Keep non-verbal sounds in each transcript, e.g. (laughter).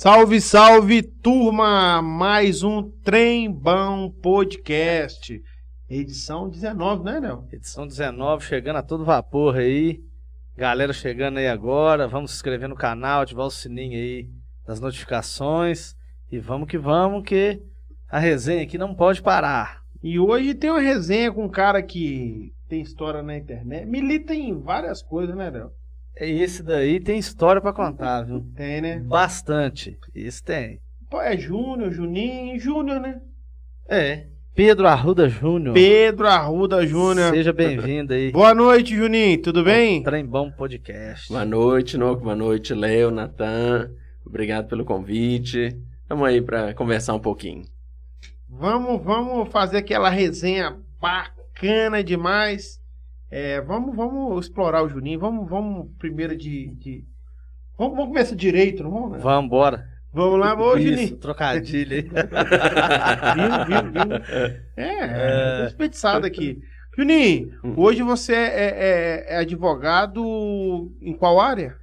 Salve, salve, turma! Mais um Trembão Podcast. Edição 19, né, Léo? Edição 19, chegando a todo vapor aí. Galera chegando aí agora. Vamos se inscrever no canal, ativar o sininho aí das notificações. E vamos que vamos, que a resenha aqui não pode parar. E hoje tem uma resenha com um cara que tem história na internet. Milita em várias coisas, né, Léo? É Esse daí tem história pra contar, viu? Tem, né? Bastante. Isso tem. Pô, é Júnior, Juninho, Júnior, né? É. Pedro Arruda Júnior. Pedro Arruda Júnior. Seja bem-vindo aí. Boa noite, Juninho. Tudo bem? Trembão Podcast. Boa noite, Noco. Boa noite, Léo, Natan. Obrigado pelo convite. Vamos aí para conversar um pouquinho. Vamos, vamos fazer aquela resenha bacana demais. É, vamos, vamos explorar o Juninho. Vamos, vamos primeiro de, de- Vamos, vamos começar direito, não vamos? Né? Vamos embora. Vamos lá, ô Isso, Juninho. trocadilho aí. (laughs) Viu, viu, viu? É, é. desperdiçado aqui. Juninho, Hum. hoje você é, é- é advogado em qual área?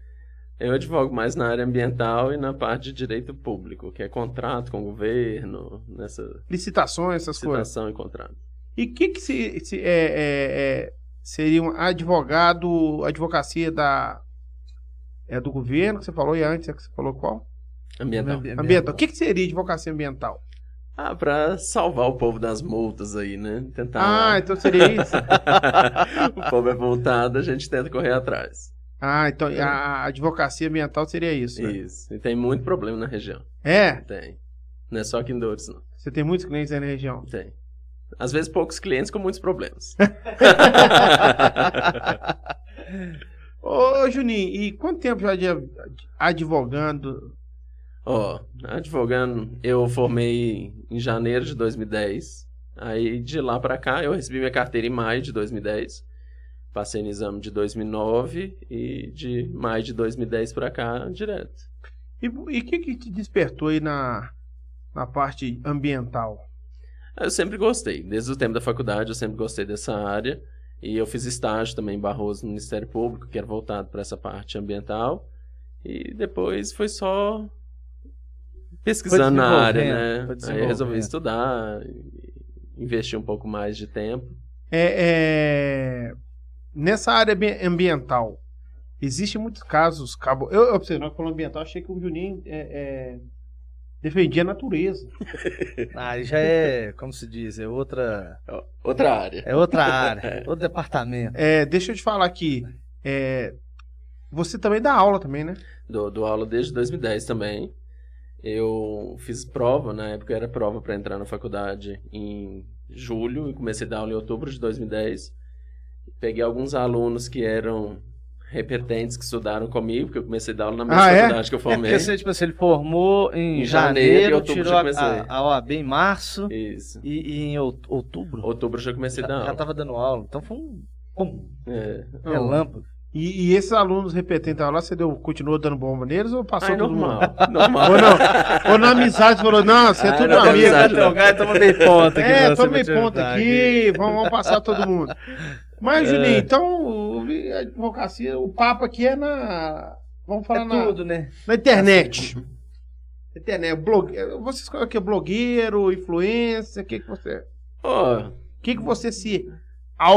Eu advogo mais na área ambiental e na parte de direito público, que é contrato com o governo, nessa Licitações, essas coisas. citação e contrato. E o que, que se, se- é, é- é- seria um advogado, advocacia da. É do governo que você falou e antes é que você falou qual? Ambiental. Ambiental. O que, que seria advocacia ambiental? Ah, para salvar o povo das multas aí, né? Tentar. Ah, então seria isso? (laughs) o povo é voltado, a gente tenta correr atrás. ah, então a advocacia ambiental seria isso. né? Isso. E tem muito problema na região. É, Tem. Não é só aqui em Dores, não. você tem muitos clientes aí na região. Tem. Às vezes poucos clientes com muitos problemas. Ô, Juninho, e quanto tempo já de advogando? Ó, advogando, eu formei em janeiro de 2010. Aí de lá pra cá eu recebi minha carteira em maio de 2010. Passei no exame de 2009 e de maio de 2010 pra cá direto. E o que, que te despertou aí na, na parte ambiental? Ah, Eu sempre gostei, desde o tempo da faculdade eu sempre gostei dessa área. E eu fiz estágio também em Barroso no Ministério Público, que era voltado pra essa parte ambiental. E depois foi só pesquisando na área, desenvolvendo, né? foi Aí eu resolvi desenvolvendo. estudar, e investir um pouco mais de tempo. É, é, nessa área ambi- ambiental, existem muitos casos. Cabo, eu, eu, você não falou ambiental, achei que o Juninho é, é, defendia a natureza. Aí já é, como se diz, é outra. Ó, Outra área. É outra área, outro departamento. É, deixa eu te falar aqui. é, você também dá aula também, né? Dou, dou aula desde 2010 também. Eu fiz prova, na época era prova para entrar na faculdade em julho e comecei a dar aula em outubro de 2010. Peguei alguns alunos que eram repetentes que estudaram comigo, porque eu comecei a dar aula na mesma Ah, é? faculdade que eu É (laughs) formei. porque assim, tipo assim, ele formou em, Em janeiro, em janeiro, outubro tirou já a, comecei. a- a OAB em março Isso. e, e em out- outubro Outubro eu já comecei já, a dar já aula. tava dando aula. Então foi um, um É. relâmpago. E, e esses alunos repetentes lá, você deu, continuou dando bomba neles ou passou Ai, todo mundo? Ah, é normal. normal. Ah, é Ou não? Ou na amizade falou, não, você é Ah, tudo não, meu na amigo. amizade não. lugar, então, toma meio (laughs) ponto É, pra você tomei me tirar ponto daqui. aqui, vamos, vamos passar todo mundo. Mas, Juninho, então, o- a advocacia, o papo aqui é na. Vamos falar É na, tudo, (laughs) né? na internet. Internet, blog, você escolhe o que? Blogueiro, influencer, o que, que você. Ó, O que, que você se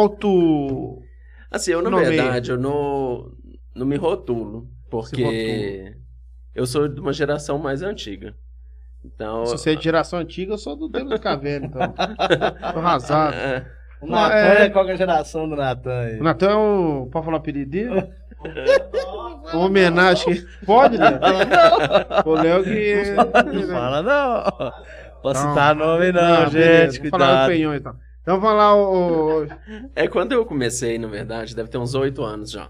auto. Assim, eu, na Nomeia. verdade, eu não, não me rotulo, porque eu sou de uma geração mais antiga. Então. Se você é de geração antiga, eu sou do tempo do caverna, então. Tô arrasado. É, O Não, Natan é- é... qual que é a geração do Natan aí? O Natan é o. Pode falar o apelido dele? Uma homenagem. Pode, né? O Léo que. Não fala não. Posso é. Não. citar nome não, Ah, beleza, gente, vou falar o cuidado. penhão então. Então vamos lá, o. é quando eu comecei, na verdade, deve ter uns oito anos já.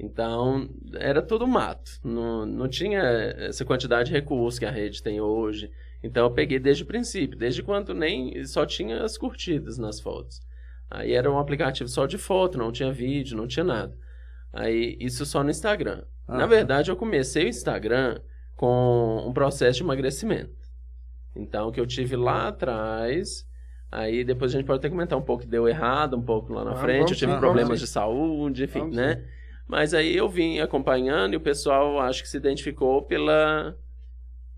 Então, era tudo mato. Não, não tinha essa quantidade de recursos que a rede tem hoje. Então, eu peguei desde o princípio, desde quando nem só tinha as curtidas nas fotos. Aí era um aplicativo só de foto, não tinha vídeo, não tinha nada. Aí, isso só no Instagram. Na verdade, eu comecei o Instagram com um processo de emagrecimento. Então, que eu tive lá atrás. Aí depois a gente pode até comentar um pouco que deu errado, um pouco lá na Vamos, frente. vamos Eu tive sim, vamos problemas de saúde, enfim, Vamos né? Mas aí eu vim acompanhando e o pessoal acho que se identificou pela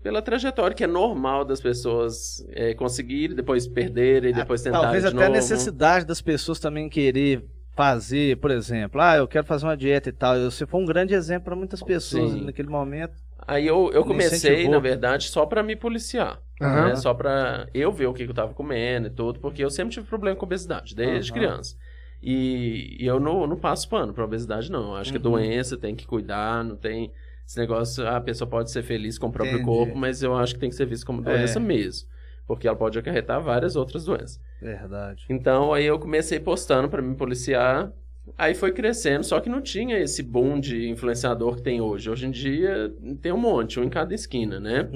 pela trajetória que é normal das pessoas é, conseguirem, depois perderem, depois tentarem Ah, Talvez de até a novo. né? necessidade das pessoas também querer fazer, por exemplo, ah, eu quero fazer uma dieta e tal. Você foi um grande exemplo para muitas pessoas Sim. naquele momento. Aí eu, eu Me comecei, incentivou. na verdade, só pra me policiar. Aham. né? Só pra eu ver o que, que eu tava comendo e tudo, porque eu sempre tive problema com obesidade, desde Aham. criança. E, e eu não, não passo pano pra obesidade, não. Eu Acho que é Uhum. doença, tem que cuidar, não tem esse negócio, ah, a pessoa pode ser feliz com o próprio Entendi. É. corpo, mas eu acho que tem que ser visto como doença mesmo. Porque ela pode acarretar várias outras doenças. Verdade. Então aí eu comecei postando pra me policiar. Aí foi crescendo, só que não tinha esse boom de influenciador que tem hoje. Hoje em dia tem um monte, um em cada esquina, né?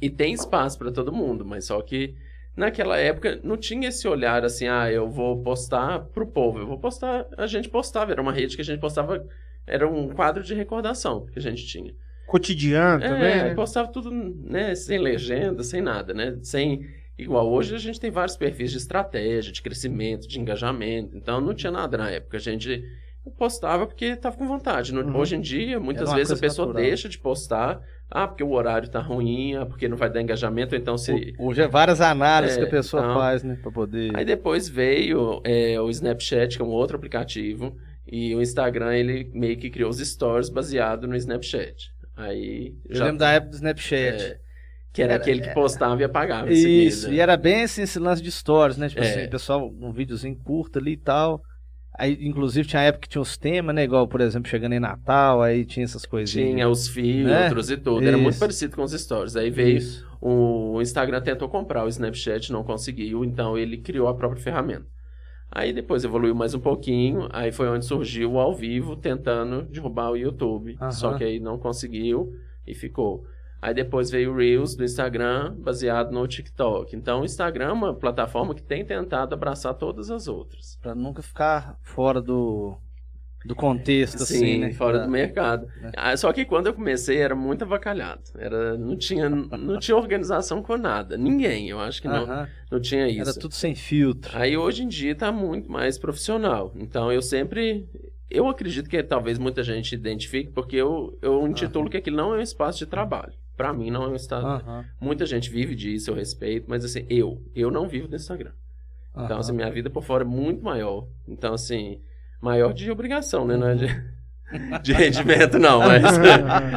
E tem espaço pra todo mundo, mas só que naquela época não tinha esse olhar assim, ah, eu vou postar pro povo, eu vou postar, a gente postava, era uma rede que a gente postava, era um quadro de recordação que a gente tinha. Cotidiano É, também. né? postava tudo, né, sem legenda, sem nada, né? Sem igual hoje a gente tem vários perfis de estratégia, de crescimento, de engajamento. Então não tinha nada na época. A gente postava porque tava com vontade. Não- Uhum. Hoje em dia, muitas uma vezes a coisa pessoa natural. deixa de postar, ah, porque o horário tá ruim, ah, porque não vai dar engajamento, ou então se Ho- Hoje é várias análises É, que a pessoa então- faz, né? Pra poder. Aí depois veio é, o Snapchat, que é um outro aplicativo, e o Instagram ele meio que criou os stories baseado no Snapchat. Aí Eu lembro da época do Snapchat. É, que era Era- é. aquele que postava e apagava em Isso, seguida. e era bem assim esse lance de stories, né? Tipo É. assim, o pessoal, um videozinho curto ali e tal. Aí, inclusive, tinha época que tinha os temas, né? Igual, por exemplo, chegando em Natal, aí tinha essas coisinhas. Tinha os filtros e tudo. Era muito Isso. parecido com os stories. Aí veio Isso. o Instagram tentou comprar o Snapchat, não conseguiu, então ele criou a própria ferramenta. Aí depois evoluiu mais um pouquinho, aí foi onde surgiu o ao vivo tentando derrubar o YouTube. Aham. Só que aí não conseguiu e ficou. Aí depois veio o Reels do Instagram, baseado no TikTok. Então o Instagram é uma plataforma que tem tentado abraçar todas as outras. Pra nunca ficar fora do, do contexto, assim, né? fora Da- do mercado. né? Ah, só que quando eu comecei era muito avacalhado. Era, não, tinha, não tinha organização com nada. Ninguém, eu acho que não, Aham. não tinha isso. Era tudo sem filtro. Aí hoje em dia tá muito mais profissional. Então eu sempre. Eu acredito que talvez muita gente identifique, porque eu, eu intitulo que aquilo não é um espaço de trabalho. Pra mim não é um espaço. Aham, Muita gente vive disso, eu respeito, mas assim, eu, eu não vivo do Instagram. Então, aham. assim, minha vida por fora é muito maior. Então, assim, maior de obrigação, né? Não é de, (laughs) de rendimento, não, mas.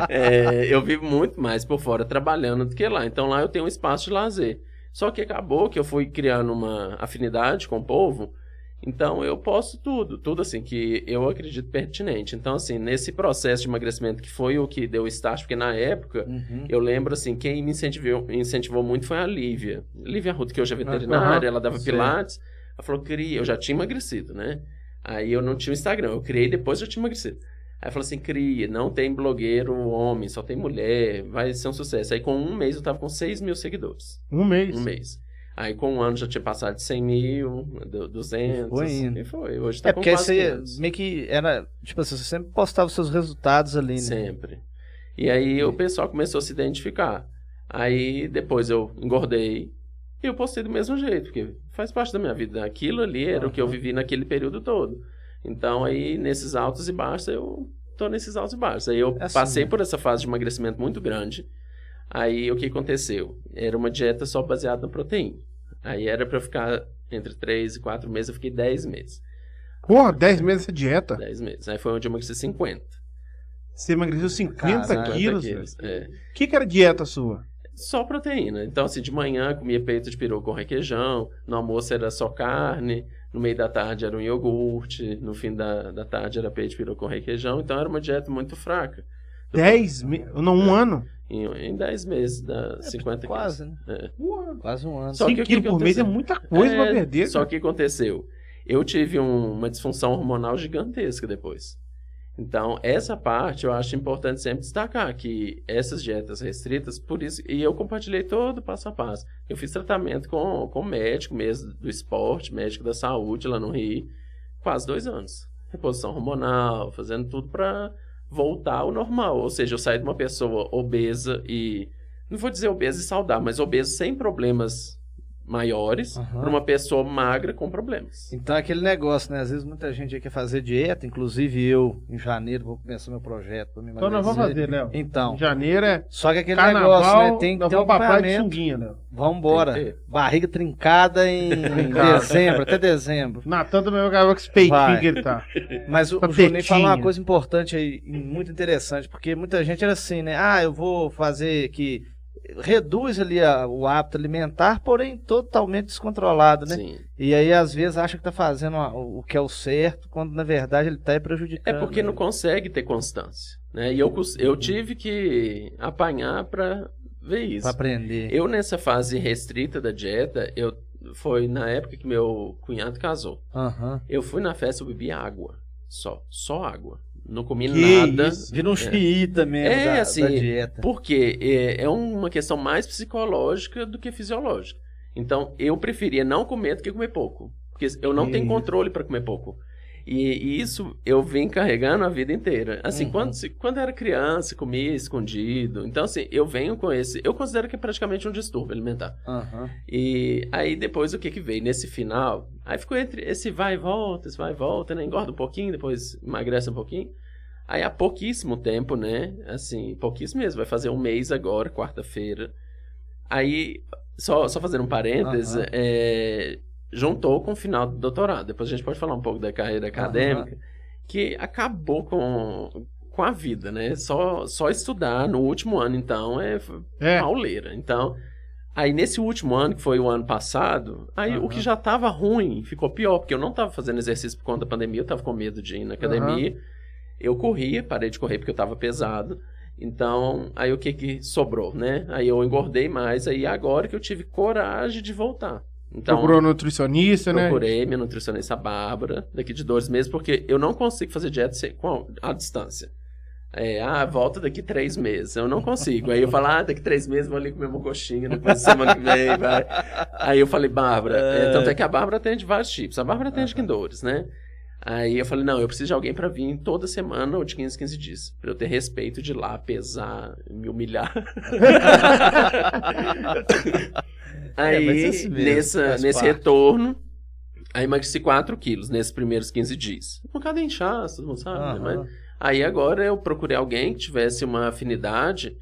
É, eu vivo muito mais por fora trabalhando do que lá. Então lá eu tenho um espaço de lazer. Só que acabou que eu fui criando uma afinidade com o povo. Então eu posso tudo, tudo assim que eu acredito pertinente. Então assim, nesse processo de emagrecimento que foi o que deu start, porque na época Uhum. eu lembro assim, quem me incentivou, incentivou muito foi a Lívia. Lívia Ruth, que hoje é veterinária, ela dava Ah, tá. Sim. pilates. Ela falou, cria, eu já tinha emagrecido, né? Aí eu não tinha o Instagram, eu criei depois eu tinha emagrecido. Aí falou assim, cria, não tem blogueiro homem, só tem mulher, vai ser um sucesso. Aí com um mês eu tava com 6 mil seguidores, Um mês. um mês. Aí com um ano já tinha passado de 100 mil, du- 200, E foi indo. e foi. Hoje tá É com porque aí quase você 500. meio que era. Tipo assim, você sempre postava os seus resultados ali, né? Sempre. E aí o pessoal começou a se identificar. Aí depois eu engordei e eu postei do mesmo jeito, porque faz parte da minha vida. Aquilo ali era o que eu vivi naquele período todo. Então aí nesses altos e baixos eu tô nesses altos e baixos. Aí eu É assim, passei né? por essa fase de emagrecimento muito grande. Aí o que aconteceu? Era uma dieta só baseada na proteína. Aí era pra eu ficar entre 3 e 4 meses, eu fiquei 10 meses. (laughs) Porra, 10 meses essa Tá. dieta. 10 meses. Aí foi onde eu emagreci 50. Você emagreceu 50 Caralho. tá quilos. 50 quilos. velho. É. O que, que era dieta sua? só proteína. Então, assim, de manhã comia peito de peru com requeijão, no almoço era só carne, no meio da tarde era um iogurte, no fim da, da tarde era peito de peru com requeijão, então era uma dieta muito fraca. 10 meses? Não, um ano? Em, em 10 meses, dá É, 50 quilos. Quase, né? Porra. Quase um ano. Só que 5 o que quilos que por mês é aconteceu? muita coisa pra É, perder. Só que aconteceu. Eu tive um- uma disfunção hormonal gigantesca depois. Então, essa parte eu acho importante sempre destacar, que essas dietas restritas, por isso, e eu compartilhei todo o passo a passo. Eu fiz tratamento com, com médico mesmo do esporte, médico da saúde lá no Rio, quase dois anos. Reposição hormonal, fazendo tudo para voltar ao normal. Ou seja, eu saí de uma pessoa obesa e. Não vou dizer obesa e saudável, mas obesa sem problemas maiores Aham. para uma pessoa magra com problemas. Então é aquele negócio, né? Às vezes muita gente aí quer fazer dieta, inclusive eu, em janeiro, vou começar meu projeto pra me Então nós vamos emagrecer. fazer, Léo. Então, Em janeiro é só que aquele carnaval, negócio, né? Tem que nós ter um vamos pra praia de acompanhamento. sunguinha, Léo. Tem que Vambora. ter. Barriga trincada em Trincada. dezembro, até dezembro. Natan também é o cara com esse peitinho Vai. que ele tá. Mas o, o Tapetinho. Juninho falou uma coisa importante aí, muito interessante, porque muita gente era assim, né? Ah, eu vou fazer que reduz ali a- o hábito alimentar, porém totalmente descontrolado, né? Sim. E aí às vezes acha que tá fazendo a- o o que é o certo, quando na verdade ele tá aí É prejudicando. porque né? não consegue ter constância, né? E eu, cus- eu tive que apanhar para ver isso. Pra aprender. Eu nessa fase restrita da dieta, eu foi na época que meu cunhado casou. Aham. Eu fui na festa, eu bebi água, só, só água. Não comi Que nada. isso? Vira um xiita mesmo É, da, assim, da dieta. Porque é, é uma questão mais psicológica do que fisiológica. Então, eu preferia não comer do que comer pouco. Porque eu não Sim. tenho controle para comer pouco. E, e isso eu vim carregando a vida inteira. Assim, Uhum. quando, se- quando era criança, comia escondido. Então, assim, eu venho com esse. Eu considero que é praticamente um distúrbio alimentar. (laughs) Aham. E aí, depois, o que que veio? Nesse final, aí ficou entre esse vai e volta, esse vai e volta, né? Engorda um pouquinho, depois emagrece um pouquinho. Aí há pouquíssimo tempo, né? Assim, pouquíssimo mesmo. Vai fazer um mês agora, quarta-feira. Aí, só, só fazendo um parêntese, Aham. é, juntou com o final do doutorado. Depois a gente pode falar um pouco da carreira acadêmica, que acabou com, com a vida, né? Só, só estudar no último ano, então, é, É. pauleira. Então, aí nesse último ano, que foi o ano passado, aí Aham. o que já tava ruim ficou pior, porque eu não tava fazendo exercício por conta da pandemia, eu tava com medo de ir na academia. Eu corria, parei de correr porque eu tava pesado. Então, aí o que que sobrou, né? Aí eu engordei mais, aí é agora que eu tive coragem de voltar. Então, Procurou nutricionista, né? procurei minha nutricionista Bárbara daqui de dois meses, porque eu não consigo fazer dieta sem- com a à distância. É, ah, volta daqui três meses. Eu não consigo. Aí eu falo, ah, daqui três meses vou ali comer uma coxinha, depois semana que vem, vai. Aí eu falei, Bárbara, é, tanto é que a Bárbara atende vários tipos. A Bárbara atende quindores, né? Aí eu falei, não, eu preciso de alguém pra vir toda semana ou de 15, 15 dias. Pra eu ter respeito de ir lá, pesar, me humilhar. É, mas Aí, é assim mesmo, nessa, faz nesse parte. retorno, aí emagreci 4 quilos nesses primeiros 15 dias. Por causa de inchaço, todo mundo sabe, né? Mas- Aham. Aí agora eu procurei alguém que tivesse uma afinidade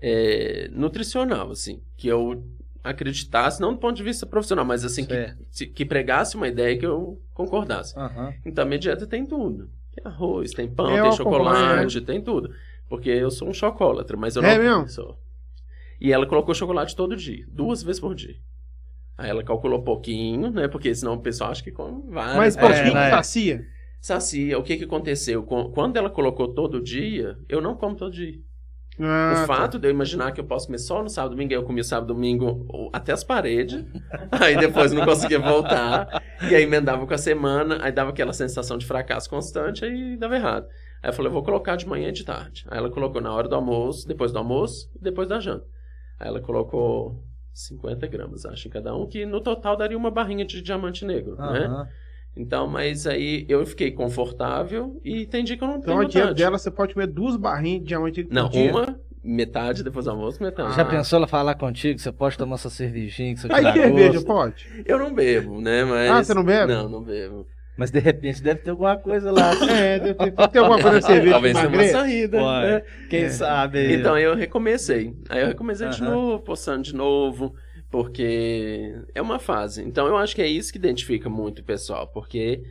é, nutricional, assim, que eu acreditasse, não do ponto de vista profissional, mas assim, que, Certo. se- que pregasse uma ideia que eu concordasse. Aham. Então minha dieta tem tudo. Tem arroz, tem pão, Eu tem acompanho, chocolate, tem tudo. Porque eu sou um chocolatra, mas eu É não mesmo? sou. E ela colocou chocolate todo dia, duas vezes por dia. Aí ela calculou pouquinho, né? Porque senão o pessoal acha que come várias. Mas É, pouquinho né? sacia. Sacia, o que que aconteceu? Com- Quando ela colocou todo dia, eu não como todo dia. Ah, o fato de eu imaginar que eu posso comer só no sábado e domingo, aí eu comi sábado e domingo o- até as paredes, (laughs) aí depois não conseguia voltar, e aí emendava com a semana, aí dava aquela sensação de fracasso constante, aí dava errado. Aí eu falei, eu vou colocar de manhã e de tarde. Aí ela colocou na hora do almoço, depois do almoço e depois da janta. Aí ela colocou 50 gramas, acho, em cada um, que no total daria uma barrinha de diamante negro, né? Aham. Então, mas aí eu fiquei confortável e entendi que eu não Então tenho a dieta vontade. dela você pode comer duas barrinhas de diamante por Não, dia. uma, metade depois do almoço, metade. Já Ah. pensou ela falar contigo? Você pode tomar sua cervejinha que você Aí dá cerveja, gosto? pode? Eu não bebo, né? Mas... Ah, você não bebe? Não, não bebo. Mas de repente deve ter alguma coisa (laughs) lá. assim, É, deve- tem que ter alguma (laughs) coisa na cerveja Talvez que tenha uma emagrece. saída, Ué, né? Quem É. sabe? aí, Então eu recomecei. Aí eu recomecei de Aham. novo, postando de novo, porque é uma fase. Então eu acho que é isso que identifica muito o pessoal, porque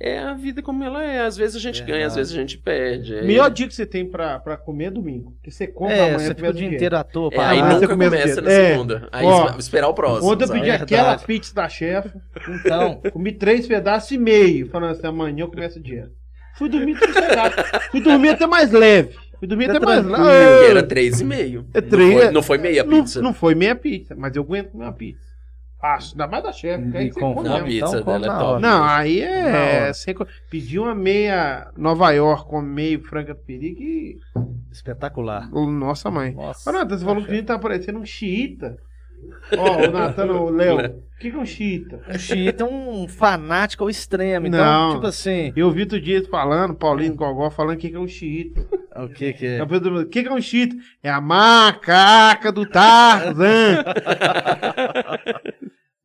é a vida como ela é. Às vezes a gente ganha, às Verdade. vezes a gente perde. Aí- Melhor dia que você tem pra, pra comer é domingo. Porque você compra É, amanhã você comer fica o dia inteiro à toa. É, parado. aí Ah, você nunca começa começa cedo. na É. segunda. Aí Ó, esp- esperar o próximo. Ontem eu sabe? pedi Verdade. aquela pizza da chefe, (laughs) Então, comi três pedaços e meio. Falando assim, amanhã eu começo a dieta. Fui dormir três pedaços. Fui dormir até mais leve. Fui dormir Tá até mais tranquilo. Porque (laughs) era leve. 3,5. É Não, três, foi- é. não foi meia Não, pizza. não foi meia pizza, mas eu aguento comer uma pizza. Fácil, ainda mais da chefe. que aí me você come Não, mesmo. confunde. pizza Então, como dela é na top. hora. Não, aí Na é. hora. Sem... co- Pedir uma meia Nova York com meio franca do perigo e. Espetacular. Nossa mãe. Nossa. Ô, Natan, você falou que o menino tá parecendo um xiita. Ó, o Natan, o Léo. O que, que é um xiita? O xiita é um fanático ao extremo. Então, Não. tipo assim, Eu vi outro dia falando, Paulinho Gogó falando o que, que é um xiita. o que que é? Eu pergunto, O que, que é um xiita? (laughs) É a macaca do Tarzan.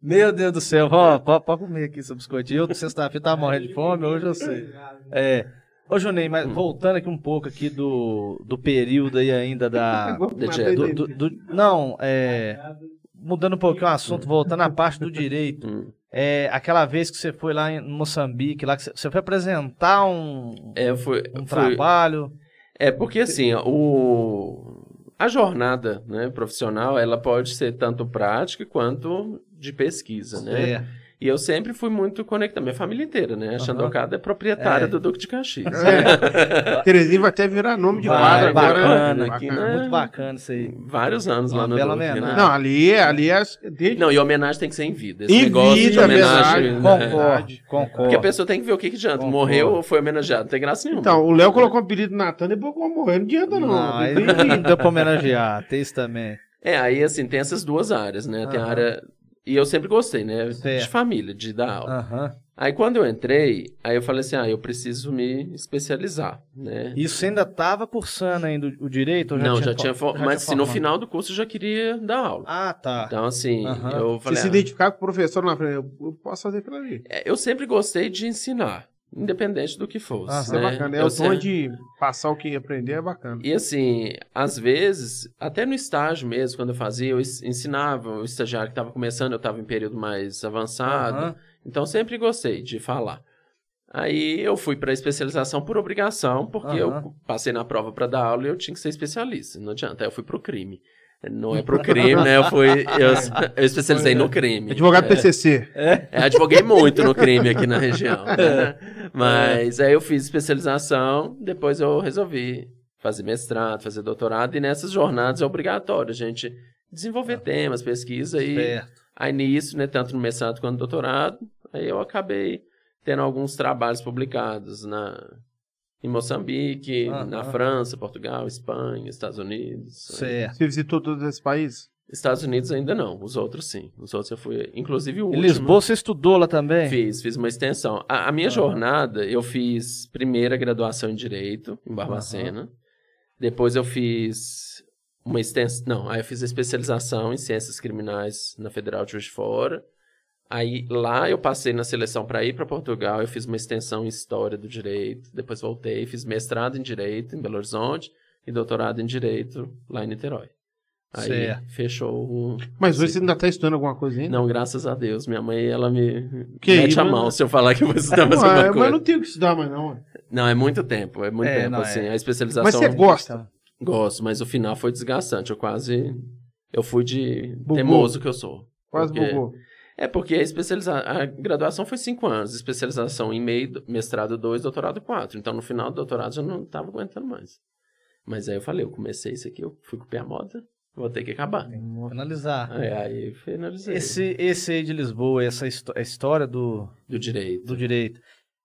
Meu Deus do céu, ó, pode, pode comer aqui seu biscoitinho. Eu, sexta-feira, tava morrendo de fome, hoje eu sei. É. Ô, Juninho, mas voltando aqui um pouco aqui do, do período aí ainda da... Vou The matar Jet. ele. é, do- do- do- não, é... Mudando um pouquinho o assunto, voltando à parte do direito. Hum. É, aquela vez que você foi lá em Moçambique, lá que você, você foi apresentar um, É, eu fui- um fui- trabalho. É porque assim, ó, o a jornada, né, profissional, ela pode ser tanto prática quanto de pesquisa, né? É. E eu sempre fui muito conectado, minha família inteira, né? A Aham. Xandocada é (laughs) proprietária É. do Duque de Caxias. É. Terezinha vai até virar nome de Vai, quadra agora. bacana, aqui, Bacana. né? é Muito bacana isso aí. Vários anos Uma lá no bela Duque, né? homenagem. Não, ali, é- ali é. Desde... Não, e homenagem tem que ser em vida. Esse Em negócio de vida, homenagem. verdade. né? Concordo, Porque a concordo. pessoa tem que ver o que, que adianta. Concordo. Morreu ou foi homenageado? Não tem graça nenhuma. Então, o Léo colocou o apelido Natan e pouco morrer. Não adianta, não. Não, aí (laughs) deu pra homenagear, tem isso também. É, aí assim, tem essas duas áreas, né? Tem a Aham. área. E eu sempre gostei, né? De Certo. família, de dar aula. Aham. Aí quando eu entrei, aí eu falei assim, ah, eu preciso me especializar, né? Isso ainda tava cursando ainda o o direito? ou não, já tinha, fo- for- mas assim, no formado? final do curso eu já queria dar aula. Ah, tá. Então assim, Aham. eu Você falei, se ah, identificar com o professor na frente, eu eu posso fazer aquilo ali. é, eu sempre gostei de ensinar, independente do que fosse, Aham. Isso né? é bacana. É eu o sempre- dom de passar o que aprender, é bacana. E assim, às vezes, até no estágio mesmo, quando eu fazia, eu ens- ensinava o estagiário que estava começando, eu estava em período mais avançado. Aham. Então sempre gostei de falar. Aí eu fui para especialização por obrigação, porque Aham. eu passei na prova para dar aula e eu tinha que ser especialista. Não adianta, aí eu fui pro crime. Não é pro crime, né? Eu fui eu, eu especializei no crime. Advogado é, PCC. é, advoguei muito no crime aqui na região. né? Mas aí eu fiz especialização, depois eu resolvi fazer mestrado, fazer doutorado e nessas jornadas é obrigatório a gente desenvolver temas, pesquisa e Certo. Aí nisso, né, tanto no mestrado quanto no doutorado, aí eu acabei tendo alguns trabalhos publicados na em Moçambique, Aham. na França, Portugal, Espanha, Estados Unidos. Certo. Você visitou todos esses países? Estados Unidos ainda não, os outros sim. Os outros eu fui, inclusive o Em último. Lisboa você estudou lá também? Ah. Fiz, fiz uma extensão. A, a minha Aham. jornada, eu fiz primeira graduação em Direito, em Barbacena. Depois eu fiz uma extensão... Não, aí eu fiz a especialização em Ciências Criminais na Federal de Juiz de Fora. Aí lá eu passei na seleção para ir para Portugal, eu fiz uma extensão em História do Direito. Depois voltei, fiz mestrado em Direito em Belo Horizonte e doutorado em Direito lá em Niterói. Aí Certo. fechou o... Mas hoje Sim. você ainda está estudando alguma coisa ainda? Não, graças a Deus. Minha mãe, ela me Que mete isso, a mas- mão se eu falar que eu vou estudar (laughs) mais Ué, alguma mas coisa. não tenho que estudar mais, não. ué. Não, é muito tempo. É muito É, tempo, não, assim. é. A especialização... Mas você gosta. Gosto, mas o final foi desgastante. Eu quase... Eu fui de Bugou. teimoso que eu sou. Quase Porque- bugou. É, porque a especialização... A graduação foi cinco anos. Especialização em meio, mestrado dois, doutorado quatro. Então, no final do doutorado, eu não tava aguentando mais. Mas aí eu falei, eu comecei isso aqui, eu fui copiar a moda, vou ter que acabar. Finalizar. Aí, aí finalizei. Esse, esse aí de Lisboa, essa histó- a história do, Do direito. do direito.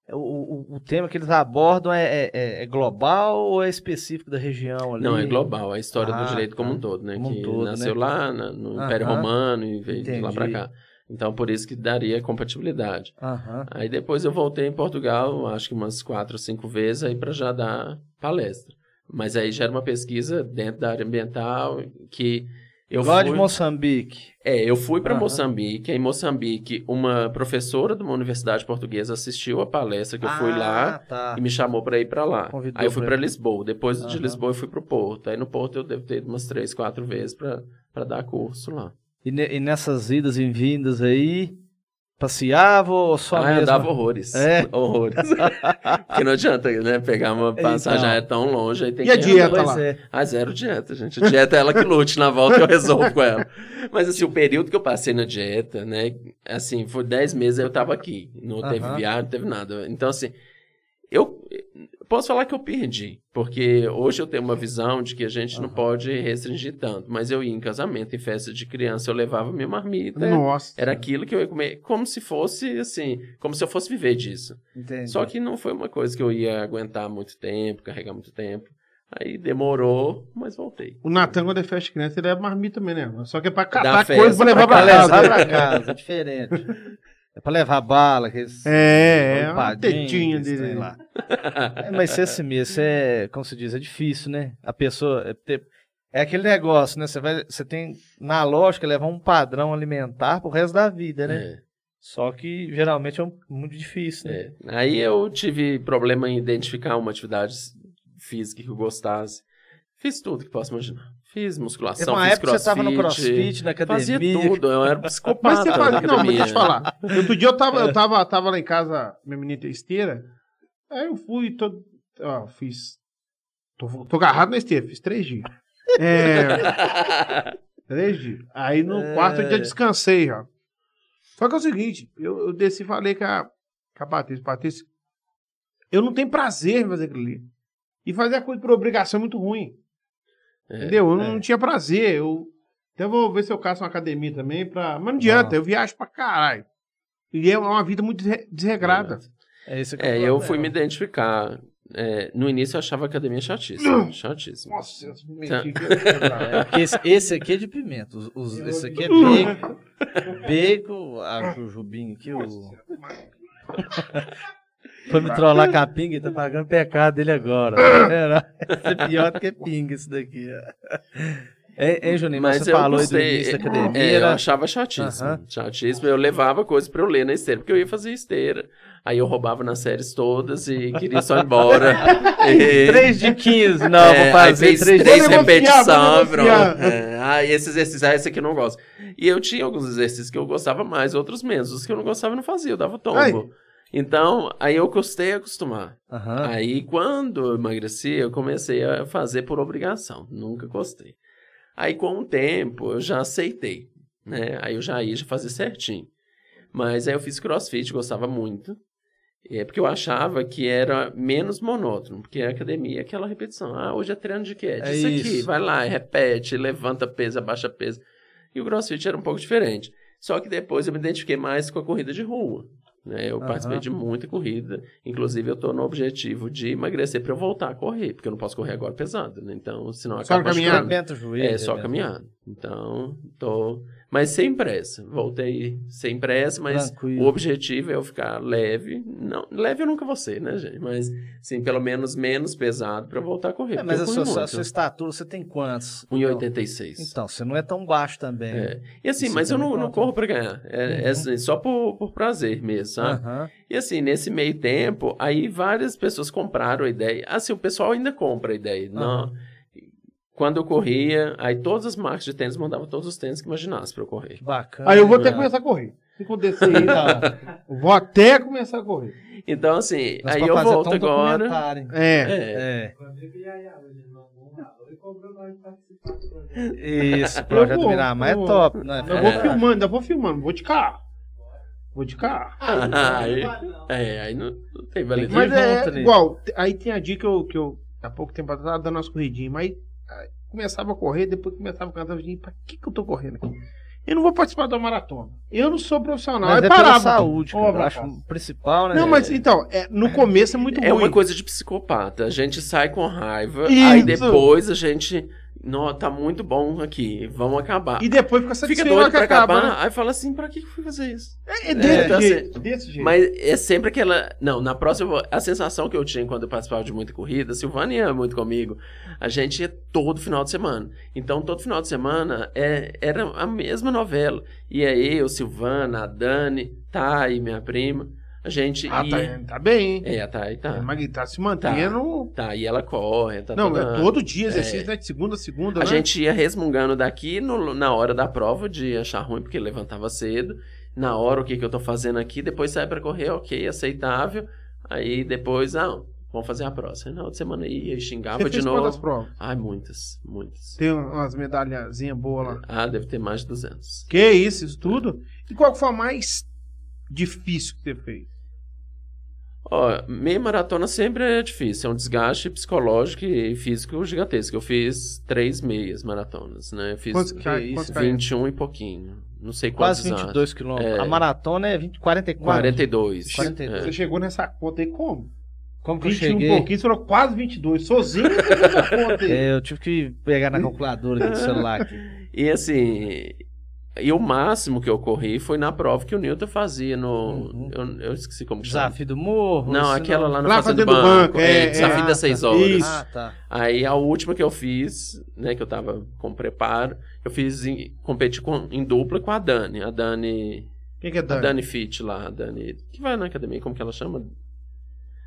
é O, o, o tema que eles abordam é, é- é- é global ou é específico da região ali? Não, é global, é a história Ah, do direito como tá. um todo, né? Como um que todo, nasceu né? lá na- no Império Aham. Romano e veio de lá pra Entendi. cá. Então, por isso que daria compatibilidade. Aham. Aí depois eu voltei em Portugal, acho que umas quatro ou cinco vezes, aí para já dar palestra. Mas aí já era uma pesquisa dentro da área ambiental que eu Lá de fui... Moçambique. É, eu fui para Aham. Moçambique. Em Moçambique, uma professora de uma universidade portuguesa assistiu a palestra que eu fui lá Ah, tá. e me chamou pra ir pra lá. Convidou aí eu fui pra pra Lisboa. Depois de Aham. Lisboa eu fui pro Porto. Aí no Porto eu devo ter ido umas três, quatro vezes pra, pra dar curso lá. E, ne- e nessas idas e vindas aí, passeava ou só ah, mesmo? eu dava horrores. É? Horrores. (laughs) Porque não adianta, né? Pegar uma passagem Então. é tão longe. Aí tem E a que dieta Pois lá? é. Ah, zero dieta, gente. A dieta é ela que lute na volta, eu resolvo com ela. Mas assim, o período que eu passei na dieta, né? Assim, foi 10 meses eu tava aqui. Não teve Aham. viagem, não teve nada. Então, assim, eu eu posso falar que eu perdi. Porque hoje eu tenho uma visão de que a gente não Aham. pode restringir tanto. Mas eu ia em casamento, em festa de criança, eu levava minha marmita. Nossa. Era aquilo que eu ia comer, como se fosse, assim, como se eu fosse viver disso. Entendi. Só que não foi uma coisa que eu ia aguentar muito tempo, carregar muito tempo. Aí demorou, (laughs) mas voltei. O Natan, quando é festa de criança, ele é marmita também, né? Só que é pra Dá catar festa coisa pra levar pra pra levar casa. pra casa, é diferente. (laughs) É pra levar bala, aqueles É, um é uma empadinhos, tetinha aqueles trem dele. lá. É, mas isso é assim mesmo, isso é, como se diz, é difícil, né? A né? pessoa é ter- É aquele negócio, né? Você, vai, você tem, na lógica, levar um padrão alimentar pro resto da vida, né? É. Só que geralmente é um- muito difícil, né? É. Aí eu tive problema em identificar uma atividade física que eu gostasse. Fiz tudo que posso imaginar. Fiz Teve musculação, uma fiz época que você tava no crossfit, na academia. Fazia tudo, (laughs) eu era psicopata. Mas você na faz. Não, mas deixa eu te academia. falar. Outro dia eu tava, (laughs) É. eu tava, tava lá em casa, minha menina tem esteira. Aí eu fui todo. Ó, fiz. Tô, tô agarrado na esteira, fiz três dias. É, (laughs) três dias. Aí no É. quarto dia eu descansei, já. Só que é o seguinte, eu, eu desci e falei com a, com a Patrícia, Patrícia, eu não tenho prazer em fazer aquilo ali. E fazer a coisa por obrigação é muito ruim. É, Entendeu? Eu é. não tinha prazer. Eu até vou ver se eu caço uma academia também. Pra... Mas não adianta, Não. eu viajo pra caralho. E é uma vida muito desre- desregrada. É, esse que o É, eu problema. fui me identificar. É, no início eu achava a (clears throat) academia chatíssima. chatíssima. Nossa, eu me Tá. meti. É, porque esse, esse aqui é de pimenta. Os, os- esse aqui (laughs) é Hum, bacon. Nossa, Bacon, a Jujubinho aqui, o. mas- (laughs) Foi me trollar com a pinga e tá pagando pecado dele agora. Era, esse é pior do que pinga, isso daqui. É, (laughs) hein, Juninho? Mas Mas você eu falou aí do gostei. início da academia. né? É, eu era- achava chatíssimo. Aham. Chatíssimo. Eu levava coisa pra eu ler na esteira, porque eu ia fazer esteira. Aí eu roubava nas séries todas e queria só (laughs) ir embora. e... 3 de 15, não, É, vou aí fazer fez 3 de três Vou negociar, vou repetições, pronto. negociar. É, ah, esse exercício, ah, esse aqui eu não gosto. E eu tinha alguns exercícios que eu gostava mais, outros menos. Os que eu não gostava eu não fazia, eu dava tombo. Ai. Então, aí eu custei a acostumar. Aham. Aí, quando eu emagreci, eu comecei a fazer por obrigação. Nunca gostei. Aí, com o tempo, eu já aceitei, né? Aí eu já ia já fazer certinho. Mas aí eu fiz crossfit, gostava muito. E é porque eu achava que era menos monótono, porque a academia é aquela repetição. Ah, hoje é treino de quê? É Disso aqui. isso. Vai lá, e repete, levanta peso, abaixa peso. E o crossfit era um pouco diferente. Só que depois eu me identifiquei mais com a corrida de rua. Né? Eu Aham. participei de muita corrida. Inclusive, eu tô no objetivo de emagrecer para eu voltar a correr, porque eu não posso correr agora pesado. Né? Então, senão eu Só acabo caminhar. machucando. Arrebenta o joelho. É, só arrebenta. caminhar. Então, tô. Mas sem pressa. Voltei sem pressa, mas Tranquilo. o objetivo é eu ficar leve. Não, leve eu nunca vou ser, né, gente? Mas, sim, pelo menos menos pesado para voltar a correr. É, porque mas eu a corro sua, a muito. sua estatura, você tem quantos? 1,86. Então, você não é tão baixo também. É. E assim, Isso mas eu também não, não conta. corro pra ganhar. É, é Uhum. assim, só por, por prazer mesmo, sabe? Aham. E assim, nesse meio tempo, aí várias pessoas compraram a ideia. Assim, o pessoal ainda compra a ideia. Não. Quando eu corria, aí todas as marcas de tênis mandavam todos os tênis que imaginasse pra eu correr. Que bacana. Aí eu vou até É. começar a correr. Se acontecer aí, tá? Eu vou até começar a correr. Então, assim, Nós aí pra eu fazer volto até um agora. documentário, hein? É. É. É. Não, Isso, o projeto vou, Miramar é eu vou. top. Não é? Eu vou filmando, ainda vou filmando, vou de carro. Vou de carro. Aí, é, aí não, não Ah, tem validade. Mas junto é ali. igual, aí tem a dica que eu, que eu há pouco tempo atrás tava dando umas corridinhas, mas aí, começava a correr, depois começava a cantar, eu falei, pra que que eu tô correndo aqui? Eu não vou participar da maratona. Eu não sou profissional. Mas aí é pela parava. saúde, cara. Ô, eu acho rapaz. o principal, né? Não, mas então, é, no começo é muito É ruim. uma coisa de psicopata. A gente sai com raiva, Isso. aí depois a gente. Não, tá muito bom aqui, vamos acabar. E depois fica Fica satisfeito na hora doido que pra acaba, acabar, né? aí fala assim, pra que que eu fui fazer isso? É, é desse É, jeito. desse jeito. Mas é sempre aquela... Não, na próxima, a sensação que eu tinha quando eu participava de muita corrida, a Silvânia ia muito comigo, a gente ia todo final de semana. Então, todo final de semana é- era a mesma novela. E aí, eu, Silvana, a Dani, Thay, minha prima, a gente ah, ia... tá, tá bem, hein? É, a Thay tá. Mas tá se mantendo. Tá, e ela corre, tá Não, toda- é todo dia, exercício, né? De segunda a segunda, A né? gente ia resmungando daqui no- na hora da prova de achar ruim, porque levantava cedo. Na hora, o que, que eu tô fazendo aqui? Depois sai pra correr, ok, aceitável. Aí depois, ah, vamos fazer a próxima. Na outra semana ia e xingava Você de fez quantas novo. provas? Ai, muitas, muitas. Tem um, umas medalhazinhas boas lá. Ah, deve ter mais de 200. Que isso, isso tudo? E qual que foi a mais difícil que você fez? Ó, meia maratona sempre é difícil, é um desgaste psicológico e físico gigantesco. Eu fiz três meias maratonas, né? Eu fiz Quantos que ca- isso, quantos ca- 21 e pouquinho. Não sei quantos Quase anos. 22 quilômetros. É. A maratona é 20, 44. 42. 42. Você chegou nessa conta aí como? Como que eu 21 cheguei? e um pouquinho, você falou quase 22. (laughs) Sozinho é? você fez essa conta aí. (laughs) É, eu tive que pegar na calculadora aqui do celular. Aqui. E assim, E o máximo que eu corri foi na prova que o Newton fazia no. Uhum. Eu, eu esqueci como que chama. Desafio do morro? Não, isso aquela lá no Lá Fazenda do Fazenda do Banco. Banco, É, é, desafio é, das ah, seis tá. horas. Isso. Ah, tá. Aí a última que eu fiz, né, que eu tava com preparo, eu fiz em, competi com, em dupla com a Dani. A Dani. Quem que é A Dani? Dani Fit lá, a Dani. Que vai na academia, como que ela chama?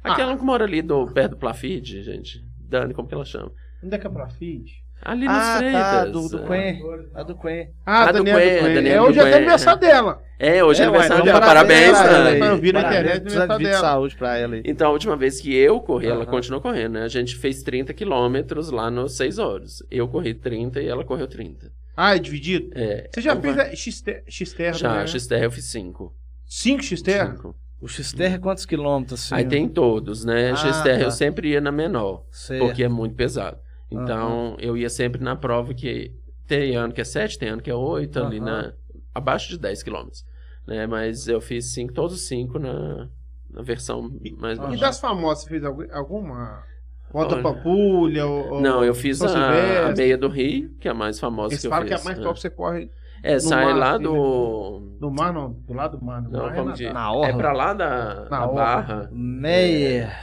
Aquela que mora ali do, perto do Plafid, gente. Dani, como que ela chama? Onde é que é pra feed? Ali nos Ah, Freitas. tá, do, do é. Quen. A do Quen. Ah, Ah, do Daniela Cuen, do Cuen. Daniela É do hoje até Cuen. aniversário dela. É, hoje é, É, ué, aniversário então dela. parabéns Parabéns, pra ela, Dani. né? Eu vi na Parabéns, internet, desafio de dela. saúde pra ela aí. Então, a última vez que eu corri, ela Aham. continuou correndo, né? A gente fez 30 quilômetros lá nos 6 horas. Eu corri 30 e ela correu 30. Ah, é dividido? É, Você já então fez vai. a X-ter- X-Terra? Já, né? XTR eu fiz 5. Cinco X-Terra? O XTR é quantos quilômetros? Assim? Aí tem todos, né? Ah, XTR tá. eu sempre ia na menor, Certo. porque é muito pesado. Então, eu ia sempre na prova que tem ano que é 7, tem ano que é 8, ali Aham. na... Abaixo de 10 quilômetros, né? Mas eu fiz 5, todos os 5 na, na versão mais Aham. E baixa. das famosas, você fez algu- alguma? Volta Olha. Pampulha? Ou, ou- Não, eu fiz São a, a Silvestre. meia do Rio, que é a mais famosa Eles que eu falam fiz. que é mais né? top você corre É, No sai mar, lá assim, do. no mar, não. Do lado do mar. No Não, mar como é de- Na É orla. pra lá da, da orla. Barra. Meyer.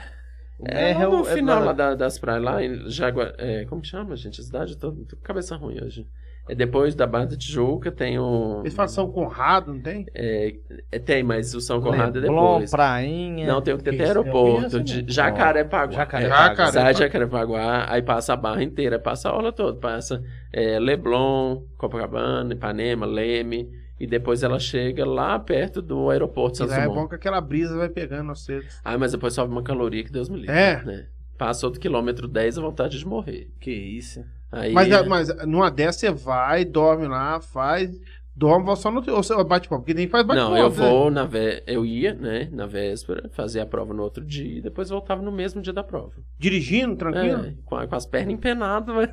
O É, Meyer lá o- no é final da- lá da- das praias, lá em Jagua... é, como que chama, gente? A cidade, eu tô, tô com cabeça ruim hoje. É depois da Barra da Tijuca, tem o... Eles falam São Conrado, não tem? É, é, tem, mas o São Conrado é Leblon, depois. Prainha. Não, tem o que tem até Isso, eu aeroporto, conheço, de né? Jacarepaguá. Jacarepaguá. É, Jacarepaguá. Sai de Jacarepaguá, aí passa a barra inteira, passa a orla toda, passa é, Leblon, Copacabana, Ipanema, Leme, e depois ela chega lá perto do aeroporto de E Santos lá é Dumont. bom que aquela brisa vai pegando os cedos. Ah, mas depois sobe uma caloria que Deus me livre. É. né? Passa outro quilômetro 10 a vontade de morrer. Que isso. Aí, né? Mas, é a- mas numa dessa você vai, dorme lá, faz, dorme, volta só no. Ou você bate papo, porque nem faz bate né? não, eu vou na vé... eu ia, né, na véspera, fazia a prova no outro dia e depois voltava no mesmo dia da prova. Dirigindo, tranquilo. É, com, a- com as pernas empenadas, mas...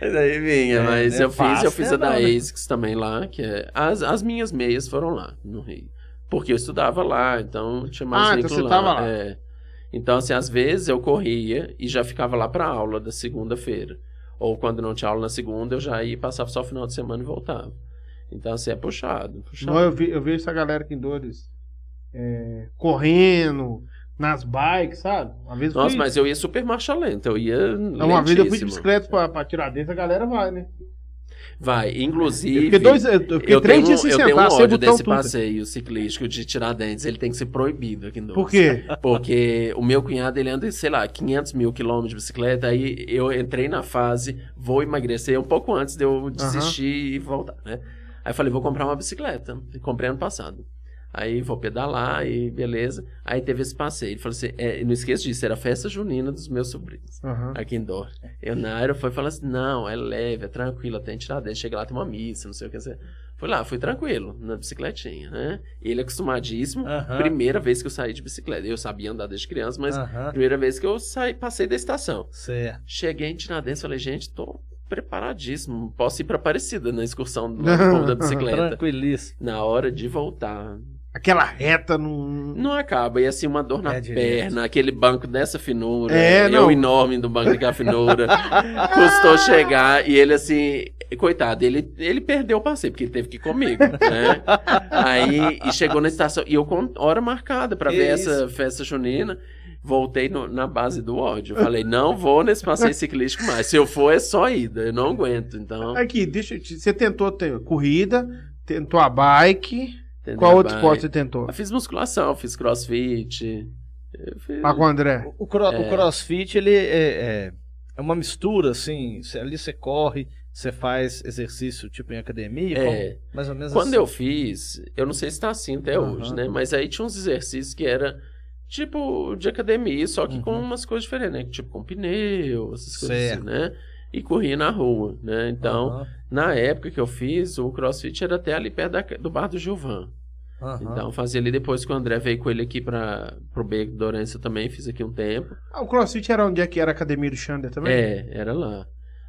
Mas aí vinha, É, mas é eu fiz, eu fácil, fiz né, a da não, né? ASICS também lá, que é... As, as minhas meias foram lá, no Rio. Porque eu estudava lá, então tinha mais Ah, então vínculo você lá. tava lá. é. Então, assim, às vezes eu corria e já ficava lá pra aula da segunda-feira. Ou quando não tinha aula na segunda, eu já ia e passava só o final de semana e voltava. Então, assim, é puxado, puxado. Não, eu, vi, eu vejo essa galera aqui em Dores é, correndo, nas bikes, sabe? Uma vez eu Nossa, fui- mas eu ia super marcha lenta, eu ia Não, É Uma vez eu fui de lentíssimo. bicicleta pra, pra tirar dentro, a galera vai, né? Vai, Eu inclusive. fiquei, dois, eu fiquei eu três tenho, dias sem eu tenho um sentar, sem ódio botão desse tudo. passeio ciclístico de Tiradentes. Ele tem que ser proibido aqui em Doce. Por (laughs) quê? Porque o meu cunhado, ele anda, sei lá, 500 mil quilômetros de bicicleta. Aí eu entrei na fase, vou emagrecer um pouco antes de eu desistir e voltar, né? Aí eu falei, vou comprar uma bicicleta. Comprei ano passado. Aí vou pedalar e beleza. Aí teve esse passeio. Ele falou assim, é, não esqueça disso, era a festa junina dos meus sobrinhos Aham. aqui em Dor. Eu na área foi falando assim: não, é leve, é tranquilo, até Tiradentes. Chega lá, tem uma missa, não sei o que. Assim. Fui lá, fui tranquilo, na bicicletinha, né? Ele acostumadíssimo. Aham. Primeira vez que eu saí de bicicleta. Eu sabia andar desde criança, mas Aham. primeira vez que eu saí, passei da estação. Certo. Cheguei em Tiradentes falei: gente, tô preparadíssimo. Posso ir pra Aparecida na excursão do do povo da bicicleta. Tranquilíssimo. Na hora de voltar, Aquela reta num. não acaba, e assim, uma dor na É direto. perna, aquele banco dessa finura, É, eu não. enorme do banco daquela finura, custou chegar, e ele assim, coitado, ele, ele perdeu o passeio, porque ele teve que ir comigo, né? Aí, e chegou na estação, e eu com hora marcada pra Que ver isso. essa festa junina, voltei no- na base do ódio, falei, não vou nesse passeio ciclístico mais, se eu for é só ida, eu não aguento, então... Aqui, deixa eu te... Você tentou ter corrida, tentou a bike. entendeu? Qual outro Vai. esporte você tentou? Eu fiz musculação, fiz crossfit... eu fiz- Lá com o André. O, cro- o crossfit, ele é, é- é uma mistura, assim. Cê- ali você corre, você faz exercício, tipo em academia. É. como- mais ou menos Quando assim. eu fiz, eu não sei se tá assim até Aham. hoje, né? Mas aí tinha uns exercícios que era tipo de academia, só que com Uhum. umas coisas diferentes, né? Tipo com pneu, essas coisas Certo. assim, né? E corria na rua, né? Então, Aham, na época que eu fiz, o crossfit era até ali perto da ca- do bar do Gilvan. aham. Então, eu fazia ali depois que o André veio com ele aqui para pro Beco do Dorença também, fiz aqui um tempo. Ah, o CrossFit era onde é que era a academia do Xander também? É, era lá.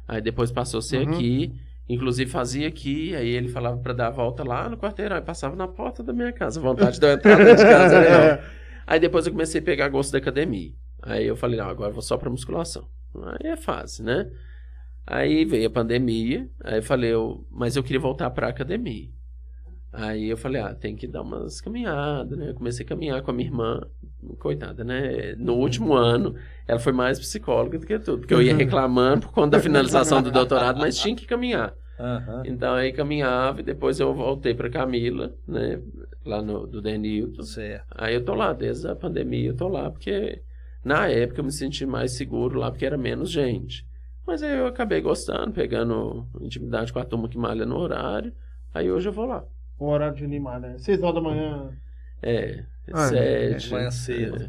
Aí depois passou a ser Uhum. aqui. Inclusive fazia aqui, aí ele falava pra dar a volta lá no quarteirão, aí passava na porta da minha casa. Vontade de eu entrar dentro de (laughs) casa, né? não. É. Aí depois eu comecei a pegar gosto da academia. Aí eu falei, não, agora eu vou só pra musculação. Aí é fácil, né? Aí veio a pandemia, aí eu falei, eu, mas eu queria voltar para academia. Aí eu falei, ah, tem que dar umas caminhadas, né? Eu comecei a caminhar com a minha irmã, coitada, né? No último ano, ela foi mais psicóloga do que tudo, porque eu ia reclamando por conta da finalização do doutorado, mas tinha que caminhar. Aham. Então aí caminhava e depois eu voltei para Camila, né? Lá no, do Denilton. Certo. Aí eu tô lá, desde a pandemia eu tô lá, porque na época eu me senti mais seguro lá, porque era menos gente. Mas aí eu acabei gostando, pegando intimidade com a turma que malha no horário. Aí hoje eu vou lá. O horário de animar, né? Seis horas da manhã. É, Ah, sete. é, manhã cedo.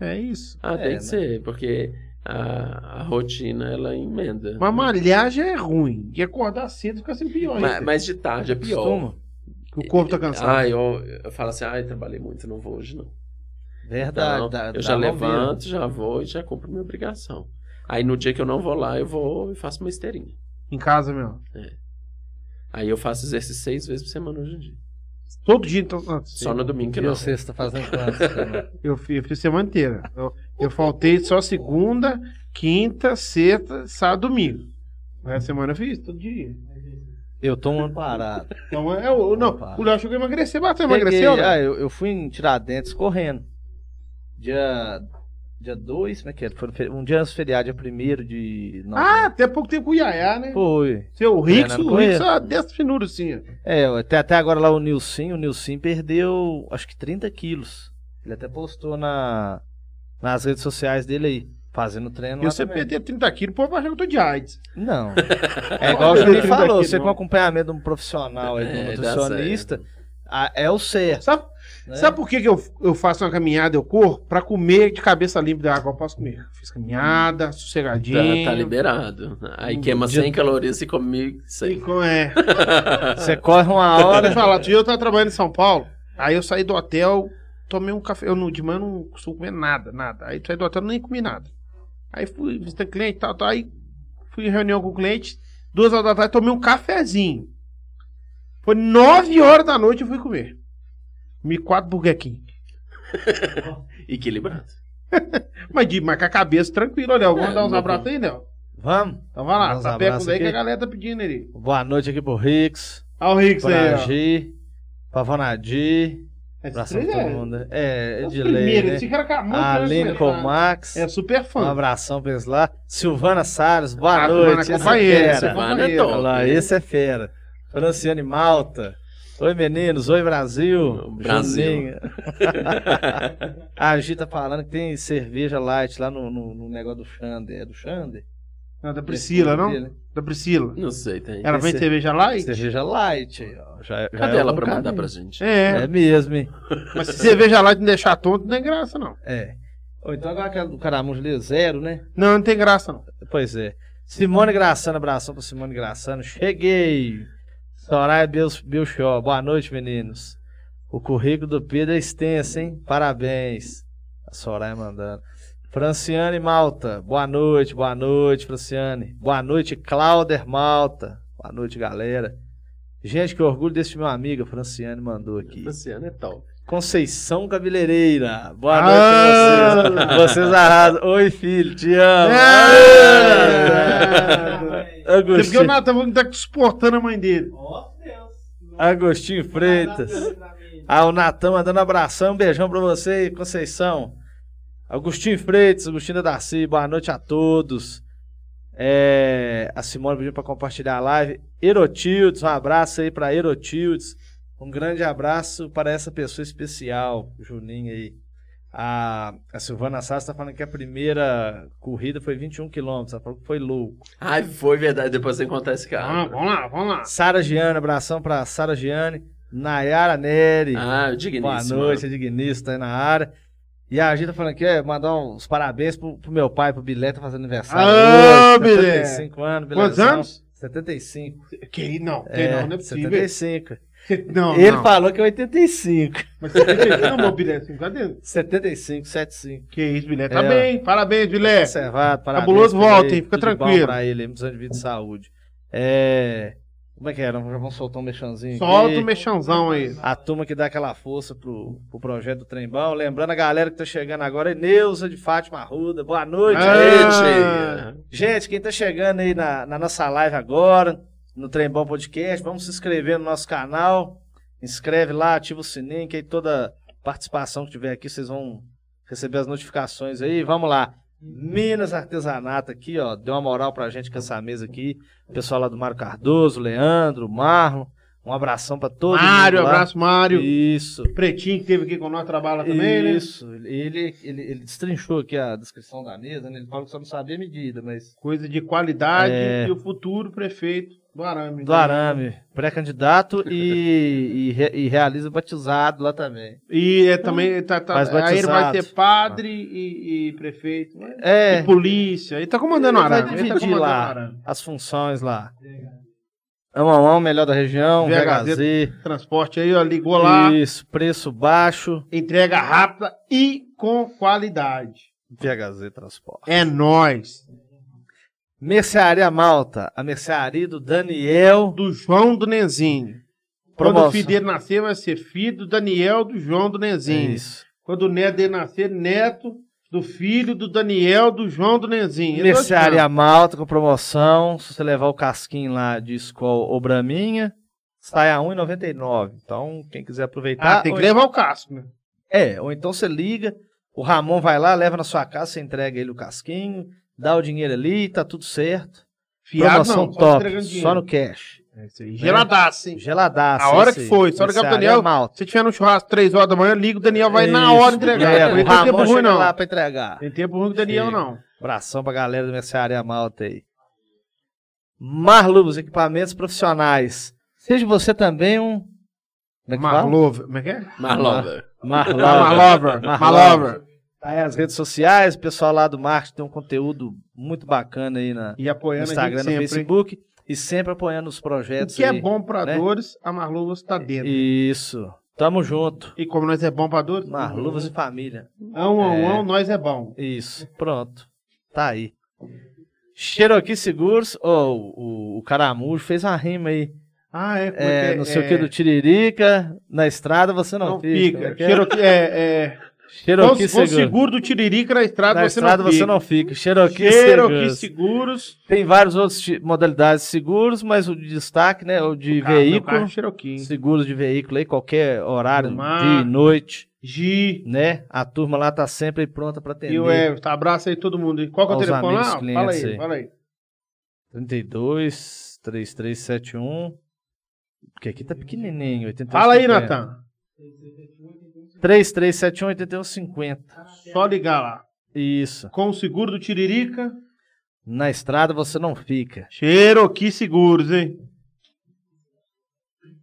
É. É isso. Ah, tem É, que né? ser, porque a, a rotina ela emenda. Mas malhar já é ruim. E acordar cedo fica sempre pior. Ma- ainda. mas de tarde é pior. Costuma. Que o corpo tá cansado. Ah, eu, eu falo assim, ai, trabalhei muito, não vou hoje não. Verdade. Então, Ah, dá- eu dá já uma levanto, já vou e já cumpro minha obrigação. Aí no dia que eu não vou lá, eu vou e faço uma esteirinha. Em casa mesmo. Aí eu faço exercício seis vezes por semana hoje em dia. Todo dia, então. ah, Só no domingo que vida. E não. você está fazendo quanto? Eu fiz, eu fiz semana inteira. Eu, eu faltei só segunda, quinta, sexta, sábado, domingo. O resto da semana eu fiz, todo dia. eu tô um ano parado. Então, é, o não, Opa. o Léo chegou a emagrecer, bateu, Peguei- emagreceu, né? ah, eu, eu fui em Tiradentes correndo. Dia. Dia 2, como é que era? Foi no fe- um dia antes do feriado, dia 1 de. Ah, novembro. até pouco tempo com o Yaya, né? Foi. Seu Rixo, Fernando o Rixo Correia. é 10 finuras, sim. É, até, até agora lá o Nilson, o Nilson perdeu acho que 30 quilos. Ele até postou na, nas redes sociais dele aí, fazendo treino E lá você também. perder 30 quilos, pô, vai achar que eu tô de AIDS. Não. (laughs) É igual o Juninho 30 falou, quilos, você com não. acompanhamento de um profissional aí, de um É, dá nutricionista, a- é o certo. Sabe, né? sabe por que, que eu, eu faço uma caminhada, eu corro? Pra comer de cabeça limpa da água, eu posso comer. Fiz caminhada, Tá, sossegadinho. tá liberado. Aí queima Hum, Dia- 100 calorias e come E 100. (laughs) com- é, Você corre uma Olha, (laughs) hora. falar, outro dia eu tava trabalhando em São Paulo, aí eu saí do hotel, tomei um café, eu no de manhã não costumo comer nada, nada. Aí saí do hotel, nem comi nada. Aí fui visitar cliente e tal, tal, aí fui em reunião com o cliente, duas horas da tarde tomei um cafezinho. Foi nove horas da noite eu fui comer. Me quatro Burger King. (laughs) Equilibrado. Mas de mas com a cabeça tranquilo, Léo. Vamos É, dar uns não abraços aí, Léo. Vamos. Então vai lá, Vamos tá abraço perto aí que aqui. a galera tá pedindo ali. Boa noite aqui pro Rix, Olha o Rix pra aí, ó. Gi, pra Vonadi, Esses abração três pra todo é. mundo. É, é os Edilei, primeiros, né? esse cara com a mão A Aline transversal. Comax, É super um fã. abração pra eles lá. Silvana Salles, boa Ah, noite. Silvana, Esse companheira, é fera. Silvana. Vana é Olha lá, esse é fera. Franciane Malta. Oi, meninos. Oi, Brasil. Brasil. Juninho. A Gi tá falando que tem cerveja light lá no, no- no negócio do Xander. É do Xander? Não, da Priscila, não? Dele. Da Priscila. Não sei, tem. Ela Esse- é vende cerveja lá e. Cerveja light. aí, ó. Já, já Cadê é ela um pra mandar caminho. pra gente? É, É mesmo, hein? mas se cerveja lá e não deixar tonto, não tem graça, não. É. Ou então agora aquela do Caramujo ali, zero, né? Não, não tem graça, não. Pois é. Simone Graçano, abração pra Simone Graçano. Cheguei! Soraya Beus- Belchior, boa noite, meninos. O currículo do Pedro é extenso, hein? Parabéns. A Soraya mandando. Franciane Malta, boa noite, boa noite, Franciane. Boa noite, Clauder Malta. Boa noite, galera. Gente, que orgulho desse meu amigo, Franciane mandou aqui. Luciana é top. Conceição Cabeleireira. Boa noite Ah! a vocês. Vocês arrasam. Oi, filho, te amo. É! Até porque o Agostinho, Natan falou que tá suportando a mãe dele. Ó Deus. Agostinho Freitas. Ah, o Natan mandando abração, um beijão pra você, Conceição. Agostinho Freitas, Agostinho da Darcy, boa noite a todos. É, a Simone pediu pra compartilhar a live. Erotildes, um abraço aí pra Erotildes. Um grande abraço para essa pessoa especial, Juninho aí. A, a Silvana Sassi tá falando que a primeira corrida foi 21 km, ela falou que foi louco. Ai, foi verdade, depois você contar esse Ah, cara. vamos lá, vamos lá. Sara Giane, abração pra Sara Giane. Nayara Neri. Ah, o Boa digníssimo. noite, Digníssimo, tá aí na área. E a gente tá falando aqui, é, mandar uns parabéns pro, pro meu pai, pro Bilé, tá fazendo aniversário Alô, hoje, Ah, Bilé. 75 anos, Bilezão. Quantos anos? 75. Que não, tem É, não, não é possível. 75. Não, Ele não. falou que é 85. Mas você tem que não, meu Bilé, assim, tá dentro. 75, 75. Que isso, Bilé. Tá É, ó. bem, parabéns, Bilé. Conservado, parabéns. É. Cabuloso pra ele, volta, hein? Fica tudo de bom tranquilo. Pra ele, precisando de vida e saúde. É, Como é que era? Já vamos soltar um mexanzinho Solta aqui. o mexãozão aí. A turma que dá aquela força pro, pro projeto do Trembão. Lembrando a galera que tá chegando agora, Eneuza de Fátima Arruda. Boa noite. Ah. gente. Eita! Gente, quem tá chegando aí na, na nossa live agora, no Trembão Podcast, vamos se inscrever no nosso canal. Inscreve lá, ativa o sininho, que aí toda participação que tiver aqui, vocês vão receber as notificações aí. Vamos lá. Minas Artesanato aqui, ó. Deu uma moral pra gente com essa mesa aqui. O pessoal lá do Mário Cardoso, Leandro, Marlon. Um abração pra todos. Mário, abraço, Mário. Isso. Pretinho que teve aqui com nós, trabalha lá também, né? Isso. Ele, ele, ele destrinchou aqui a descrição da mesa, né? Ele falou que só não sabia a medida, mas. Coisa de qualidade É. e o futuro prefeito do Arame. né? Do Arame, pré-candidato e, e, re- e realiza o batizado lá também. E é também. Tá, tá- Faz aí ele vai Então, batizado. Ah. ser padre e, e prefeito. né? É, E polícia. Ele tá comandando o Ele vai Arame. Ele tá dividir comandando o lá. Arame. as funções lá. É Amamão, um, melhor da região, VHZ. VHZ. Transporte aí, ó. Ligou lá. Isso, preço baixo, Entrega rápida e com qualidade. VHZ Transporte. É nóis. Mercearia Malta, a mercearia do Daniel. Do João do Nenzinho. Quando o Promoção. filho dele nascer, vai ser filho do Daniel do João do Nenzinho. É Isso. Quando o neto dele nascer, neto do filho do Daniel do João do Nenzinho. Ele é Mercearia Malta com promoção. Se você levar o casquinho lá de Skol ou Braminha, sai a um R$ 1,99. Então, quem quiser aproveitar. Ah, tem que ou levar o casco, né? É, ou então você liga, o Ramon vai lá, leva na sua casa, você entrega ele o casquinho, dá o dinheiro ali, tá tudo certo. Fiado Promoção não, só top, entregando só dinheiro. no cash. É isso aí. Geladaço, hein? Geladaço. A hora esse que aí. foi, só ligar pro Mercearia Daniel. Malta. Se tiver no churrasco 3 horas da manhã, liga, o Daniel vai na hora Isso, entregar. entrega. Não O tem tempo Ramon ruim, chega não. lá pra entregar. Tem tempo ruim com o Daniel, Sim. não. Abração pra galera do Mercearia Malta aí. Marluvos, equipamentos profissionais. Seja você também um... Como é que fala? Marlover. Como é Ah, que é? Marlover. Marlover. Marlover. Marlover. Marlover. Tá aí as redes sociais, o pessoal lá do marketing tem um conteúdo muito bacana aí na, E no apoiando Instagram, a no gente sempre. hein? Facebook e sempre apoiando os projetos. O que é aí. bom pra né? dores, a Marluvas tá dentro. E, Isso. Tamo junto. como nós é bom pra dores, um, Marluvas e família. Ão, ão, ão, nós é bom. Isso. Pronto. Tá aí. Cherokee Seguros, ó, o, o Caramujo fez uma rima aí. Ah, é, como é, É, que é? não sei o que É, do Tiririca, na estrada você não, Não fica. fica. Como é que é? Cherokee, é, é. Qual- Cherokee qual o Seguros. seguro do Tiririca na estrada, Na você, estrada não você fica. não fica. Cherokee, Cherokee Seguros. Seguros. Tem várias outras ti- modalidades de seguros, mas o de destaque, né, o de Ah, meu veículo, carro é Cherokee. hein? seguros de veículo aí, qualquer horário, Do mar. dia e noite, Gi. né? A turma lá tá sempre aí pronta pra atender. E o Everton, abraço aí todo mundo. E Qual que é o Aos telefone amigos lá? Fala clientes aí, aí. fala aí. 32 3371 porque aqui tá pequenininho, 81. Fala aí, Natan. 3371 8150. Só ligar lá. Isso. Com o seguro do Tiririca, Na estrada você não fica. Cherokee Seguros, hein?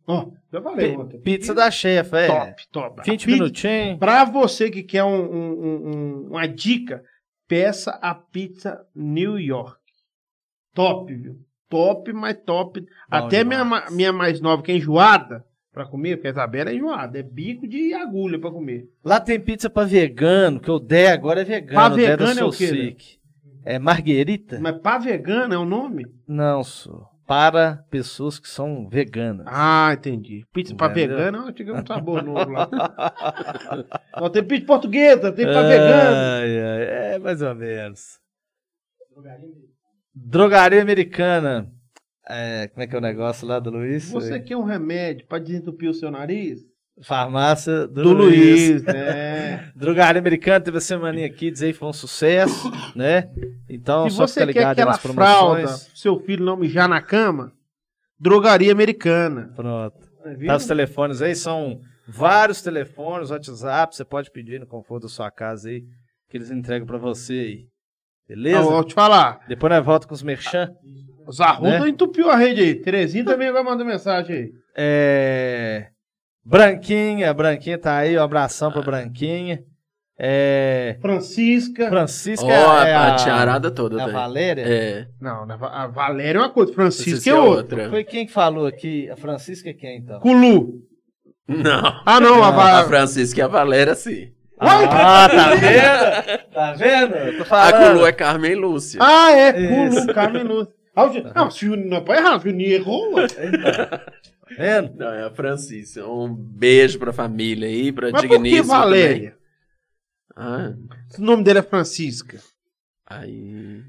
Ó, já falei Pi- ontem. Pizza da chefe, é. Top, top. 20 Pizza- minutinhos. Pra você que quer um- um- um- um- uma dica, peça a pizza New York. Top, viu? Top, mas top. Até minha, demais. ma- minha mais nova, que é enjoada pra comer, porque a Isabela é enjoada, é bico de agulha pra comer. Lá tem pizza pra vegano, que eu dei agora é vegano. Pra o dei vegano é o quê, Soulseek. É marguerita? Mas pá vegana é o nome? Não, sou. Para pessoas que são veganas. Ah, entendi. Pizza pra Entendeu? vegana, ó, chega um sabor novo lá. (laughs) Ó, tem pizza portuguesa, tem pra vegano. Ai, ai, é, mais ou menos. Drogaria americana. É, como é que é o negócio lá do Luiz? Você quer um remédio pra desentupir o seu nariz? Farmácia do, Do Luiz, Luiz. (laughs) né? Drogaria americana teve a semaninha aqui, diz aí que foi um sucesso, né? Então, Se só fica você quer ligado aí aquela nas fralda, promoções. pro seu filho não mijar na cama, drogaria americana. Pronto. Viu? Tá, os telefones aí são vários telefones, WhatsApp, você pode pedir no conforto da sua casa aí, que eles entregam pra você aí. Beleza? Tá Ó, vou te falar, Depois nós volta com os merchan. os Arruda Né? entupiu a rede aí. Terezinha também agora mandou mensagem aí. É... Branquinha, Branquinha tá aí, um abração pra Branquinha. É... Francisca. Francisca Ó, é, a, a, é a tiarada toda a daí. Valéria. É. Não, né, a Valéria é uma coisa, Francisca Francisca é é outra. Foi quem que falou aqui? A Francisca é quem, então? Culu. Não. Ah, não, a, Não, Va- A Francisca e a Valéria, sim. Ah, tá vendo? Tá vendo? Eu Tô A falando. Culu é Carmen Lúcia. Ah, é, Isso. Culu, Carmen Lúcia. Ah, o Juninho- Não, se o Juninho não apanha, errado, o Juninho errou. ué. É Tá vendo? Não, é a Francisca. Um beijo pra família aí, pra Mas por que Digníssimo. também. Valéria? Ah, Se o nome dele é Francisca. aí.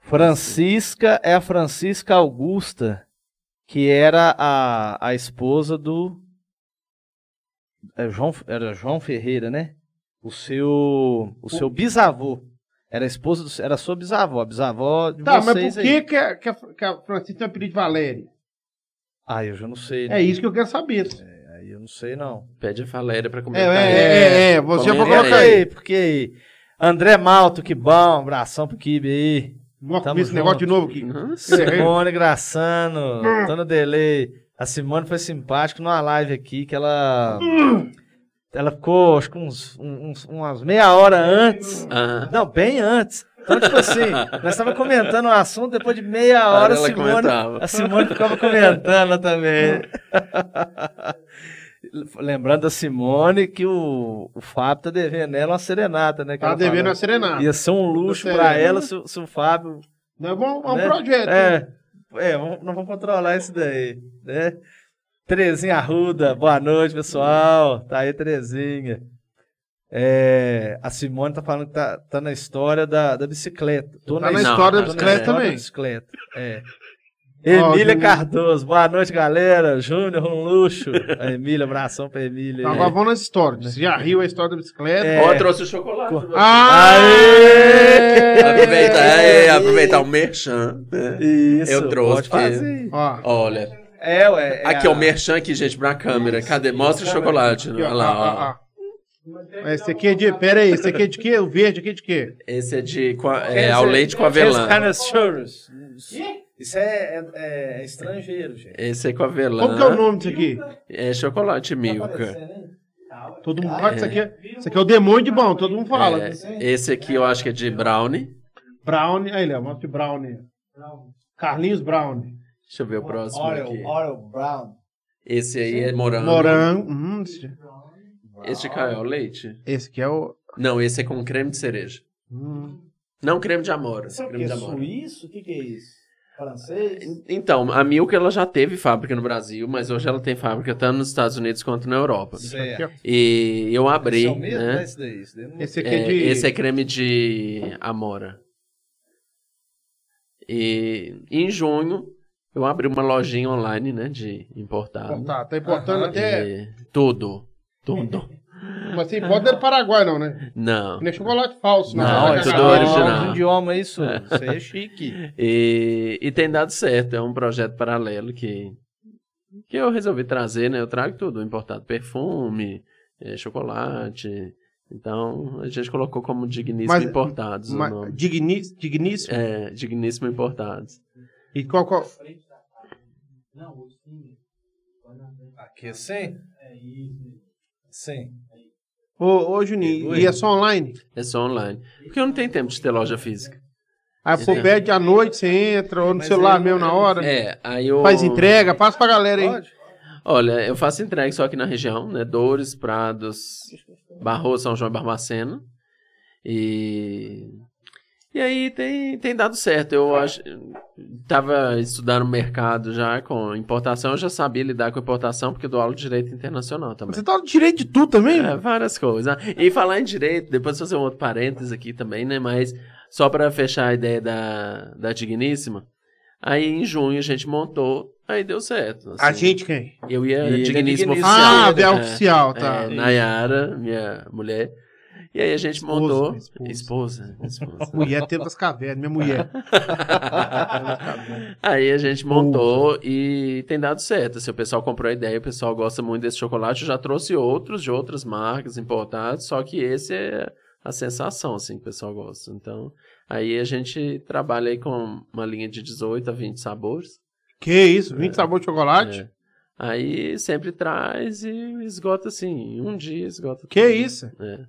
Francisca é a Francisca Augusta, que era a, a esposa do. é João, era João Ferreira, né? O seu, o seu bisavô. Era a esposa do, era a sua bisavó, a bisavó de Tá, mas vocês por aí. que, que, a, que a- que a Francisca tem o apelido de Valéria? Ah, eu já não sei. né? É isso que eu quero saber. Aí eu não sei não. Pede a Valéria pra É, comentar. é, é, é, você Já já Vou vou colocar colocar aí, porque André Malto, que bom, abração pro Kibe aí. Vamos Tamo comer esse negócio junto. de novo aqui. Tá Nossa. Simone Graçano, tô no delay. A Simone foi simpática numa live aqui que ela. Ela ficou, acho que uns, um- uns- umas meia hora antes. Ah, Não, bem antes. Então, tipo assim, nós estávamos comentando o assunto, depois de meia hora a ela Simone, comentava. a Simone ficava comentando também. Lembrando da Simone que o, o Fábio tá devendo ela uma serenata, né? que Tá ela devendo falou. a serenata. Ia ser um luxo Sério? pra ela se, o- se o Fábio Não, é bom, é um Né? projeto. é, é vamos- nós vamos controlar isso daí, né? Terezinha Arruda, boa noite, pessoal. Tá aí, Terezinha. É, a Simone tá falando que tá, tá na história da, da bicicleta. Tô Tá na Não, história da não, bicicleta é. história da também. bicicleta, é. Ó, Emília Júnior. Cardoso, boa noite, galera. Júnior, um luxo. A Emília, abração pra É. Emília. Agora vamos nas histórias. Já riu a história da bicicleta. É. Ó, trouxe né? o chocolate. Ah, Aê! Aproveitar, é, aproveitar o merchan. Isso, Eu pode trouxe, fazer. Ó, Olha, É, ué. é aqui é a- o merchan aqui, gente, pra câmera. Cadê? Mostra o chocolate. né? aqui, ó, Ah, Olha lá, ó. ó, ó, ó. Esse aqui é de. Pera aí, esse aqui é de quê? O verde aqui é de quê? Esse é de co- Esse é, ao leite com avelã. Esse cara é churros. Isso é, é- é estrangeiro, gente. Esse é com avelã. Como que é o nome disso aqui? É chocolate Tá milka. Todo mundo fala que isso aqui é. Isso aqui é o demônio de bom, todo mundo fala. É, esse aqui eu acho que é de brownie. Brown, aí, Léo, mostra o Brown. Carlinhos Brown. Deixa eu ver o próximo aqui. Brown. Esse aí é morango. Morango. Hum, esse- Este cá é o leite? esse aqui é o. Não, esse é com creme de cereja. Hum. Não creme de amora. creme de amora. é suíço? O que, é isso? Francês? Então, a Milka ela já teve fábrica no Brasil, mas hoje ela tem fábrica tanto nos Estados Unidos quanto na Europa. é Aqui, ó. E eu é abri, né? Esse daí, esse daí não- Esse aqui É, é de. Esse é creme de amora. E em junho eu abri uma lojinha online, né, de importado. Tá, tá importando Aham. até. E tudo, (laughs) tudo. É. Mas você pode dar do Paraguai, não, né? Não. Não é chocolate falso, né? Não, Tá é tudo cagado. original. Um idioma, isso. Isso aí é chique. E, e tem dado certo, é um projeto paralelo que, que eu resolvi trazer, né? Eu trago tudo, importado perfume, eh, chocolate. Então, a gente colocou como digníssimo Mas- importados Mas- o nome. dignis- digníssimo. É, digníssimo importados. E qual, qual- Não, o sim. Aqui assim? É isso. Sim. Ô, ô Juninho, e é só online? É só online. Porque eu não tenho tempo de ter loja física. Aí pô, Sim. pede à noite, você entra, ou no Mas celular aí- mesmo na hora. É, aí eu. Faz entrega, passa pra galera aí. Pode? Olha, eu faço entrega só aqui na região, né? Dores, Prados, Barroso, São João e Barbacena. E, e aí tem, tem dado certo. Eu acho, tava estudando o mercado já com importação, eu já sabia lidar com importação porque eu dou aula de direito internacional também. Você tá no direito de tudo também? É, várias coisas. E falar em direito, depois fazer um outro parênteses aqui também, né? Mas só para fechar a ideia da, da Digníssima, aí em junho a gente montou, aí deu certo. A assim. gente quem? Eu ia Ele é Digníssima digníssimo. oficial. Ah, né? é É, oficial, tá. é, Nayara, minha mulher. E aí a gente Esposa, montou. minha Esposa. esposa. Mulher teve das cavernas, minha mulher. (laughs) aí a gente montou e tem dado certo. Assim, o pessoal comprou a ideia, o pessoal gosta muito desse chocolate. Eu já trouxe outros de outras marcas importados, só que esse é a sensação, assim, que o pessoal gosta. Então, aí a gente trabalha aí com uma linha de 18 a 20 sabores. que isso, 20 sabor de chocolate? É. Aí sempre traz e esgota assim, em um dia esgota. Que tudo. isso? É.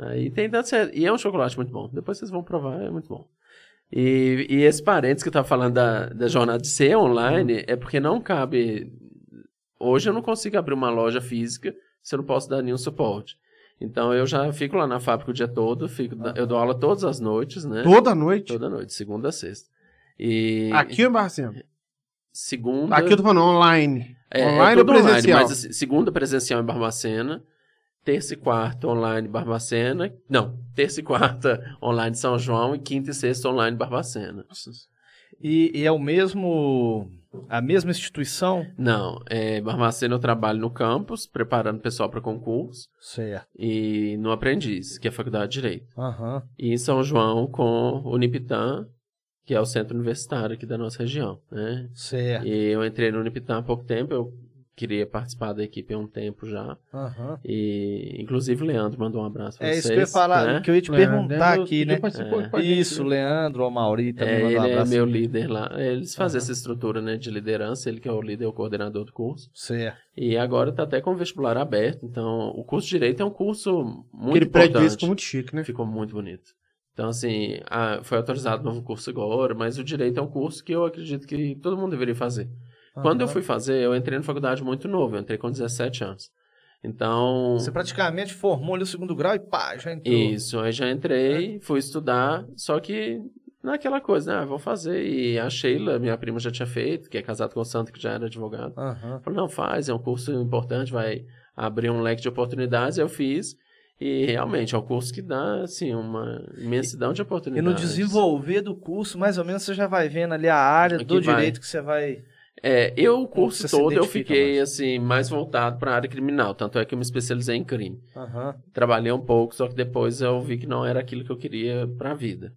Aí tem dado certo. E é um chocolate muito bom. Depois vocês vão provar, é muito bom. E, e esse parênteses que eu tava falando da, da jornada de ser online é porque não cabe. Hoje eu não consigo abrir uma loja física se eu não posso dar nenhum suporte. Então eu já fico lá na fábrica o dia todo, fico, eu dou aula todas as noites, né? Toda noite? Toda noite, É. segunda a sexta. E Aqui ou em Barra Sena? segunda. Aqui eu tô falando online. é, online é ou tudo online, presencial? mas assim, segunda presencial em Barbacena, terça e quarta online em Barbacena. Não, terça e quarta (laughs) online em São João e quinta e sexta online em Barbacena. E, e é o mesmo. A mesma instituição? Não, é, Barbacena eu trabalho no campus, preparando pessoal para concurso Certo. e no aprendiz, que é a faculdade de direito. Aham. e em São João com o Unipitã, que é o centro universitário aqui da nossa região, né? Certo. E eu entrei no Unipitã há pouco tempo, eu queria participar da equipe há um tempo já. Aham. E inclusive o Leandro mandou um abraço pra É vocês. isso que eu ia falar, né? que eu ia te perguntar aqui, né? É. Isso, Leandro, o Mauri É, também ele mandou um é abraço. meu líder lá. É, Eles fazem Aham. essa estrutura né, de liderança, ele que é o líder, o coordenador do curso. Certo. E agora está até com o vestibular aberto. Então, o curso de Direito é um curso muito Aquele importante. prédio desse ficou muito chique, né? Ficou muito bonito. Então, assim, a- foi autorizado um novo curso agora, mas o direito é um curso que eu acredito que todo mundo deveria fazer. Quando eu Aham. fui fazer, eu entrei na faculdade muito novo, eu entrei com 17 anos. Então, Você praticamente formou ali o segundo grau e pá, já entrou. isso, aí já entrei, fui estudar, só que naquela coisa, né, ah, vou fazer. E a Sheila, minha prima, já tinha feito, que é casada com o Santo, que já era advogado. Aham. Falou, não, faz, é um curso importante, vai abrir um leque de oportunidades. Eu fiz. E realmente é um curso que dá, assim, uma imensidão de E oportunidades. no desenvolver do curso, mais ou menos, você já vai vendo ali a área Aqui do vai. direito que você vai. É, eu, o Você curso se todo, eu identifica fiquei, mais. assim, mais voltado para a área criminal. Tanto é que eu me especializei em crime. Aham. Trabalhei um pouco, só que depois eu vi que não era aquilo que eu queria para a vida.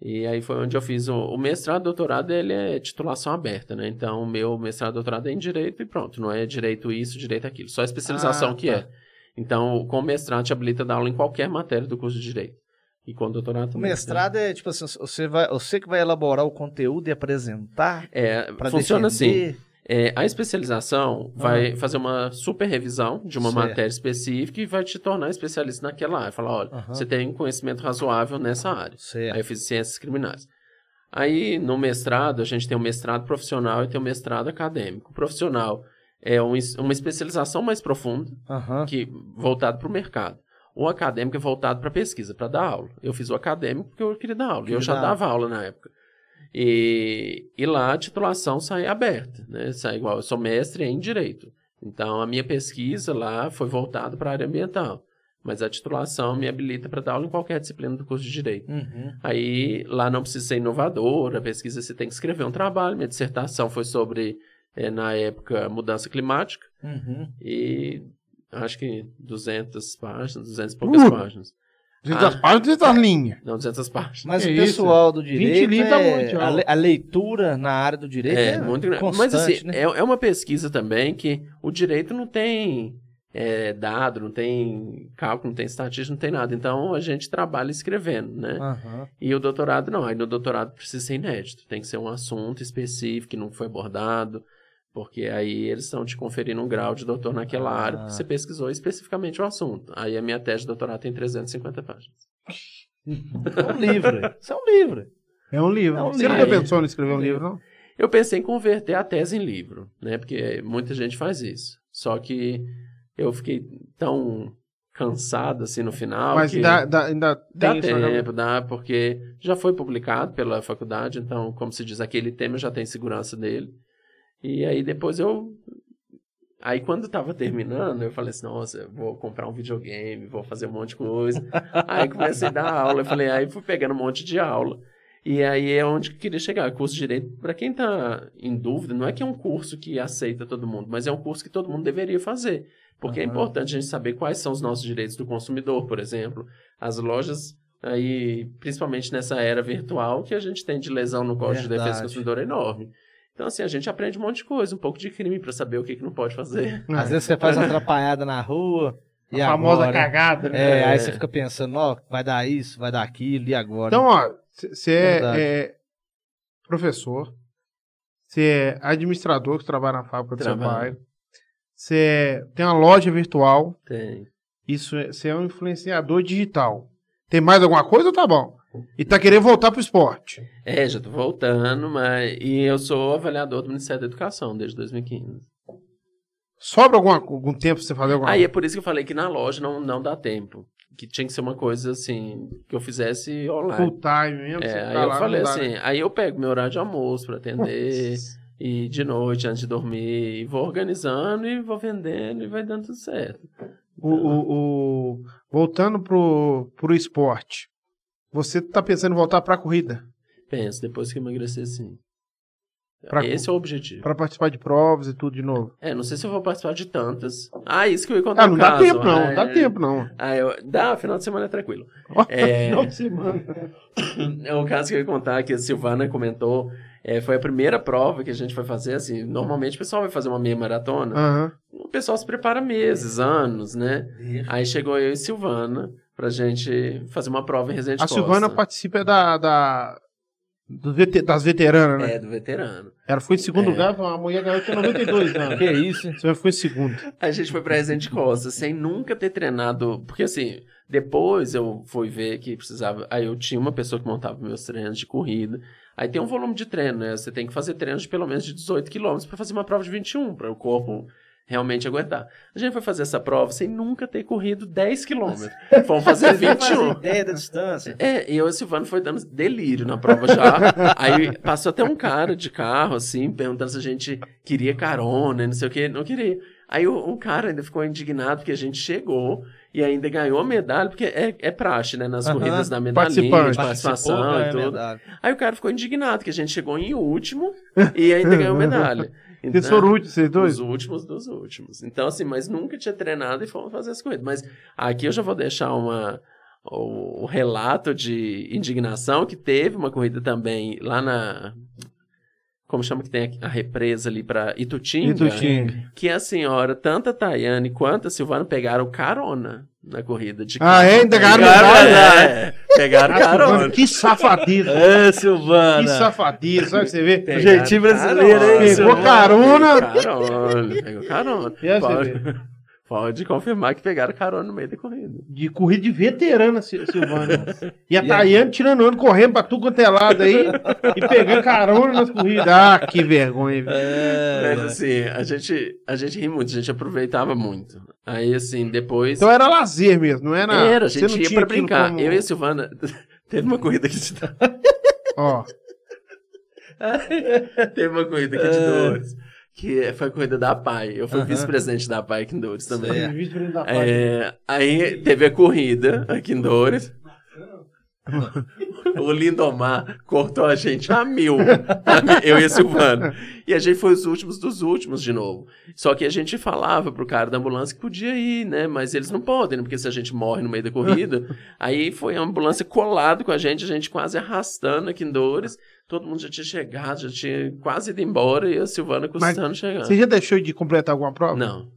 E aí foi onde eu fiz o, o mestrado, doutorado, ele é titulação aberta, né? Então, o meu mestrado, doutorado é em direito e pronto. Não é direito isso, direito é aquilo. Só a especialização Ah, que tá. é. Então, com o mestrado, te habilita a dar aula em qualquer matéria do curso de direito. E com o doutorado O também. né? mestrado é tipo assim, você, vai, você que vai elaborar o conteúdo e apresentar É, para funciona assim. defender. É, a especialização vai fazer uma super revisão de uma Ah. Certo. matéria específica e vai te tornar especialista naquela área. Falar, olha, Aham. você tem um conhecimento razoável nessa área. Aí Certo. eu fiz ciências criminais. Aí, no mestrado, a gente tem o mestrado profissional e tem o mestrado acadêmico. O profissional é um es- uma especialização mais profunda, Aham. que voltado para o mercado. O acadêmico é voltado para pesquisa, para dar aula. Eu fiz o acadêmico porque eu queria dar aula. e eu Queria já dar dava aula na época. E, e lá a titulação sai aberta, né? Sai igual, eu sou mestre em direito. Então a minha pesquisa lá foi voltada para a área ambiental. Mas a titulação me habilita para dar aula em qualquer disciplina do curso de direito. Uhum. Aí lá não precisa ser inovador, a pesquisa você tem que escrever um trabalho. Minha dissertação foi sobre, eh, na época, mudança climática. Uhum. E acho que 200 páginas, 200 e poucas Uh! páginas. 200 Ah. páginas, 200 linhas. Não, 200 páginas. Mas Que o isso? pessoal do direito. 20 livros tá é- bom, tchau. a, le- a leitura na área do direito é, é, muito grande. constante, Mas assim, né? é, é uma pesquisa também que o direito não tem é, dado, não tem cálculo, não tem estatística, não tem nada. Então a gente trabalha escrevendo, né? Aham. E o doutorado não. Aí no doutorado precisa ser inédito. Tem que ser um assunto específico que não foi abordado. Porque aí eles estão te conferindo um grau de doutor naquela Ah. área, porque você pesquisou especificamente o assunto. Aí a minha tese de doutorado tem 350 páginas. É um livro. Isso é um livro. É um livro. É um Você livro. nunca pensou em escrever um livro, não? Eu pensei em converter a tese em livro, né? Porque muita gente faz isso. Só que eu fiquei tão cansado assim no final Mas que dá- dá- ainda dá tem isso né? na cabeça. tempo, dá, porque já foi publicado pela faculdade, então, como se diz, aquele tema eu já tem segurança dele. E aí depois eu Aí quando tava terminando, eu falei assim, nossa, eu vou comprar um videogame, vou fazer um monte de (laughs) coisa. aí comecei a dar aula, eu falei, aí fui pegando um monte de aula. E aí é onde que eu queria chegar, curso de Direito, para quem tá em dúvida, não é que é um curso que aceita todo mundo, mas é um curso que todo mundo deveria fazer. Porque é Aham. importante a gente saber quais são os nossos direitos do consumidor, por exemplo. As lojas, aí, principalmente nessa era virtual, que a gente tem de lesão no Código de Defesa Verdade. do Consumidor enorme. Então, assim, a gente aprende um monte de coisa, um pouco de crime para saber o que, que não pode fazer. (laughs) Ah, Às vezes você faz uma atrapalhada na rua. E a famosa agora? cagada, né? É, É. aí você fica pensando, ó, vai dar isso, vai dar aquilo, e agora? Então, ó, você Verdade. é, é professor, você é administrador que trabalha na fábrica do Trabalho. seu pai, você tem uma loja virtual, Tem. isso você é um influenciador digital. Tem mais alguma coisa ou tá bom? E tá querendo voltar pro esporte. É, já tô voltando, mas. E eu sou avaliador do Ministério da Educação desde 2015. Sobra alguma- algum tempo pra você fazer alguma é Aí é por isso que eu falei que na loja não, não dá tempo. que tinha que ser uma coisa assim, que eu fizesse online. Full time mesmo. É, você aí tá eu lá, falei não dá, assim, né? aí eu pego meu horário de almoço pra atender, e de noite antes de dormir, e vou organizando e vou vendendo e vai dando tudo certo. O, o- o- voltando pro, pro esporte. Você tá pensando em voltar pra corrida? Penso, depois que emagrecer, sim. Pra- Esse é o objetivo. Pra participar de provas e tudo de novo? É, não sei se eu vou participar de tantas. Ah, isso que eu ia contar. Ah, não um dá caso. tempo não, não Ah, dá é. tempo não. Ah, eu... dá, final de semana é tranquilo. (laughs) É. Final de semana. (laughs) É o caso que eu ia contar, que a Silvana comentou. é, foi a primeira prova que a gente foi fazer, assim, normalmente o pessoal vai fazer uma meia maratona. Aham. O pessoal se prepara meses, anos, né? Aí chegou eu e Silvana pra gente fazer uma prova em Resende A Costa. Silvana é participa da, da, do VT das veteranas, né? É, do veterano. Ela foi em segundo É. lugar, foi uma mulher ganhou tinha 92 anos. Que isso, hein? Você né? foi em segundo. A gente foi pra Resende Costa sem nunca ter treinado. Porque assim, depois eu fui ver que precisava. Aí eu tinha uma pessoa que montava meus treinos de corrida. Aí tem um volume de treino, né? Você tem que fazer treinos de pelo menos de 18 quilômetros pra fazer uma prova de 21, pra o corpo realmente aguentar. A gente foi fazer essa prova sem nunca ter corrido 10 quilômetros. Vamos fazer 21. ideia da distância. É, e eu e o Silvano foi dando delírio na prova já. Aí passou até um cara de carro, assim, perguntando se a gente queria carona, e não sei o quê. Não queria. Aí o, o cara ainda ficou indignado porque a gente chegou e ainda ganhou a medalha, porque é, é praxe, né? Nas Aham. é, corridas da medalhinha, Participante. de participação e tudo. Aí o cara ficou indignado que a gente chegou em último e ainda ganhou medalha. Então- Vocês foram úteis, vocês dois? os últimos dos últimos. Então, assim, mas nunca tinha treinado e fomos fazer as corridas. Mas aqui eu já vou deixar uma, o, o relato de indignação que teve uma corrida também lá na. Como chama que tem aqui? a represa ali pra Itutinga? E do Xing. Que a senhora, tanto a Tayane quanto a Silvana, pegaram carona na corrida de Ah, é? Ainda ganharam medalha? é, Pegaram Ah, Silvana, carona. que safadeza. É, Que Silvana. safadeza, sabe o que você vê? Pegaram jeitinho brasileiro, hein, Pegou carona. carona. Pegou carona. Pegou carona. E aí, você Pode- vê? (laughs) Pode confirmar que pegaram carona no meio da corrida. De corrida de veterana, Sil- Silvana. E a E aí? Tayane tirando ano, correndo pra tudo quanto é lado aí e pegando carona nas corridas. Ah, que vergonha. viu? Mas É, assim, a gente, a gente ri muito, a gente aproveitava muito. Aí assim, depois. Então era lazer mesmo, não era? era, a você gente não ia tinha pra aquilo brincar. como- Eu e a Silvana. (laughs) Teve uma corrida que tá, de Ó, (laughs) Teve uma corrida aqui de É. Dores. Que foi a corrida da PAI. Eu fui Aham. vice-presidente da PAI aqui em Dores também. tá Sei. É, aí teve a corrida aqui em Dores. O Lindomar cortou a gente a mil. A mi- Eu e a Silvana. E a gente foi os últimos dos últimos de novo. Só que a gente falava pro cara da ambulância que podia ir, né? Mas eles não podem, né? porque se a gente morre no meio da corrida. aí foi a ambulância colado com a gente, a gente quase arrastando aqui em Dores. Todo mundo já tinha chegado, já tinha quase ido embora e a Silvana custando chegando. Você já deixou de completar alguma prova? Não.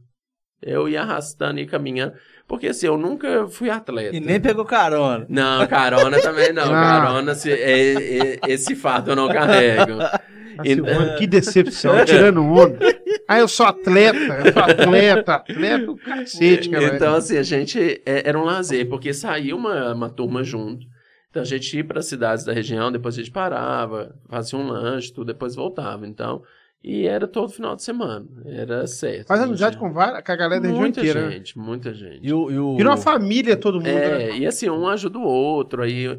Eu ia arrastando e caminhando. Porque assim, eu nunca fui atleta. é E nem pegou carona. Não, carona (laughs) também não. Não. Carona, se, é- é- esse fato eu não (laughs) carrego. Ah, E- Silvana, que decepção, tirando onda. Ah, eu sou atleta, eu sou atleta, atleta, o cacete, cara. Então, assim, a gente é, era um lazer, porque saiu uma, uma turma junto. Então a gente ia para cidades da região, depois a gente parava, fazia um lanche, tudo, depois voltava. Então, e era todo final de semana. Era certo. Faz A amizade gente- com, várias, com a galera da região muita inteira. né? gente, muita gente. E o. E o... Virou uma família todo mundo. né? É, e assim, um ajuda o outro. Aí,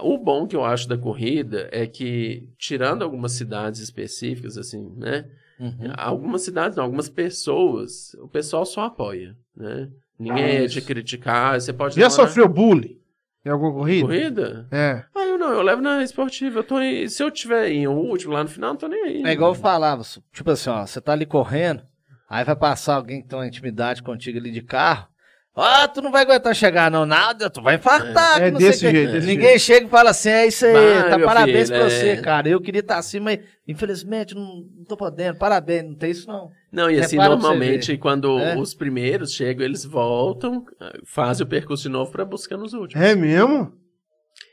o bom que eu acho da corrida é que, tirando algumas cidades específicas, assim, né? Uhum. Algumas cidades, não, algumas pessoas, o pessoal só apoia, né? Ah, Ninguém é de criticar, você pode... Já levar na sofreu bullying em alguma corrida? Corrida? É. Ah, eu não, eu levo na esportiva. Eu tô aí, se eu tiver em um último lá no final, não tô nem aí. É igual eu falava, su- tipo assim, ó, você tá ali correndo, aí vai passar alguém que tem uma intimidade contigo ali de carro. Ó, tu não vai aguentar chegar não, nada, tu vai infartar. É que não sei o desse quê. jeito, desse Ninguém chega e fala assim, é isso aí, Vai, tá meu parabéns pra filho, é. você, cara. Eu queria estar assim, mas infelizmente não, não tô podendo, parabéns, não tem isso não. Não, e assim, Repara pra você normalmente, quando É. os primeiros chegam, eles voltam, ah, fazem o percurso de novo pra buscar nos últimos. É mesmo?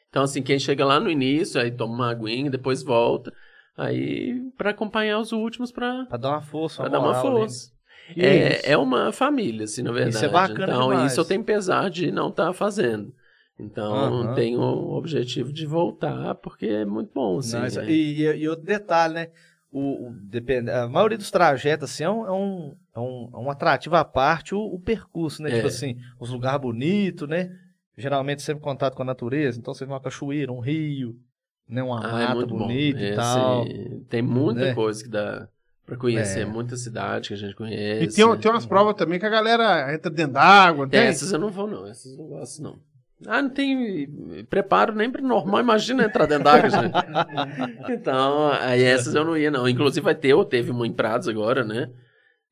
Então, assim, quem chega lá no início, aí toma uma aguinha, depois volta, aí pra acompanhar os últimos pra, Pra dar uma força, pra uma dar uma moral ali. força. Que isso? É, é uma família, assim, na verdade. Isso é bacana Então, demais. isso eu tenho pesar de não estar fazendo. Então, Aham. tenho o objetivo de voltar, porque é muito bom, assim. Não, isso- né? e, e- e outro detalhe, né? O, o- depende, a maioria dos trajetos assim, é, um, é, um, é um- é um atrativo à parte o, o percurso, né? É. Tipo assim, os lugares bonitos, né? geralmente sempre contato com a natureza, então você vê uma cachoeira, um rio, né, uma Ah, é mata muito bonita bom. e Esse- tal. Tem muita Né? coisa que dá pra conhecer, É. muita cidade que a gente E conhece. tem, tem umas provas também que a galera entra dentro d'água, não É, tem? essas eu não vou, não. Essas eu não gosto, não. Ah, não tem preparo nem pra normal. Imagina entrar dentro d'água, gente. (laughs) Então, aí essas eu não ia, não. Inclusive vai ter, ou teve uma em Prados agora, né?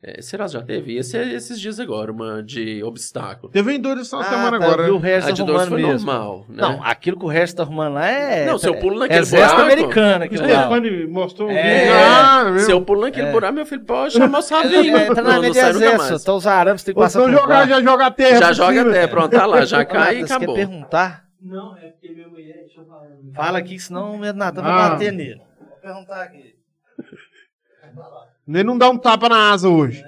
É, será que já teve? Esse, é esses dias agora, uma de obstáculo. Teve em Dores essa Ah, semana tá, agora. né? eu vi o resto A de dois arrumando foi mesmo. normal, né? Não, aquilo que o resto tá arrumando lá é. Não, se eu pulo naquele Exército buraco- americano O É. aquilo lá. Stefani mostrou um É, vídeo. é. Ah, meu. Se eu pulo naquele É. buraco, meu filho pode (laughs) chamar o É, Sabinho. é, tá É, na não, linha não de sai nunca mais. exército, então os arames tem que Ou passar então por jogar, já joga a terra. Já por joga cima. até, pronto, tá lá, já Cai cai e quer acabou. perguntar? Não, é porque minha mulher. Deixa eu falar. Fala aqui, que senão o Natan vai Ah. bater nele. Vou perguntar aqui. Ele não dá um tapa na asa hoje.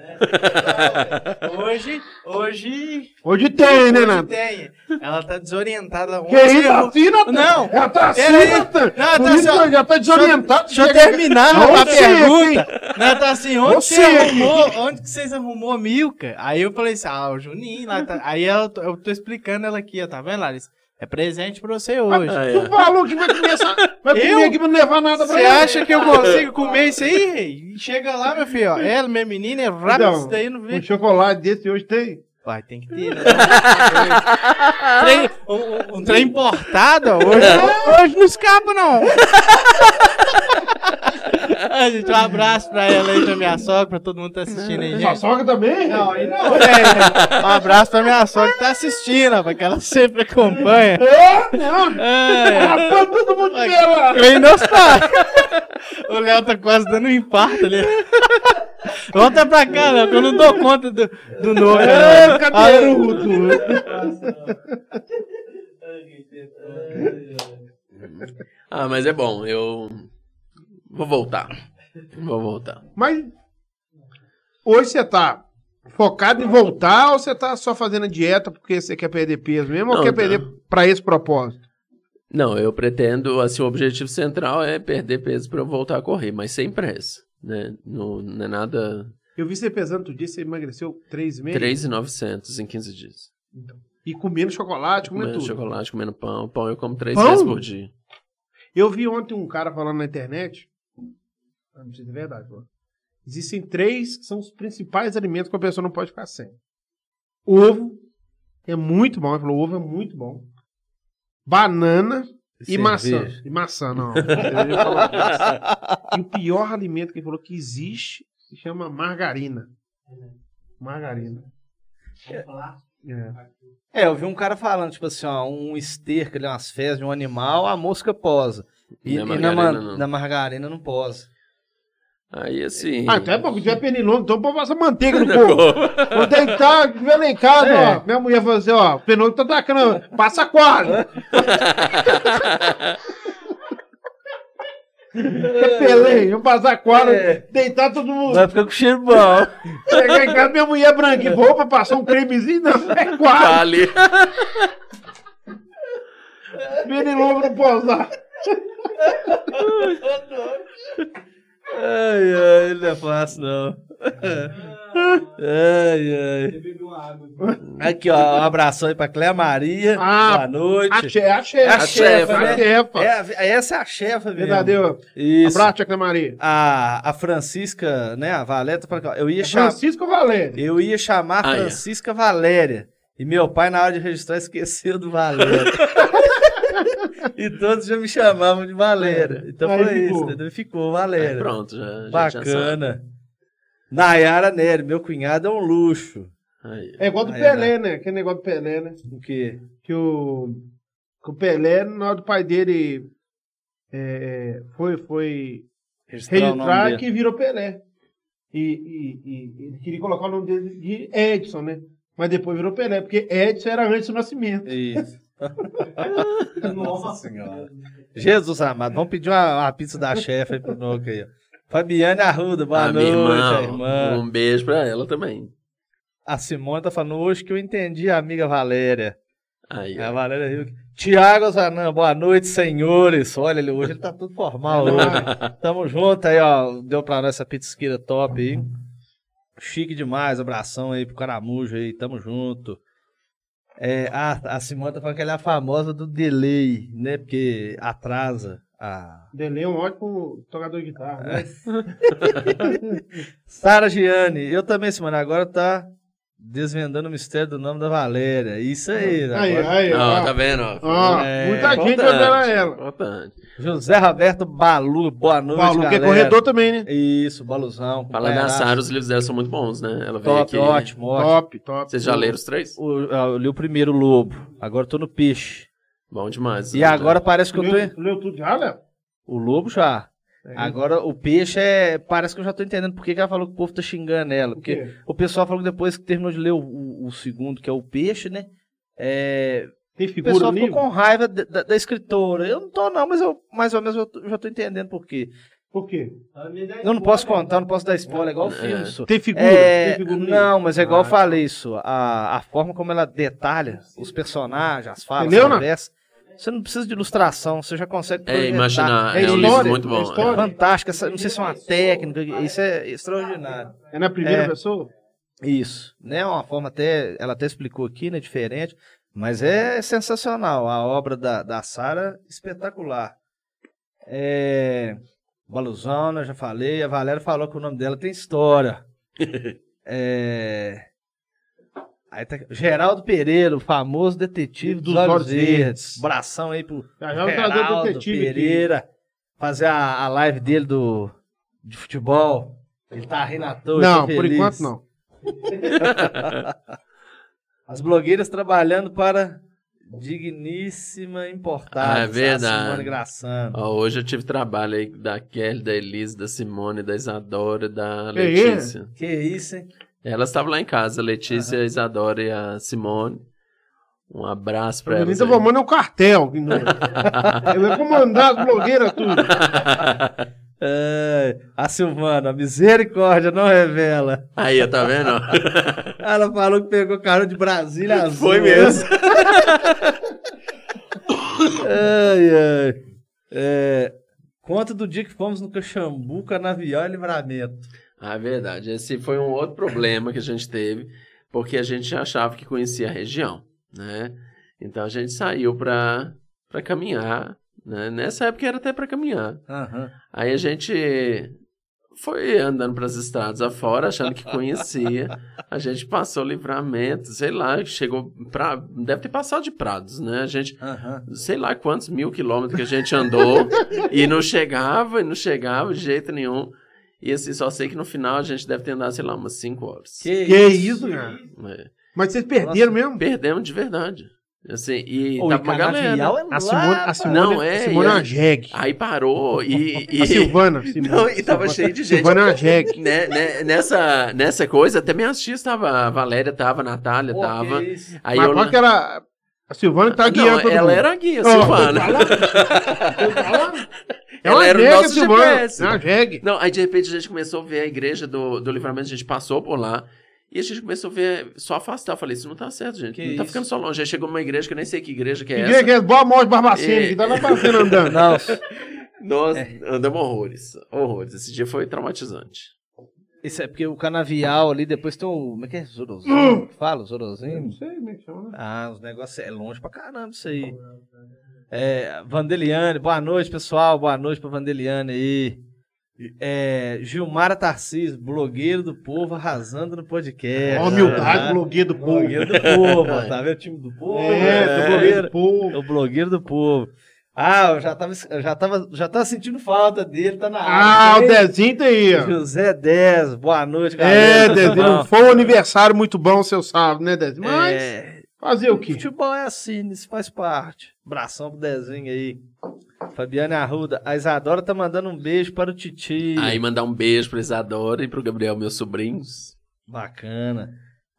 Hoje, hoje. Hoje tem, né, hoje Nato? tem. Ela tá desorientada. Que Ontem isso, eu- assim, Nato? Não, Já tá assim, peraí. Natan? Não, Por tá isso assim, ó. que já tá desorientado. Deixa eu Chega- terminar Onde a chega, pergunta. Ela tá assim, onde Você. você arrumou? Onde que vocês arrumou a Milka? Aí eu falei assim, ah, o Juninho lá tá- Aí ela- eu tô explicando ela aqui, ó, tá vendo, Larissa? É presente pra você hoje. Ah, Tu é. falou que vai começar. Vai Eu? comer aqui pra não levar nada pra Você ele. acha que eu consigo comer isso aí, rei? Chega lá, meu filho, ó. Ela, minha menina, é rápido Então, isso daí, não vê. Um chocolate desse hoje tem? Vai, tem que ter. né? Trem- um, um- um trem importado, ó, hoje, hoje não escapa, não. (laughs) Ai, gente, um abraço pra ela aí, pra minha sogra, pra todo mundo que tá assistindo aí, Sua gente. sogra também? Não, aí não, velho. Um abraço pra minha sogra que tá assistindo, rapaz, que ela sempre acompanha. É, não. Ai, Rapaz, Ah, todo mundo vê lá. trem nostálgico. (laughs) O Léo tá quase dando um infarto ali. (laughs) Volta pra cá, Léo, que eu não dou conta do, do novo. É, né? cadeirudo. Ah, mas é bom, eu vou voltar. Vou voltar. Mas hoje você tá focado em voltar ou você tá só fazendo a dieta porque você quer perder peso mesmo ou Não, quer tá. perder pra esse propósito? Não, eu pretendo, assim, o objetivo central é perder peso pra eu voltar a correr, mas sem pressa, né? Não, não é nada Eu vi você pesando outro dia, você emagreceu 3,5 3,900 em 15 dias. e comendo chocolate, comendo Comendo tudo. chocolate, comendo pão. Pão eu como três Pão? vezes por dia. Eu vi ontem um cara falando na internet. ah, Não sei se é verdade, pô. Existem três que são os principais alimentos que a pessoa não pode ficar sem. Ovo é muito bom. Ele falou, ovo é muito bom. Banana e maçã. E maçã, (laughs) não. Eu ia falar disso. e o pior alimento que ele falou que existe se chama margarina. Margarina. Vamos falar? É. É, eu vi um cara falando, tipo assim, ó, um esterco, ali, umas fezes de um animal, a mosca posa. E, Na e na, margarina, man- não. na margarina não posa. Aí, assim... Ah, então é bom. Se tiver pernilongo, então pô, passa manteiga no Não, povo. Vou deitar, tiver lá em casa, É. ó. Minha mulher falou assim, ó, o pernilongo tá atacando, passa quadro. Pelei, É eu passar quadro, É. deitar todo mundo. Vai ficar com cheiro bom. Chegar em casa, minha mulher é branca, vou pra passar um cremezinho, não, é quadro. tá ali. Pernilongo não pode usar. Ai, ai, não é fácil, não. Ai, Você bebeu uma água. então. ai. Aqui, ó, um abração aí pra Cléa Maria. Ah, boa noite. A chefa, a chefa. É a chefa, a né? chefa. É a- essa é a chefa, mesmo. Verdadeiro. Isso. Abraço, Tia Clé Maria. A, a Francisca, né, a Valeta, eu É ia chamar... Francisco Valério. Eu ia chamar Ah, é. Francisca Valéria. E meu pai, na hora de registrar, esqueceu do (laughs) Valéria. e todos já me chamavam de Valéria. Então É. Aí foi ficou. isso, entendeu? Ficou Aí, Valéria. pronto, já, a gente já sabe. Bacana. Nayara Nery, meu cunhado é um luxo. Aí. É igual do Aí, Pelé, né? Aquele negócio do Pelé, né? O quê? que o, que o Pelé, na hora do pai dele é, foi, foi Registrar o nome registrar dele. que virou Pelé. E, e- e ele queria colocar o nome dele de Edson, né? Mas depois virou Pelé, porque Edson era antes do (laughs) nascimento. Isso. Nossa Senhora. Jesus amado, vamos pedir uma, uma pizza da chefe aí pro Noca aí. ó. Fabiane Arruda, boa a noite, minha irmã, a irmã. um beijo pra ela também. A Simone tá falando hoje que eu entendi a amiga Valéria. Aí, É, a Valéria Rio. Tiago Zanã, boa noite, senhores. Olha, ele hoje ele tá tudo (laughs) formal Então, hoje. ah, Tamo junto aí, ó. Deu pra nós essa pitisqueira top aí. Chique demais, abração aí pro Caramujo aí, tamo junto. É, a, a Simone tá falando que ela é a famosa do delay, né? Porque atrasa a. Delay é um ótimo tocador de guitarra, né? Sara Gianni, eu também, Simone, agora tá desvendando o mistério do nome da Valéria. Isso aí, Aí, É, agora- aí, Não, ó. tá vendo? ó? Ó, É, muita gente Importante, odeia ela. Importante. José Roberto Balu, boa noite. Paulo, que é galera. corredor também, né? Isso, Baluzão. Falando da companheiraço. Sara, os livros dela são muito bons, né? Ela veio Top, aqui. ótimo, ótimo. Top, top. Vocês já leram os três? O, ah, eu li o primeiro Lobo, agora eu tô no Peixe. Bom demais. E né? agora parece que eu tô. Leu, leu tudo já, Léo? O Lobo já. É. Agora o Peixe é. Parece que eu já tô entendendo por que que ela falou que o povo tá xingando ela. Por Porque quê? o pessoal falou que depois que terminou de ler o, o- o segundo, que é o Peixe, né? É, Tem o figura pessoal no ficou livro? com raiva da, da- da escritora. Eu não tô, não, mas eu mais ou menos eu tô- já tô entendendo por quê. Por quê? Eu não posso contar, eu não posso dar spoiler, é igual o É. filme, só. Tem figura? É, tem figura no livro? não, mas é igual Ah, eu falei isso. A, a forma como ela detalha os personagens, as falas, Entendeu, as né? conversas. Você não precisa de ilustração, você já consegue É, projetar. imaginar. É É, um livro história, muito é bom. história. Fantástico, essa- não sei se é uma técnica, isso é extraordinário. É na primeira É. pessoa? Isso, né? Uma forma até, ela até explicou aqui, né? Diferente, mas é sensacional. A obra da, da Sara, espetacular. É, Baluzona, já falei. A Valéria falou que o nome dela tem (laughs) história. É, aí tá- Geraldo Pereira, o famoso detetive dos, olhos, verdes. Bração aí pro Já já eu vou trazer o Geraldo detetive aqui. É, Pereira fazer a, a live dele do, de futebol. Ele tá rindo à toa. Não, tá por feliz. enquanto não. As blogueiras trabalhando para digníssima importada. Ah, é verdade. Simone Graçano. Ó, hoje eu tive trabalho aí da Kelly, da Elise, da Simone, da Isadora, da Que Letícia. Que isso, hein? Elas estavam lá em casa, a Letícia, a Isadora e a Simone. Um abraço pra elas. Benito aí. Romano é um cartel. que não- Eu ia comandar as blogueiras tudo. É, a Silvana, a misericórdia não revela. Aí, ó, tá vendo? (laughs) Ela falou que pegou carona de (laughs) Brasília azul. Foi mesmo. Ai, ai. É, conta do dia que fomos no Caxambu, Canavial e Livramento. Ah, é verdade. Esse foi um outro problema que a gente teve, porque a gente achava que conhecia a região, né? Então a gente saiu pra, pra caminhar, né? Nessa época era até pra caminhar. Aí a gente foi andando pras estradas afora, achando que conhecia. A gente passou livramento, sei lá, chegou pra. Deve ter passado de prados, né? A gente, sei lá quantos mil quilômetros que a gente andou e não chegava, e não chegava de jeito nenhum. E assim, só sei que no final a gente deve ter andado, sei lá, umas cinco horas. Que isso, cara. É. Mas vocês perderam mesmo? Perdemos de verdade. Assim, e Ô, e tava uma galera. Canavial é A Simone, a lá, Simone, Não, é, a Simone é e uma a- jegue. Aí parou e. e... A Silvana. Simone. Não, e tava cheio de gente. Silvana é uma jegue. Né- né- nessa, nessa coisa, até minhas tias tava, a Valéria tava, a Natália Pô, tava. que isso. Aí Mas eu qual que era... A Silvana que tá guiando não, todo ela mundo. era a guia, Ó, Silvana. né? (laughs) É uma ela era o jegue, a nosso Silvana. GPS. É uma jegue. Não, aí de repente a gente começou a ver a igreja do, do livramento, a gente passou por lá. E a gente começou a ver, só afastar. Eu falei, isso não tá certo, gente. Que não tá isso? ficando só longe. Aí chegou uma igreja que eu nem sei que igreja que é Ninguém essa. quer boa morte Barbacena, É. que tá lá passando (laughs) andando. Não, Nós É. andamos horrores. Horrores. Esse dia foi traumatizante. isso é porque o canavial ali, depois tem o. Como é que é? Zorozinho? Fala, Zorozinho? sei como é que chama. Ah, os negócios é longe pra caramba isso aí. É, Vandeliane, boa noite, pessoal. Boa noite pra Vandeliane aí. É, Gilmara Tarcísio, blogueiro do povo, arrasando no podcast. Ó, É, humildade, Ah, blogueiro do povo. blogueiro do povo, tá vendo? O time do povo. É, do blogueiro do povo. É O blogueiro do povo. Ah, eu já tava, eu já tava, já tava sentindo falta dele, tá na Ah, o área. Dezinho tá aí, ó. José 10, boa noite, É, galera. Dezinho, não foi um aniversário muito bom, seu sábado, né, Dezinho? Mas É, fazer o quê? futebol é assim, isso faz parte. Abração pro Dezinho aí. Fabiana Arruda, a Isadora tá mandando um beijo para o Titi. Aí mandar um beijo pra Isadora e pro Gabriel, meus sobrinhos. Bacana.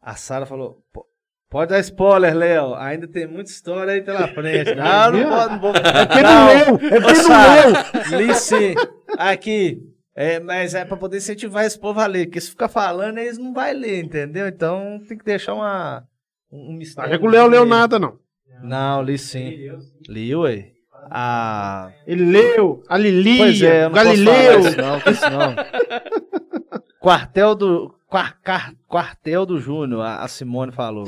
A Sara falou, "Pô, pode dar spoiler, Léo, ainda tem muita história aí pela (laughs) frente. Não, não pode, não vou. É porque não é. leu, é porque não leu. Lice, aqui. É, mas é pra poder incentivar esse povo a ler, porque se ficar falando, eles não vai ler, entendeu? Então tem que deixar uma, um um mistério. Acha é que o Léo leu nada, não. Não, li sim. Li, ué. Ah, Ele leu a Lili, é, pois é, eu não posso falar Galileu. isso não, que isso não. (laughs) Quartel do, quar- car- quartel do Júnior, a, a Simone falou.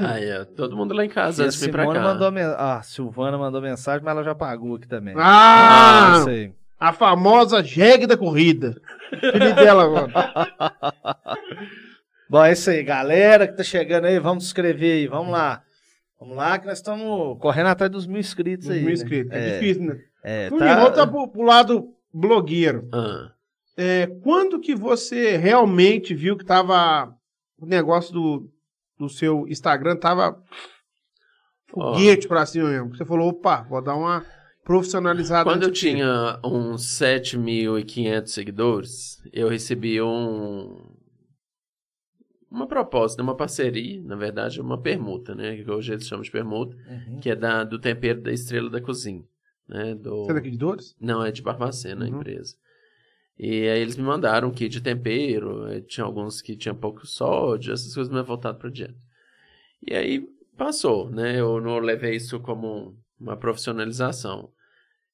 Aí, ó, todo mundo lá em E casa a antes de vir pra Simone cá. mandou mensagem. Ah, a Silvana mandou mensagem, mas ela já pagou aqui também. É Ah! não sei. A famosa jegue da corrida. Filho dela agora. Bom, é isso aí, galera que tá chegando aí, vamos se inscrever aí, vamos lá. Vamos lá, que nós estamos correndo atrás dos mil inscritos aí. Mil inscritos. Né? É, É, difícil, né? é, O tá- Nihon tá pro, pro lado blogueiro. Ah, É, quando que você realmente viu que tava. O negócio do, do seu Instagram tava ó, foguete pra cima mesmo? Você falou, opa, vou dar uma profissionalizada. Quando eu nisso aqui. tinha uns 7.500 seguidores, eu recebi um uma proposta, uma parceria, na verdade, uma permuta, né? Que hoje eles chamam de permuta, Uhum. que é da, do tempero da estrela da cozinha, né? Do... Você é daqui de Dores? Não, é de Barbacena Uhum. a empresa. E aí eles me mandaram um kit de tempero, eh, tinha alguns que tinha pouco sódio, essas coisas mais voltadas para dieta. E aí passou, né? Eu não levei isso como uma profissionalização.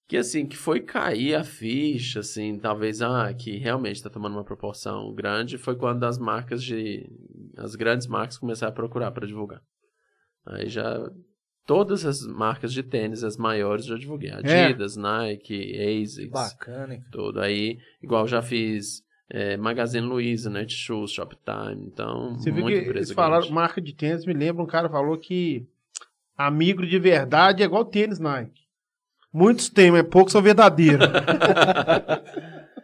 Que assim, que foi cair a ficha, assim, talvez, ah, que realmente está tomando uma proporção grande, foi quando as marcas de... as grandes marcas começaram a procurar para divulgar. Aí já todas as marcas de tênis, as maiores, eu já divulguei. Adidas, Nike, ASICS, Bacana, hein? tudo. Aí, igual já fiz é, Magazine Luiza, Netshoes, Shoptime, então Você viu muita que empresa eles falaram, grande. marca de tênis, me lembra, um cara falou que amigo de verdade é igual tênis Nike. Muitos têm, mas poucos são verdadeiros.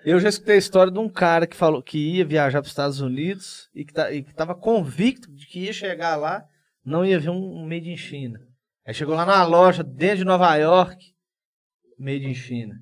Eu já escutei a história de um cara que falou que ia viajar para os Estados Unidos e que, tá, e que tava convicto de que ia chegar lá, não ia ver um, um Made in China. Aí chegou lá na loja, dentro de Nova York, Made in China.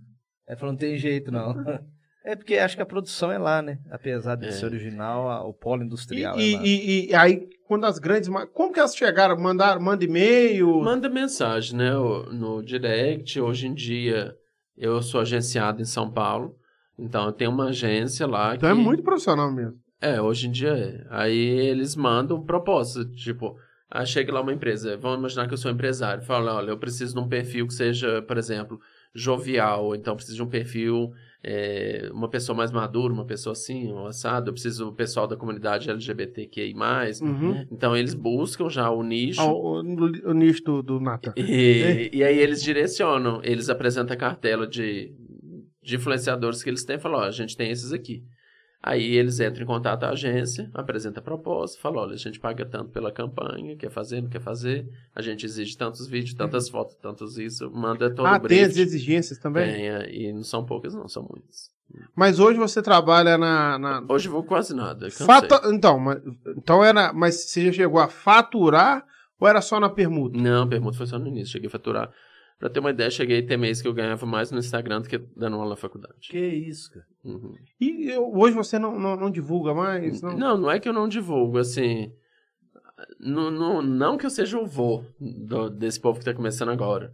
Aí falou, não tem jeito não. (laughs) É porque acho que a produção é lá, né? Apesar de É. ser original, a- o polo E, industrial é lá. e- e- e aí, quando as grandes. mar- Como que elas chegaram? Mandaram, manda e-mail? Manda mensagem, né? o- No direct. Hoje em dia eu sou agenciado em São Paulo. Então eu tenho uma agência lá. Então é que- muito profissional mesmo. É, hoje em dia é. Aí eles mandam proposta, tipo, ah, chega lá uma empresa, vamos imaginar que eu sou um empresário, fala, olha, eu preciso de um perfil que seja, por exemplo, jovial, ou então preciso de um perfil, é, uma pessoa mais madura, uma pessoa assim, um assado, eu preciso do pessoal da comunidade LGBTQI+, Uhum. então eles buscam já o nicho, Ah, O, o- o nicho do, do Natan. (laughs) e, e aí eles direcionam, eles apresentam a cartela de, de influenciadores que eles têm e falam, ó, a gente tem esses aqui. Aí eles entram em contato com a agência, apresenta a proposta, fala, olha, a gente paga tanto pela campanha, quer fazer, não quer fazer, a gente exige tantos vídeos, tantas fotos, tantos isso, manda todo Uhum. Ah, o brief. tem as exigências também? Tem, é, e não são poucas não, são muitas. Mas hoje você trabalha na. na- Hoje eu vou quase nada, cansei. Fatu- Então, mas, então era. Mas você já chegou a faturar ou era só na permuta? Não, permuta foi só no início, cheguei a faturar. Pra ter uma ideia, cheguei a ter mês que eu ganhava mais no Instagram do que dando aula na faculdade. Que isso, cara. Uhum. E eu- hoje você não, não, não divulga mais? Não. Não. não é que eu não divulgo, assim. Não, não, não que eu seja o vô do- desse povo que tá começando agora.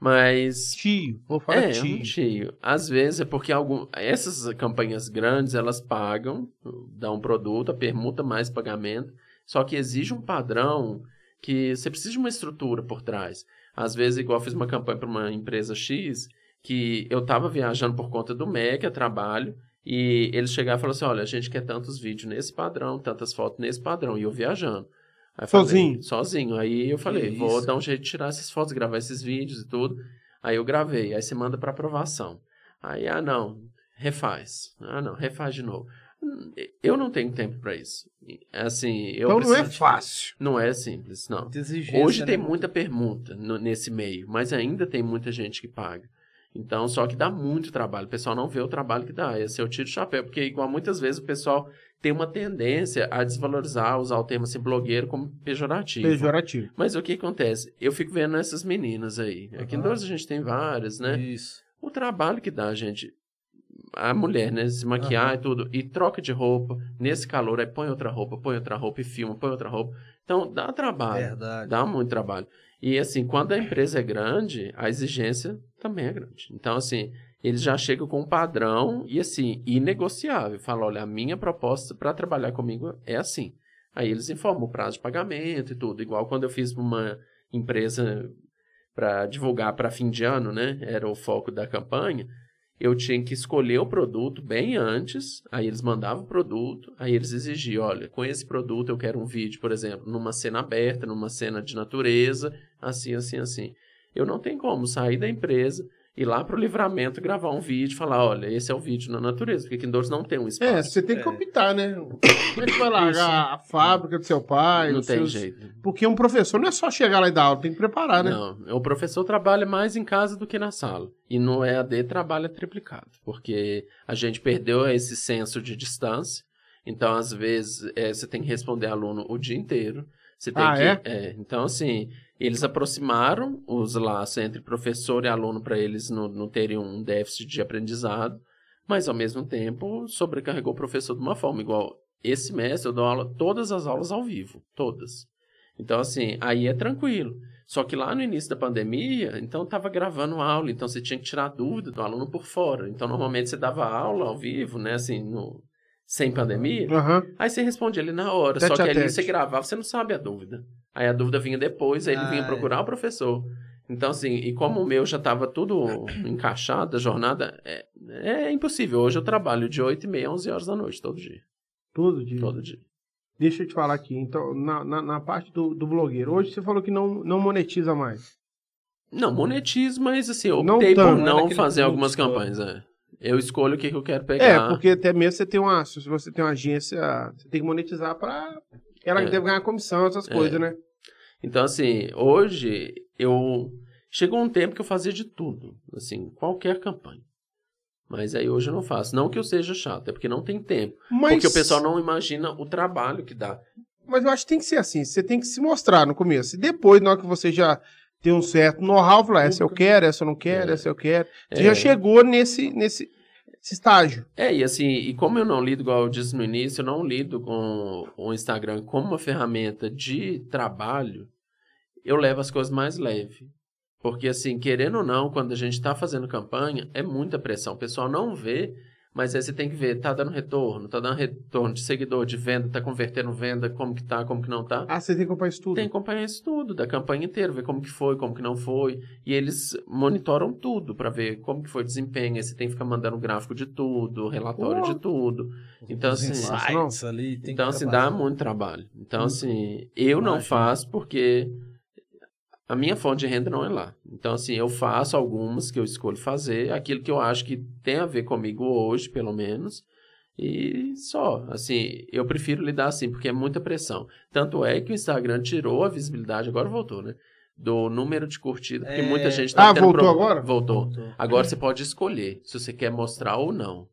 Mas. Tio, vou falar É, é tio. um tio. Às vezes é porque algum, essas campanhas grandes, elas pagam, dão um produto, a permuta mais pagamento, só que exige um padrão que você precisa de uma estrutura por trás. Às vezes, igual eu fiz uma campanha para uma empresa X, que eu tava viajando por conta do MEC, a trabalho, e eles chegaram e falaram assim: olha, a gente quer tantos vídeos nesse padrão, tantas fotos nesse padrão, e eu viajando. Aí eu falei, Sozinho? sozinho. Aí eu falei: Que vou isso. dar um jeito de tirar essas fotos, gravar esses vídeos e tudo. Aí eu gravei, aí você manda para aprovação. Aí, ah, não, refaz. Ah, não, refaz de novo. Hum, Eu não tenho tempo para isso. Assim, eu então não é preciso de- fácil. Não é simples, não. Muita exigência, Hoje tem né? muita permuta no- nesse meio, mas ainda tem muita gente que paga. Então, só que dá muito trabalho. O pessoal não vê o trabalho que dá. Esse é o tiro de chapéu, porque igual muitas vezes o pessoal tem uma tendência a desvalorizar, usar o termo assim, blogueiro como pejorativo. Pejorativo. Mas o que acontece? Eu fico vendo essas meninas aí. Aqui em Aham. Dois a gente tem várias, né? Isso. o trabalho que dá, gente. A mulher, né? Se maquiar e tudo. E troca de roupa. Nesse calor, aí põe outra roupa, põe outra roupa e filma, põe outra roupa. Então, dá trabalho. é Verdade. Dá muito trabalho. E, assim, quando a empresa é grande, a exigência também é grande. Então, assim, eles já chegam com um padrão e, assim, inegociável. Fala, olha, a minha proposta para trabalhar comigo é assim. Aí eles informam o prazo de pagamento e tudo. Igual quando eu fiz pra uma empresa para divulgar para fim de ano, né? Era o foco da campanha. eu tinha que escolher o produto bem antes, aí eles mandavam o produto, aí eles exigiam, olha, com esse produto eu quero um vídeo, por exemplo, numa cena aberta, numa cena de natureza, assim, assim, assim. Eu não tenho como sair da empresa, ir lá pro livramento, gravar um vídeo e falar, olha, esse é o vídeo na natureza, porque aqui em Douros não tem um É, espaço. você tem que optar, né? Como (laughs) é que você vai largar a fábrica do seu pai? não os tem seus- jeito. Porque um professor não é só chegar lá e dar aula, tem que preparar, né? Não, o professor trabalha mais em casa do que na sala. E no EAD trabalha triplicado, porque a gente perdeu esse senso de distância. Então, às vezes, eh, você tem que responder aluno o dia inteiro. Você tem Ah, que, é? Então, assim, eles aproximaram os laços entre professor e aluno para eles não, não terem um déficit de aprendizado, mas, ao mesmo tempo, sobrecarregou o professor de uma forma. Igual, esse semestre eu dou aula, todas as aulas ao vivo, todas. Então, assim, aí é tranquilo. Só que lá no início da pandemia, então estava gravando aula, então você tinha que tirar a dúvida do aluno por fora. Então normalmente você dava aula ao vivo, né, assim, no- sem pandemia. Aham. Aí você respondia ele na hora, Tete só que a ali tete. você gravava, você não sabe a dúvida. Aí a dúvida vinha depois, aí ele vinha Ah, é. procurar o professor. Então, assim, e como o meu já estava tudo encaixado, a jornada, é, é impossível. Hoje eu trabalho de 8 e meia, 11 horas da noite, todo dia. Todo dia. Todo dia. Deixa eu te falar aqui. Então, na, na, na parte do, do blogueiro, hoje você falou que não, não monetiza mais. Não, monetizo, mas assim, eu Uhum. Não optei por tanto. Não é não daquele fazer fluxo, algumas né? campanhas. é. Eu escolho o que, que eu quero pegar. É, porque até mesmo você tem uma. Se você tem uma agência, você tem que monetizar pra. Ela É. deve ganhar comissão, essas É. coisas, né? Então, assim, hoje eu. Chegou um tempo que eu fazia de tudo, assim, qualquer campanha. Mas aí hoje eu não faço. Não que eu seja chato, é porque não tem tempo. Mas, Porque o pessoal não imagina o trabalho que dá. mas eu acho que tem que ser assim. Você tem que se mostrar no começo. E depois, na hora que você já tem um certo know-how, falar, essa eu quero, essa eu não quero, É. essa eu quero. Você É. já chegou nesse, nesse esse estágio. É, e assim, e como eu não lido, igual eu disse no início, eu não lido com o Instagram como uma ferramenta de trabalho, eu levo as coisas mais leve. Porque, assim, querendo ou não, quando a gente está fazendo campanha, é muita pressão. O pessoal não vê, mas aí você tem que ver, tá dando retorno, tá dando retorno de seguidor, de venda, tá convertendo venda, como que tá, como que não tá. Ah, você tem que comprar isso tudo. Tem que acompanhar isso tudo, da campanha inteira, ver como que foi, como que não foi. E eles monitoram tudo para ver como que foi o desempenho. Aí você tem que ficar mandando gráfico de tudo, relatório Porra. de tudo. Então, Os assim, Nossa, insights ali. Tem então, que assim, trabalhar. Uhum. dá muito trabalho. Então, Muito. assim, eu não Imagina. faço porque a minha fonte de renda não é lá. Então, assim, eu faço algumas que eu escolho fazer, aquilo que eu acho que tem a ver comigo hoje, pelo menos. E só, assim, eu prefiro lidar assim, porque é muita pressão. Tanto é que o Instagram tirou a visibilidade, agora voltou, né? Do número de curtida, porque É. muita gente tá Ah, tendo voltou agora? Voltou. Voltou. Agora você pode escolher se você quer mostrar ou não.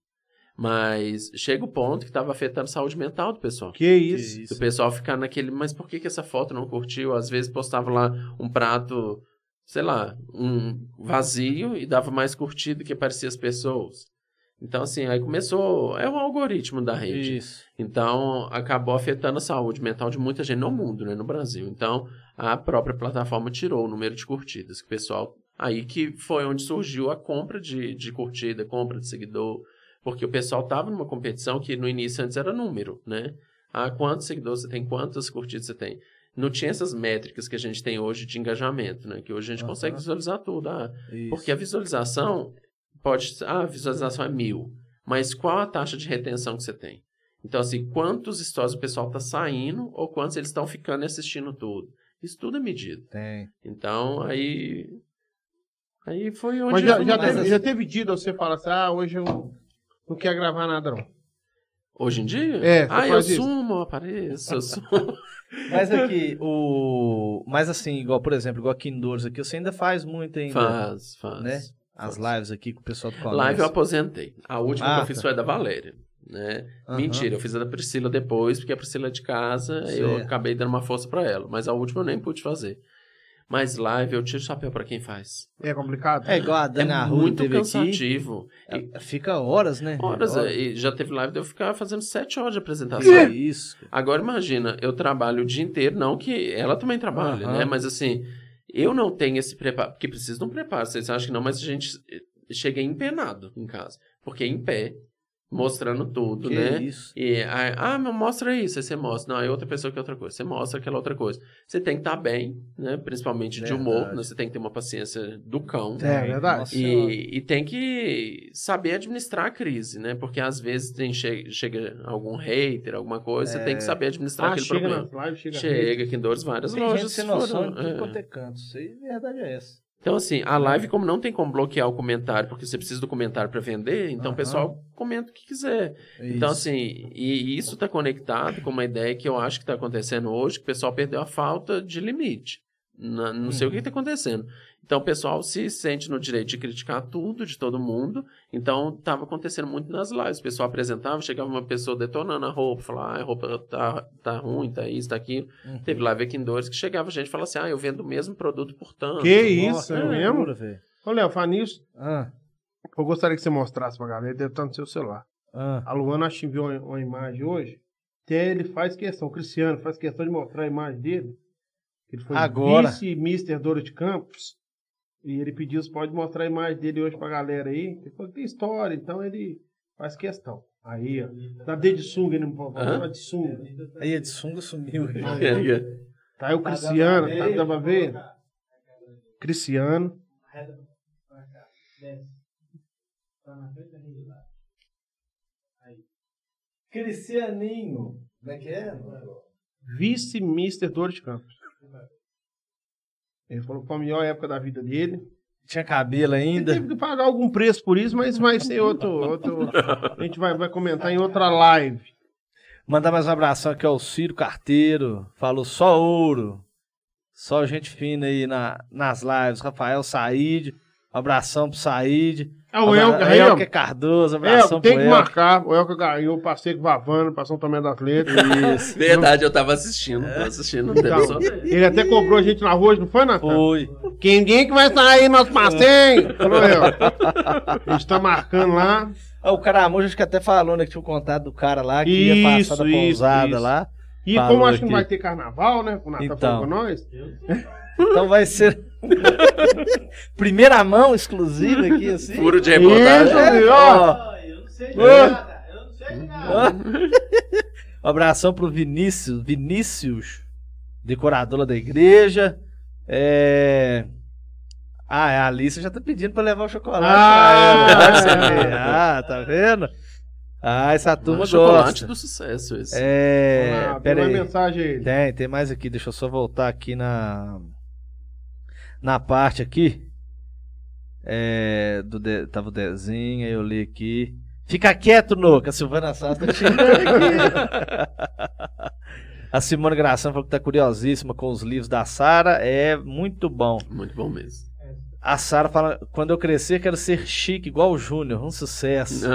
Mas chega o ponto que estava afetando a saúde mental do pessoal. Que isso. Do pessoal ficar naquele, mas por que, que essa foto não curtiu? Às vezes postava lá um prato, sei lá, um vazio e dava mais curtido que aparecia as pessoas. Então, assim, aí começou. É um algoritmo da rede. Isso. Então, acabou afetando a saúde mental de muita gente no mundo, né, no Brasil. Então, a própria plataforma tirou o número de curtidas, que o pessoal aí que foi onde surgiu a compra de, de curtida, compra de seguidor, porque o pessoal tava numa competição que no início antes era número, né? Ah, quantos seguidores você tem, quantas curtidas você tem. Não tinha essas métricas que a gente tem hoje de engajamento, né? Que hoje a gente Aham. consegue visualizar tudo. Ah, Isso. porque a visualização pode. Ah, a visualização é mil. Mas qual a taxa de retenção que você tem? Então, assim, quantos stories o pessoal está saindo ou quantos eles estão ficando e assistindo tudo? Isso tudo é medido. Tem. Então, aí. Aí foi onde. Mas já, eu- já Mas teve, assim- já teve dia de você falar assim, ah, hoje eu não quero gravar nada, não. Hoje em dia? É, você ah, eu faz isso. sumo, eu apareço, eu sumo. Mas aqui, o. Mas assim, igual, por exemplo, igual aqui em Douros aqui, você ainda faz muito ainda. (laughs) faz, faz. Né? As lives aqui com o pessoal do comércio. Live é eu aposentei. A última Ah, que eu fiz tá. foi a da Valéria. Né? Aham. Mentira, eu fiz a da Priscila depois, porque a Priscila é de casa, eu Certo. acabei dando uma força pra ela. Mas a última eu nem pude fazer. Mas live eu tiro o chapéu pra quem faz. É complicado? É igual a É Dani Arruda muito teve aqui. cansativo. E ela Fica horas, né? horas, é. Tá e já teve live de eu ficar fazendo sete horas de apresentação. Isso, Isso. cara. Agora imagina, eu trabalho o dia inteiro, não que ela também trabalha, Aham. né? Mas assim, eu não tenho esse preparo, porque precisa de um preparo, vocês acham que não, mas a gente eh, chega empenado é em casa. Porque em pé, mostrando tudo, Que né? isso. E aí, ah, mas mostra isso, aí você mostra. Não, é outra pessoa que é outra coisa. Você mostra aquela outra coisa. Você tem que estar bem, né? Principalmente de humor, Verdade. né? Você tem que ter uma paciência do cão. É, verdade. Nossa Senhora. E, e tem que saber administrar a crise, né? Porque às vezes tem, che- chega algum hater, alguma coisa, você tem É. que saber administrar Ah, aquele chega problema. nas lives, chega. Chega aqui em Dores várias Tem gente lojas. sem noção foram, de tudo é. quanto é canto. Isso aí, a verdade é essa. Então, assim, a live, como não tem como bloquear o comentário, porque você precisa do comentário para vender, então Aham. o pessoal comenta o que quiser. Então, assim, e isso está conectado com uma ideia que eu acho que está acontecendo hoje, que o pessoal perdeu a falta de limite. Na- não sei o que está acontecendo. Então, o pessoal se sente no direito de criticar tudo, de todo mundo. Então, estava acontecendo muito nas lives. O pessoal apresentava, chegava uma pessoa detonando a roupa, falava, ah, a roupa tá, tá ruim, tá isso, tá aquilo. Uhum. Teve live aqui em Dores que chegava gente e falava assim, ah, eu vendo o mesmo produto por tanto. Que isso, Nossa, é que mesmo? loucura, velho. Ô, Léo, fala nisso. Ah, Eu gostaria que você mostrasse pra galera, deve estar no seu celular. ah. A Luana, acho que viu uma, uma imagem hoje. Até ele faz questão, o Cristiano faz questão de mostrar a imagem dele. Ele foi Agora. vice-mister Douro de Campos. E ele pediu se pode mostrar a imagem dele hoje pra galera aí. Ele falou que tem história, então ele faz questão. Aí, ó. Tá dentro de sunga, ele não pode Hã? tá de sunga. Aí a de sunga sumiu. né? velho. É. Tá aí o Cristiano, tá, dá pra ver? Cristiano. Reta pra cá. Desce. Tá na frente da rede lá. Aí. Cristianinho. Como é que é? vice-mister Dores Campos. Ele falou que foi a melhor época da vida dele. Tinha cabelo Ele ainda. teve que pagar algum preço por isso, mas vai ser outro. outro a gente vai, vai comentar em outra live. Mandar mais um abração aqui ao Ciro Carteiro. Falou só ouro. Só gente fina aí na, nas lives. Rafael Said. Abração pro Said. Ah, o Elker aí, ó. Elker Cardoso. É, Abração tem pro que Elker. marcar. O Elker ganhou, passei com Vavano, passou também das letras. Verdade, eu tava assistindo, tava assistindo, não teve Então. só. Ele até cobrou a gente na rua, não foi, Natan? Foi. Quem, ninguém que vai sair nosso passeio? Falou eu. A gente tá marcando lá. Ah, O Caramujo acho que até falou, né? Que tinha o contato do cara lá que ia Isso, passar da isso, pousada isso. lá. E Falou como acho que aqui. não vai ter carnaval, né? O Natan Então. falou com nós. Então vai ser. (laughs) Primeira mão exclusiva aqui, assim. Furo de Isso, reportagem. ó. Ah, eu não sei de Ah. nada. Eu não sei de nada. Ó. Um É. abração pro Vinícius, Vinícius, decorador lá da igreja. É... Ah, a Alice já tá pedindo pra levar o chocolate. Ah! pra ela, pra você ver. ah tá vendo? Ah, essa turma Um chocolate gosta. do sucesso Vamos esse. É, lá, pera Ah, tem uma aí. mensagem aí. Tem, tem mais aqui. Deixa eu só voltar aqui na na parte aqui. É, do de- tava o desenho, aí eu li aqui. Fica quieto, Noca. A Silvana Sá tá (laughs) te A Simone Gração falou que tá curiosíssima com os livros da Sara. É muito bom. Muito bom (laughs) mesmo. A Sara fala: quando eu crescer, quero ser chique, igual o Júnior. Um sucesso.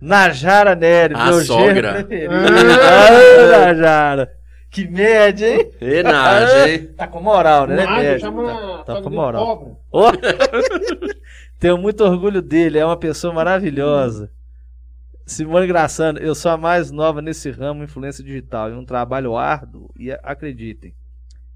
Najara Nery, A meu sogra. gênero preferido. (laughs) Ah! Ah, Najara. Que média, hein? É. Renage, hein? Tá com moral, né? né, Mas Ted? chama Tá- na- tá sabe com de moral. cobra. Ó. (laughs) Tenho muito orgulho dele, é uma pessoa maravilhosa. Simone Graçano, eu sou a mais nova nesse ramo influência digital, é um trabalho árduo e a- acreditem.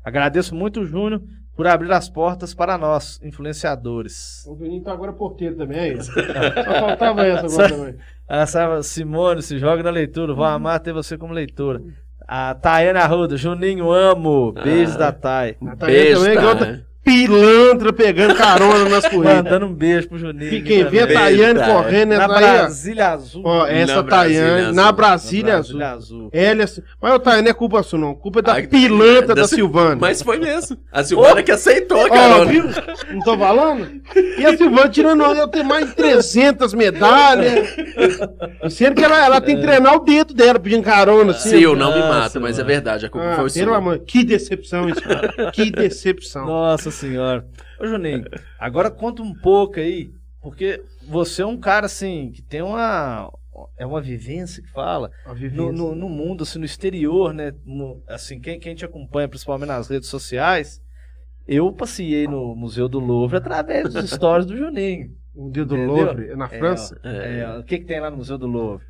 Agradeço muito o Júnior por abrir as portas para nós, influenciadores. O Juninho tá agora porteiro também, é (laughs) isso. Só faltava essa agora também. A Sara Ah, Simone, se joga na leitura, Uhum. vou amar ter você como leitura. A Tayana Arruda, Juninho, amo. Beijos Ah. da Thay. Besta, Besta, que é outra- né? Pilantra pegando carona nas corridas. Mandando um beijo pro Juninho. Fiquei aqui também. vendo a Tayane Besta. correndo Na nessa aí, Brasília Azul. ó. Ó, essa Na Brasília Tayane, Azul. na Na Brasília Azul. Azul. Ela, assim- mas o Tayane é culpa sua, não. Culpa é da Ai, pilantra da, da Sil- Silvana. Mas foi mesmo. A Silvana que aceitou a Ó, carona. viu? Não tô falando? E a Silvana tirando eu tenho mais de 300 medalhas. Sendo que ela, ela tem que treinar o dedo dela pedindo carona. assim, Sil, não me Nossa, mata, mas é mano. verdade, a culpa Ah, foi o pelo Sil. amor, que decepção isso, cara. Que decepção. Nossa senhora. Ô, Juninho, agora conta um pouco aí, porque você é um cara, assim, que tem uma... É uma vivência que fala A vivência. no, no- no mundo, assim, no exterior, né? No- assim, quem, quem te acompanha, principalmente nas redes sociais, eu passeei no Museu do Louvre através dos stories do Juninho. O dedo Entendeu? Louvre, na É, França. É. É, ó, o que, que tem lá no Museu do Louvre?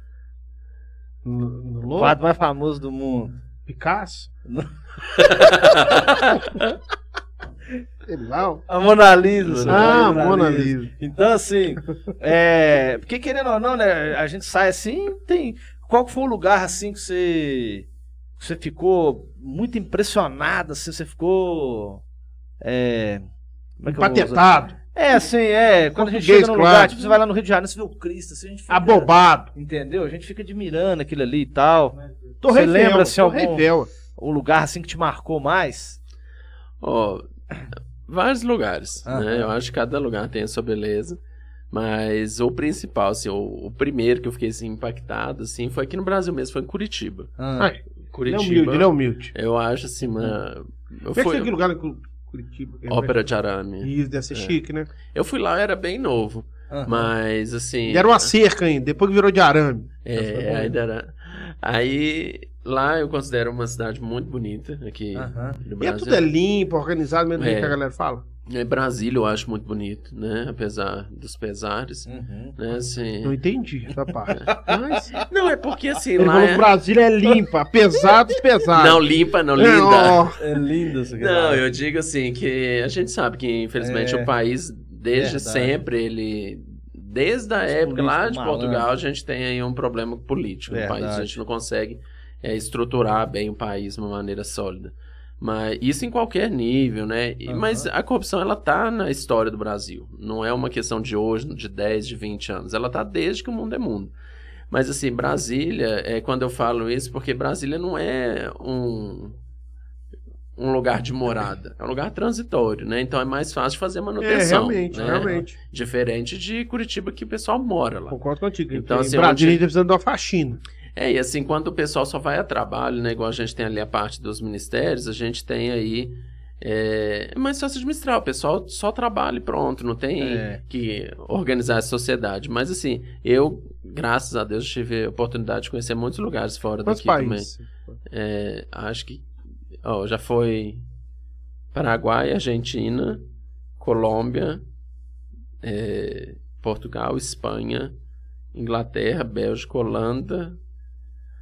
No, no O Louvre? quadro mais famoso do mundo. Picasso? Elau? (laughs) A Mona Lisa. senhor, Ah, a Mona Lisa. Então, assim, é, porque querendo ou não, né, a gente sai assim, tem... Qual que foi o lugar, assim, que você, que você ficou muito impressionado, assim, você ficou... É, como é que eu vou usar? Patetado, É, assim, é, quando a gente Português, chega num lugar, claro. tipo, você vai lá no Rio de Janeiro, você vê o Cristo, assim, a gente fica... abobado. Entendeu? A gente fica admirando aquilo ali e tal. Torre Você lembra, assim, Torre algum- Eiffel. O lugar, assim, que te marcou mais? Ó, vários lugares, Ah, Aham. tá. né? Eu acho que cada lugar tem a sua beleza. Mas o principal, assim, o, o primeiro que eu fiquei assim, impactado, assim, foi aqui no Brasil mesmo, foi em Curitiba. Ah, Ele é Curitiba, humilde, ele é humilde. eu acho assim, uma... Eu Como é que tem fui aquele lugar em Cu- Curitiba? é, ópera de arame. Isso, deve ser chique, né? Eu fui lá, eu era bem novo, ah. mas assim... E era uma cerca ainda, depois que virou de arame. Foi É, bom. ainda né? era... Aí, lá eu considero uma cidade muito bonita, aqui Aham. no E é Brasil. tudo é limpo, organizado, mesmo do jeito É. que a galera fala. É, Brasília eu acho muito bonito, né? Apesar dos pesares, Uhum. né? Assim... Não entendi essa (laughs) parte. Mas Não, é porque assim, ele lá falou que é... Brasília é limpa, pesado, é pesado. Não, limpa, não, É, linda. ó, É lindo isso aqui. Não, eu digo assim que a gente sabe que infelizmente É. o país desde Verdade. sempre ele desde a Os época lá políticos de malandros. Portugal a gente tem aí um problema político no país, a Verdade. gente não consegue é, estruturar bem o país de uma maneira sólida. Mas isso em qualquer nível, né? E- Aham. Mas a corrupção ela tá na história do Brasil. Não é uma questão de hoje, de 10, de 20 anos. Ela tá desde que o mundo é mundo. Mas assim, Brasília, é quando eu falo isso, porque Brasília não é um, um lugar de morada, é um lugar transitório, né? Então é mais fácil fazer é, manutenção. realmente, né? realmente. Diferente de Curitiba que o pessoal mora lá. Concordo contigo. Então, Então, assim, Brasília onde- tá precisando de uma faxina. É, e assim, quando o pessoal só vai a trabalho, né? Igual a gente tem ali a parte dos ministérios, a gente tem aí. É, é mais fácil administrar, o pessoal só trabalha e pronto, não tem É. que organizar a sociedade. Mas assim, eu, graças a Deus, tive a oportunidade de conhecer muitos lugares fora Quantos daqui também. países? É, acho que ó, já foi Paraguai, Argentina, Colômbia, é, Portugal, Espanha, Inglaterra, Bélgica, Holanda,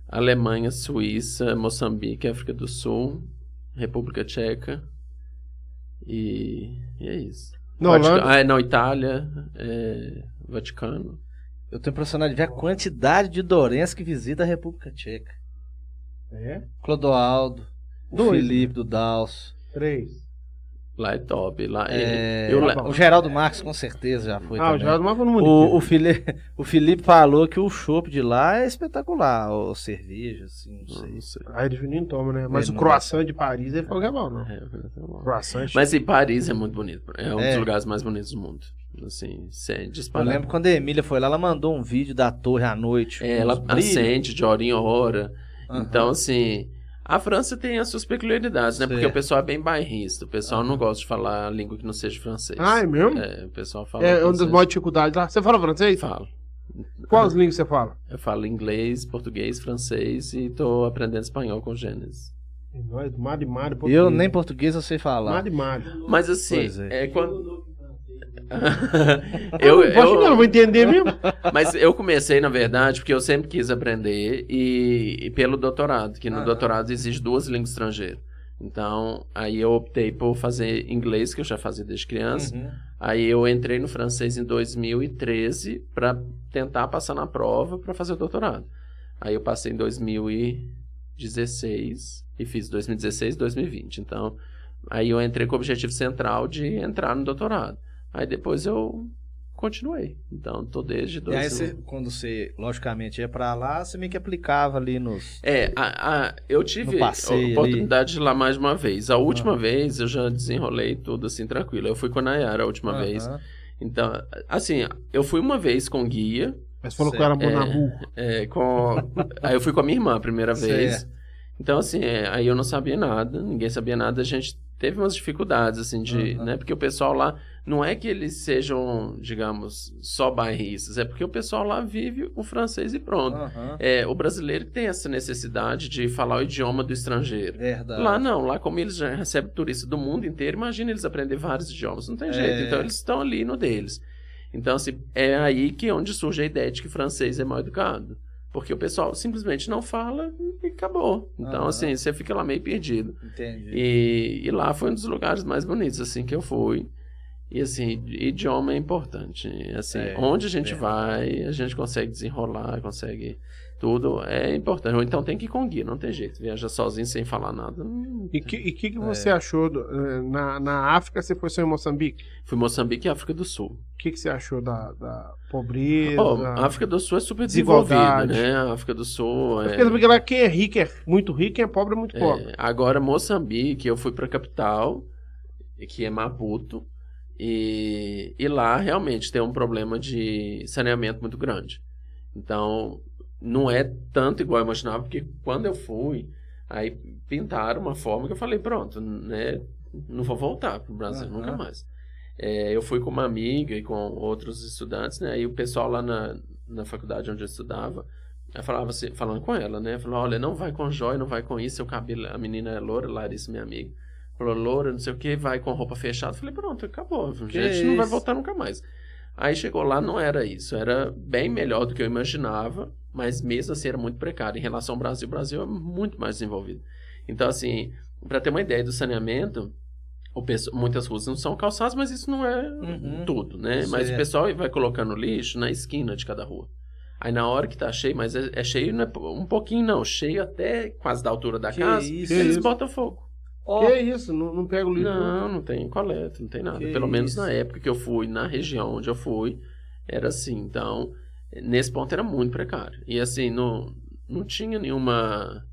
Alemanha, Suíça, Moçambique, África do Sul, República Tcheca e, e é isso. Na Vatica- Holanda. ah, é, não, Itália, é, Vaticano. Eu tô impressionado de ver a quantidade de Dorenço que visita a República Tcheca. É? Clodoaldo, o Doido. né? Felipe do Dalso. Três. Lá é top. Lá é, eu, bom. o Geraldo Marques com certeza já foi Ah, o também. Geraldo Marco não O, município. o, Felipe, (laughs) o Felipe falou que o chopp de lá é espetacular. Ou cerveja, assim, não sei. não sei. Aí de Juninho toma, né? Mas É, o não. croissant de Paris, ele falou que é bom, não. É, tá bom. Croissant é Mas e Paris é muito bonito. É um É. dos lugares mais bonitos do mundo. Assim, sem Eu disparar. lembro quando a Emília foi lá, ela mandou um vídeo da torre à noite. Ah, É, com ela os brilhos. acende de hora em hora. Aham. Então, assim, a França tem as suas peculiaridades, né? Porque Certo. o pessoal é bem bairrista. O pessoal não gosta de falar a língua que não seja francês. Ah, é mesmo? É, o pessoal fala. É uma das francês. maiores dificuldades lá. Você fala francês? Falo. Quais línguas você fala? Eu falo inglês, português, francês e tô aprendendo espanhol com Gênesis. Nós, mar de mar. Eu nem português eu sei falar. Mar de mar. Mas assim, Pois é. é, quando. Eu, eu, eu, não vou entender mesmo. Mas eu comecei, na verdade, porque eu sempre quis aprender e, e pelo doutorado, que no Aham. doutorado existe duas línguas estrangeiras. Então, aí eu optei por fazer inglês, que eu já fazia desde criança. Uhum. Aí eu entrei no francês em 2013 para tentar passar na prova para fazer o doutorado. Aí eu passei em 2016 e fiz 2016 2020. Então, aí eu entrei com o objetivo central de entrar no doutorado. Aí depois eu continuei. Então, tô desde E Uhum. 2000. aí, você, quando você, logicamente, ia pra lá, você meio que aplicava ali nos. É, a, a- eu tive No Ah. passeio a oportunidade de ir lá mais uma vez. A última vez eu já desenrolei tudo assim tranquilo. Eu fui com a Nayara a última Aham. vez. Então, assim, eu fui uma vez com guia, (laughs) Mas falou que eu era É. Monabu. É, com... aí eu fui com a minha irmã a primeira vez. Certo. Então, assim, é, aí eu não sabia nada, ninguém sabia nada, a gente teve umas dificuldades, assim, de. Aham. Né, porque o pessoal lá. Não é que eles sejam, digamos, só bairristas, é porque o pessoal lá vive o francês e pronto. Aham. É, o brasileiro que tem essa necessidade de falar o idioma do estrangeiro. É Verdade. Lá não, lá como eles já recebem turista do mundo inteiro, imagina eles aprender vários idiomas, não tem jeito. É. Então eles estão ali no deles. Então, assim, é aí que onde surge a ideia de que francês é mal educado. Porque o pessoal simplesmente não fala e acabou. Então, Aham. assim, você fica lá meio perdido. Entendi. E, e lá foi um dos lugares mais bonitos, assim, que eu fui. E, assim, idioma é importante. Assim, É, onde a gente é. vai, a gente consegue desenrolar, consegue tudo. É importante. Ou então tem que ir com guia, não tem jeito. Viajar sozinho sem falar nada. hum. E o que, e que, que você achou do- eh, na, na África? Você foi só em Moçambique? Fui Moçambique e África do Sul. O que, que você achou da, da pobreza? Ó, a África do Sul é super desenvolvida, Desigualdade. né? A África do Sul é... Porque porque lá quem é rico é muito rico, quem é pobre é muito É, pobre. agora, Moçambique, eu fui pra capital, que é Maputo, e, e lá realmente tem um problema de saneamento muito grande. Então, não é tanto igual eu imaginava, porque quando eu fui, aí pintaram uma forma que eu falei, pronto, né, não vou voltar pro Brasil Aham. nunca mais. É, eu fui com uma amiga e com outros estudantes, né, e o pessoal lá na, na faculdade onde eu estudava, eu falava assim, falando com ela, né? Falou, olha, não vai com joia, não vai com isso, seu cabelo, a menina é loura, Larissa, minha amiga. Falou, loura, não sei o que, vai com roupa fechada. Falei, pronto, acabou. A gente não vai isso? voltar nunca mais. Aí chegou lá, não era isso. Era bem melhor do que eu imaginava, mas mesmo assim era muito precário. Em relação ao Brasil, o Brasil é muito mais desenvolvido. Então, assim, para ter uma ideia do saneamento, o pesso- muitas ruas não são calçadas, mas isso não é Uhum. tudo, né? Isso mas aí é. o pessoal vai colocando lixo na esquina de cada rua. Aí na hora que tá cheio, mas é, é cheio não é po- um pouquinho não, cheio até quase da altura da Que casa, isso? eles Que botam fogo. Que é isso? Não, não pega o livro. Oh. Não, não tem coleta, não tem nada. Que Pelo menos isso? na época que eu fui, na região onde eu fui, era assim. Então, nesse ponto era muito precário. E assim, não, não tinha nenhuma...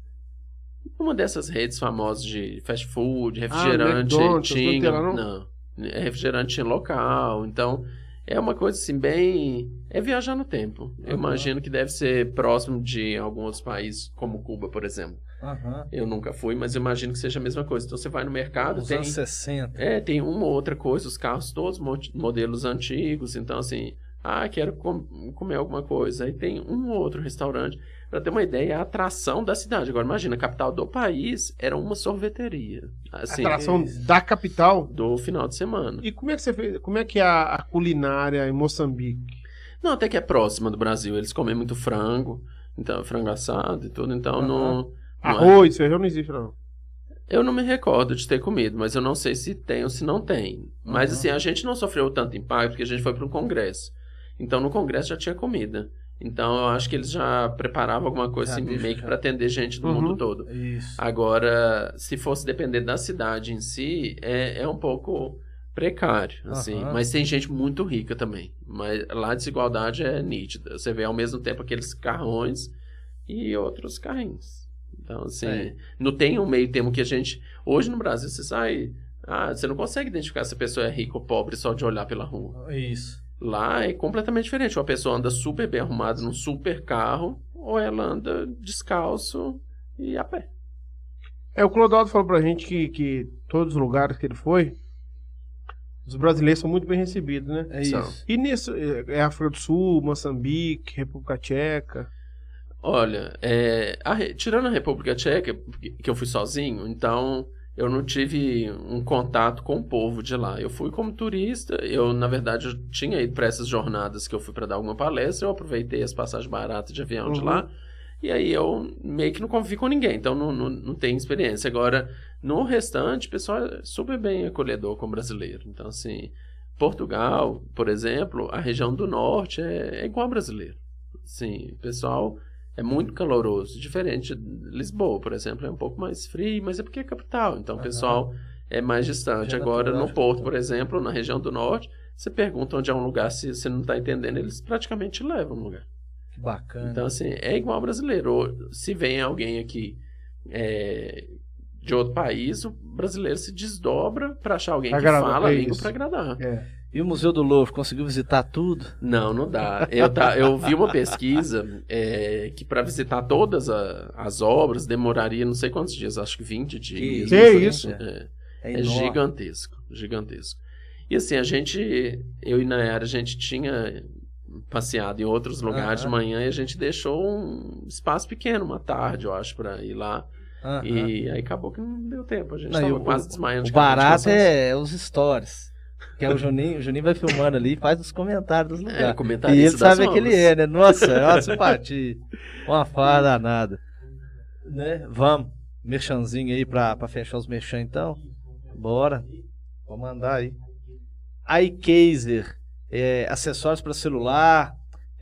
Uma dessas redes famosas de fast food, refrigerante, Ah, McDonald's, tinha... não tem lá, não, é refrigerante local, então... É uma coisa assim, bem. É viajar no tempo. Eu Aham. imagino que deve ser próximo de alguns outros países, como Cuba, por exemplo. Aham. Eu nunca fui, mas eu imagino que seja a mesma coisa. Então você vai no mercado, Nos tem. anos 60. É, tem uma ou outra coisa, os carros todos mo- modelos antigos, então assim, ah, quero com- comer alguma coisa. Aí tem um ou outro restaurante. Pra ter uma ideia, a atração da cidade. Agora imagina, a capital do país era uma sorveteria. Assim, Atração da capital. do final de semana. E como é que você fez? Como é que é a, a culinária em Moçambique? Não, até que é próxima do Brasil. Eles comem muito frango, então frango assado e tudo. Então Aham. não, não é- Arroz, feijão não existe, não. eu não me recordo de ter comido, mas eu não sei se tem ou se não tem. Mas Aham. assim, a gente não sofreu tanto impacto porque a gente foi para um congresso. Então no congresso já tinha comida. Então eu acho que eles já preparavam alguma coisa Já assim, deixa, meio que já. para atender gente do Uhum. mundo todo. Isso. Agora, se fosse depender da cidade em si, é, é um pouco precário, assim. Aham. Mas tem gente muito rica também. Mas lá a desigualdade é nítida. Você vê ao mesmo tempo aqueles carrões e outros carrinhos. Então, assim, É. não tem um meio termo que a gente... Hoje no Brasil, você sai... Ah, você não consegue identificar se a pessoa é rica ou pobre só de olhar pela rua. Isso. Lá é completamente diferente. Uma pessoa anda super bem arrumada num super carro ou ela anda descalço e a pé. É, o Clodoaldo falou pra gente que, que todos os lugares que ele foi, os brasileiros são muito bem recebidos, né? É São. isso. E nisso, é é África do Sul, Moçambique, República Tcheca. Olha, é, a Re- tirando a República Tcheca, porque- que eu fui sozinho, então eu não tive um contato com o povo de lá. Eu fui como turista, eu, na verdade, eu tinha ido para essas jornadas que eu fui para dar alguma palestra, eu aproveitei as passagens baratas de avião de Uhum. lá, e aí eu meio que não convivi com ninguém, então não, não, não tenho experiência. Agora, no restante, o pessoal é super bem acolhedor com o brasileiro. Então, assim, Portugal, por exemplo, a região do norte é, é igual ao brasileiro. Sim, o pessoal é muito caloroso, diferente de Lisboa, por exemplo, é um pouco mais frio, mas é porque é capital, então o Aham. pessoal é mais distante. Já é Agora, natural, no já Porto, tá. por exemplo, na região do norte, você pergunta onde é um lugar, se você não está entendendo, eles praticamente te levam no lugar. Que bacana. Então, assim, é igual ao brasileiro. Ou Se vem alguém aqui é, de outro país, o brasileiro se desdobra pra achar alguém Pra que agradar, fala a é língua isso. pra agradar. É. E o Museu do Louvre, conseguiu visitar tudo? Não, não dá. Eu, tá, eu vi uma pesquisa é, que pra visitar todas a- as obras demoraria não sei quantos dias, acho que 20 dias. Que não sei. isso? É. É, É enorme. gigantesco, gigantesco. E assim, a gente, eu e Nayara, a gente tinha passeado em outros lugares de Aham. manhã e a gente deixou um espaço pequeno, uma tarde, eu acho, pra ir lá. Aham. é E aí acabou que não deu tempo, a gente Não, e tava o- quase desmaiando. O de cansado de barato cansaço. é os stories. Que é o Juninho, o Juninho vai filmando ali e faz os comentários dos É, lugares. comentarista e ele das sabe que ele ondas. é, né? Nossa, é uma simpatia. Uma farra danada. Né? Vamos. Merchanzinho aí pra, pra fechar os merchan então. Bora. Vou mandar aí. iCaser. É, acessórios para celular.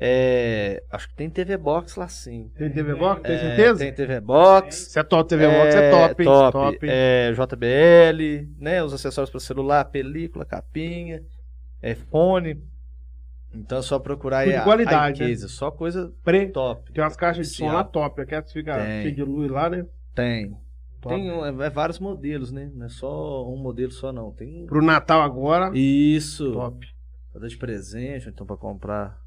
É, acho que tem TV Box lá sim. Tem TV Box? Tem É, certeza? Tem TV Box. Se é top TV Box, é top, hein? top. top. É, JBL, né? Os acessórios para celular, película, capinha, é, fone. Então é só procurar aí Tudo de a- qualidade, a iCase, Só coisa Pre- top. Tem umas caixas de som Sim, lá ó. top. Aqui fica Tem. cheio de luz lá, né? Tem. Top. Tem um- é, é vários modelos, né? Não é só um modelo só, não. Tem. Pro Natal agora, Isso. top. Pra dar de presente, ou então pra comprar.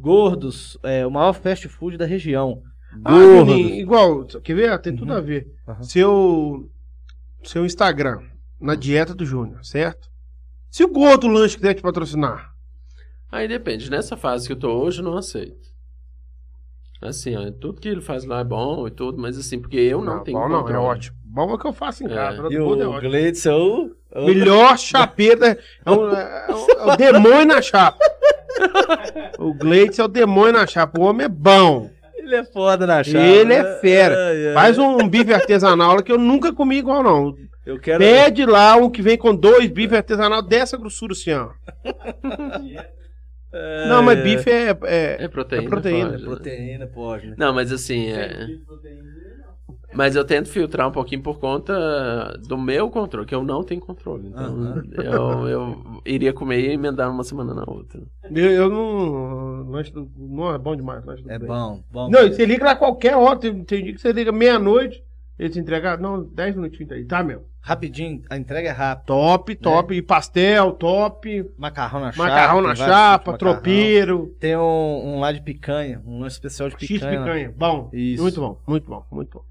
Gordos, é o maior fast food da região. Ah, Gordos. Juninho, igual, quer ver? Tem tudo a ver. Uhum. Aham. Seu, seu Instagram, na dieta do Júnior, certo? Se o gordo lanche quiser te patrocinar, Aí depende, nessa fase que eu tô hoje, eu não aceito. Assim, ó, tudo que ele faz lá é bom e tudo, mas assim, porque eu não, tenho bom não, é controle. ótimo. Bom é o que eu faço em É. casa, E é. gordo é o ótimo. Gleitz é o. é o- Melhor chapeiro, é, é, um, é um- é o demônio na chapa. O Gleitz é o demônio na chapa, o homem é bom. Ele é foda na chave. né? Ele é fera. Ai, ai. Faz um, bife artesanal lá que eu nunca comi igual não. Eu quero. Pede lá um que vem com dois bifes artesanal dessa grossura assim, ó. Ai, Não, mas ai. bife é- é, É proteína. É proteína, pode, né? Proteína, pode, né? Não, mas assim, é... Mas eu tento filtrar um pouquinho por conta do meu controle, que eu não tenho controle. Então, Aham. eu, eu iria comer e emendar uma semana na outra. Eu, eu não. Lanche do. Não, é bom demais. Lanche do É bem. bom, bom. Não, e você liga lá qualquer hora. Tem, tem dia que você liga meia-noite. Eles entregaram. Não, 10 minutinhos aí. Tá, meu. Rapidinho, a entrega é rápida. Top, É. top. E pastel, top. Macarrão na chapa. macarrão na tem vários tipos de chapa, macarrão. tropeiro. Tem um, um lá de picanha, um lanche especial de X picanha. picanha. Bom. Isso. Muito bom, muito bom, muito bom.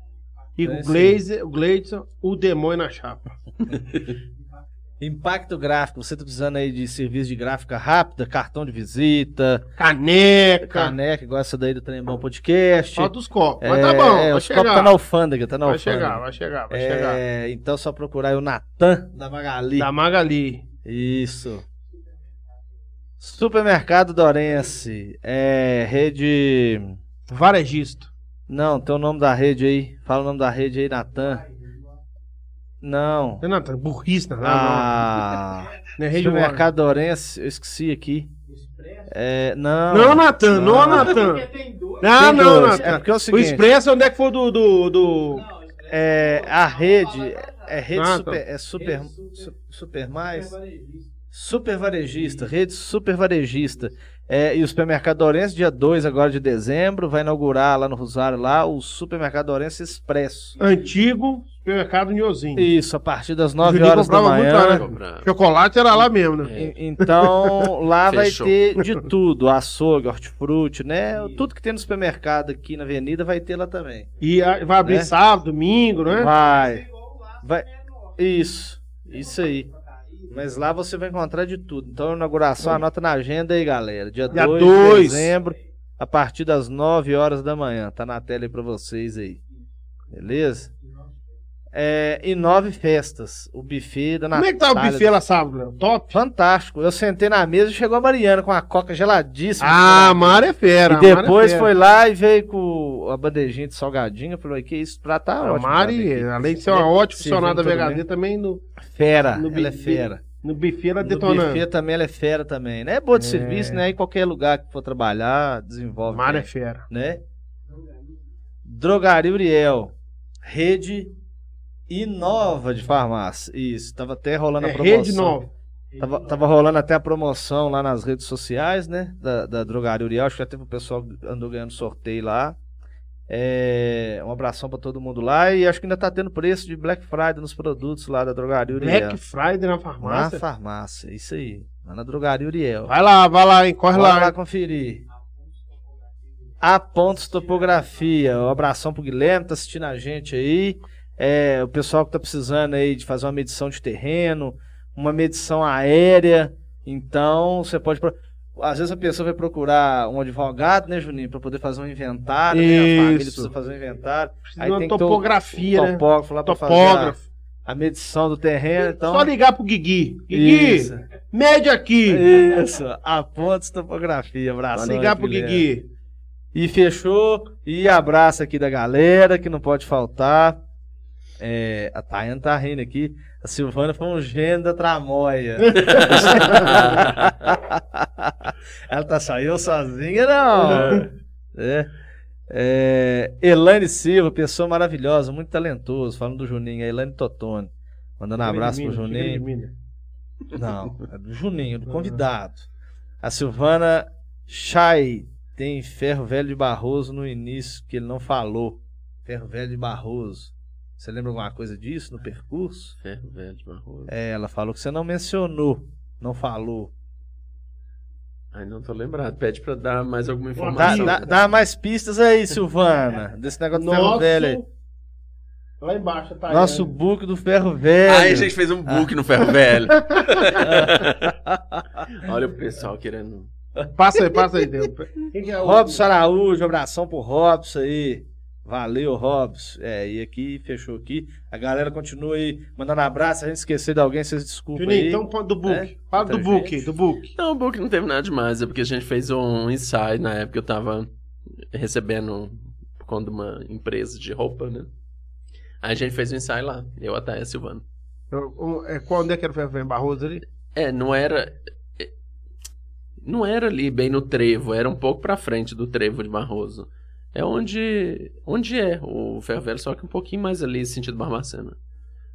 E Então é o isso Glazer, o Gleidson, o demônio na chapa. Impacto gráfico. Você tá precisando aí de serviço de gráfica rápida, cartão de visita, Caneca. caneca, igual essa daí do Trembão Podcast. Só dos copos. Mas tá bom, é, vai os copos chegar. tá na alfândega, tá na vai alfândega. chegar, vai chegar, vai É, chegar. Então só procurar aí o Natan da Magali. Da Magali. Isso. Supermercado Dorense. É. Rede. Varejista. Não, tem o nome da rede aí. Fala o nome da rede aí, Natan. Não. Renata, burrice, não, Ah. não. Não é né? (laughs) rede Warner. Supermercado Dorense, eu esqueci aqui. É, não. Não, Natan, não, Não. Natan. tem dois. Não, Tem não, dois. É Natan. porque é o O seguinte. Expresso onde é que for do. do, do... Não, isso é É, a rede. É rede Ah, tá. super. É super. Rede super- su- Super mais. varejista. Super Varejista, rede Super Varejista. É, e o Supermercado Orense, dia 2 agora de dezembro, vai inaugurar lá no Rosário, lá, o Supermercado Orense Expresso. Antigo supermercado Niozinho. Isso, a partir das 9 Juninho horas da comprava muito lá, manhã. né? Comprar. Chocolate era lá mesmo, né? É. E- Então, lá vai Fechou. ter de tudo: açougue, hortifruti, né? Tudo que tem no supermercado aqui na avenida vai ter lá também. E a- vai abrir Né? sábado, domingo, né? Vai. Vai. Isso. Isso aí. Mas lá você vai encontrar de tudo. Então, inauguração, anota na agenda aí, galera. Dia Dia 2 de dois. dezembro, a partir das 9 horas da manhã. Tá na tela aí pra vocês aí. Beleza? É, e nove festas. O buffet da Como é Natália. que tá o buffet lá sábado, Léo? Top? Fantástico. Eu sentei na mesa e chegou a Mariana com uma coca geladíssima. Ah, a Mara é fera. E a Mara é depois fera. foi lá e veio com a bandejinha de salgadinho. Eu falei, que isso, pra tá A ótimo. pra Mari, ver aqui. além de ser uma ótima funcionária da Servindo todo VHD, também no, Fera, No ela é buffet. fera. no buffet ela No detonando. buffet também ela é fera também, né? É boa de É. serviço, né? Em qualquer lugar que for trabalhar, desenvolve. Mara é bem, fera. né? Drogaria Uriel, rede Inova de farmácia. Isso, tava até rolando É a Tá promoção. rede nova. Tava, tava rolando até a promoção lá nas redes sociais, né? Da, da Drogaria Uriel. Acho que já teve o pessoal que andou ganhando sorteio lá. É, um abração pra todo mundo lá. E acho que ainda tá tendo preço de Black Friday nos produtos lá da Drogaria Uriel. Black Friday na Na farmácia. farmácia, isso aí. Lá na drogaria Uriel. Vai lá, vai lá, hein? Corre Bora lá. lá, hein? conferir. A Pontos Topografia. Um abração pro Guilherme, tá assistindo a gente aí. É, o pessoal que tá precisando aí de fazer uma medição de terreno, uma medição aérea. Então, você pode. pro- Às vezes a pessoa vai procurar um advogado, né, Juninho, pra poder fazer um inventário. Né? A família Isso. precisa fazer um inventário. Precisa Aí de uma tem que ter o- topografia, né? Topógrafo lá pra fazer a- Topógrafo. a, a medição do terreno. Então, Só ligar pro Guigui. Guigui, Isso. mede aqui. Isso, aponta topografia, Só abraço. ligar pro Guigui. E fechou. E abraço aqui da galera, que não pode faltar. É, a Tayana tá rindo aqui. A Silvana foi um gênio da (laughs) tramóia. Ela tá saiu sozinha, não. É. É, Elane Silva, pessoa maravilhosa, muito talentoso. Falando do Juninho, a Elane Totone. Mandando Um abraço pro Minas, Juninho. Tigre de Minas. Não, é do Juninho, do convidado. A Silvana Chay tem Ferro Velho de Barroso no início, que ele não falou. Ferro Velho de Barroso. Você lembra alguma coisa disso no percurso? Ferro velho de barroso. É, ela falou que você não mencionou, não falou. Ai, não tô lembrado. Pede pra dar mais alguma Dá, Mas- informação. dá- dá mais pistas aí, Silvana, desse negócio do Ferro Nosso- Velho aí. Lá embaixo, tá aí, Nosso né? book do Ferro Velho. Ah. Ai, (laughs) a gente fez um book no ferro velho. Olha o pessoal querendo. Passa aí, passa aí. Deus. (laughs) Quem que é o- Robson Araújo, abração pro Robson aí. Valeu, Robson. É, e aqui, fechou aqui. A galera continua aí mandando abraço. Se a gente esqueceu de alguém, vocês desculpem Juninho, aí. então fala do book. É? Fala do Tá Muita book, gente. do book. Não, o book um não teve nada demais. É porque a gente fez um ensaio na época. Eu tava recebendo por conta de uma empresa de roupa, né? Aí a gente fez um ensaio lá. Eu, a Thaia e a Silvana. Eu- eu- é, qual- Onde é que era o Ferro Velho Barroso ali? É, não era. é, Não era ali bem no trevo, era um pouco pra frente do trevo de Barroso. É onde. onde é o ferro velho, só que um pouquinho mais ali, sentido Barbacena.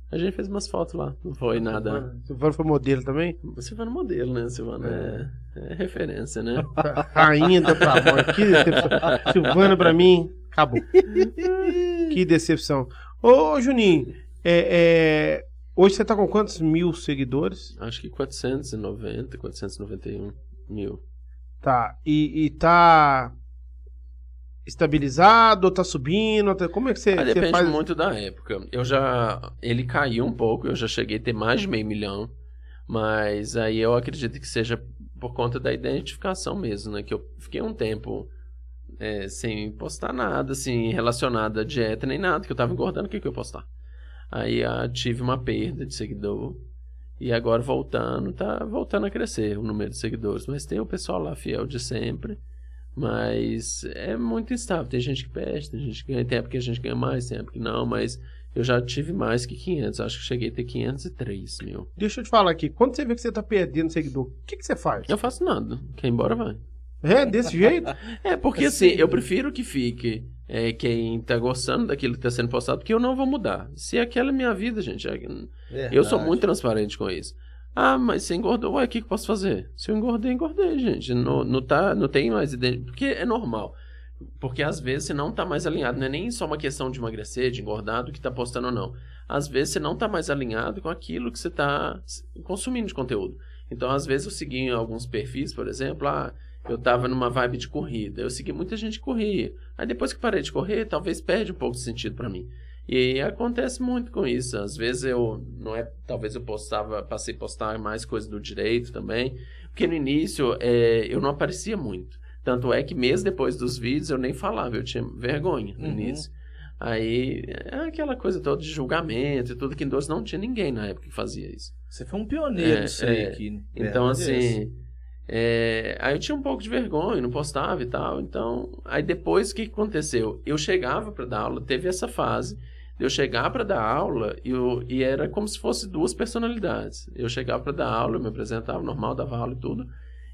A gente fez umas fotos lá, não foi nada. Silvano- Silvano foi modelo também? Silvana é modelo, né, Silvana? É, é referência, né? Rainha da Playboy. Que decepção. Silvana, pra mim, acabou. Que decepção. Ô, Juninho, é, é, hoje você tá com quantos mil seguidores? Acho que 490, 491 mil. Tá. E, e tá estabilizado, ou tá subindo? ou tá- Como é que você, Ah, você depende faz? muito da época. Eu já. Ele caiu um pouco, eu já cheguei a ter mais de meio milhão. Mas aí eu acredito que seja por conta da identificação mesmo, né? Que eu fiquei um tempo é, sem postar nada, assim, relacionado à dieta nem nada, que eu tava engordando, o que, que eu ia postar? Aí ah, tive uma perda de seguidor. E agora voltando, tá voltando a crescer o número de seguidores. Mas tem o pessoal lá fiel de sempre. Mas é muito instável. Tem gente que perde, tem gente que ganha. Tem época que a gente ganha mais, tem época que não. Mas eu já tive mais que 500. Acho que cheguei a ter 503 mil. Deixa eu te falar aqui. Quando você vê que você tá perdendo seguidor, o que, que você faz? Eu faço nada. Quem embora vai. É (laughs) desse jeito? É, porque assim, eu prefiro que fique é, quem tá gostando daquilo que tá sendo postado, porque eu não vou mudar. Se aquela é minha vida, gente. é- Verdade. Eu sou muito transparente com isso. Ah, mas você engordou, ué, o que, que eu posso fazer? Se eu engordei, engordei, gente. Não, não, tá, não tem mais ideia. Porque é normal. Porque às vezes você não tá mais alinhado. Não é nem só uma questão de emagrecer, de engordar, do que tá postando ou não. Às vezes você não tá mais alinhado com aquilo que você tá s- consumindo de conteúdo. Então, às vezes eu segui alguns perfis, por exemplo, ah, eu tava numa vibe de corrida. Eu segui muita gente que corria. Aí depois que parei de correr, talvez perde um pouco de sentido para mim. E acontece muito com isso. Às vezes eu não é, talvez eu postava, passei a postar mais coisa do direito também, porque no início é, eu não aparecia muito. Tanto é que mesmo depois dos vídeos eu nem falava, eu tinha vergonha no Uhum. início. Aí é aquela coisa toda de julgamento e tudo que em doce não tinha ninguém na época que fazia isso. Você foi um pioneiro É, nisso é. aí aqui. né? Então, Verdade é essa. assim. é, aí eu tinha um pouco de vergonha, não postava e tal. Então, aí depois o que que aconteceu? Eu chegava para dar aula, teve essa fase de eu chegar para dar aula e, eu- e era como se fosse duas personalidades. Eu chegava para dar aula, eu me apresentava normal, dava aula e tudo.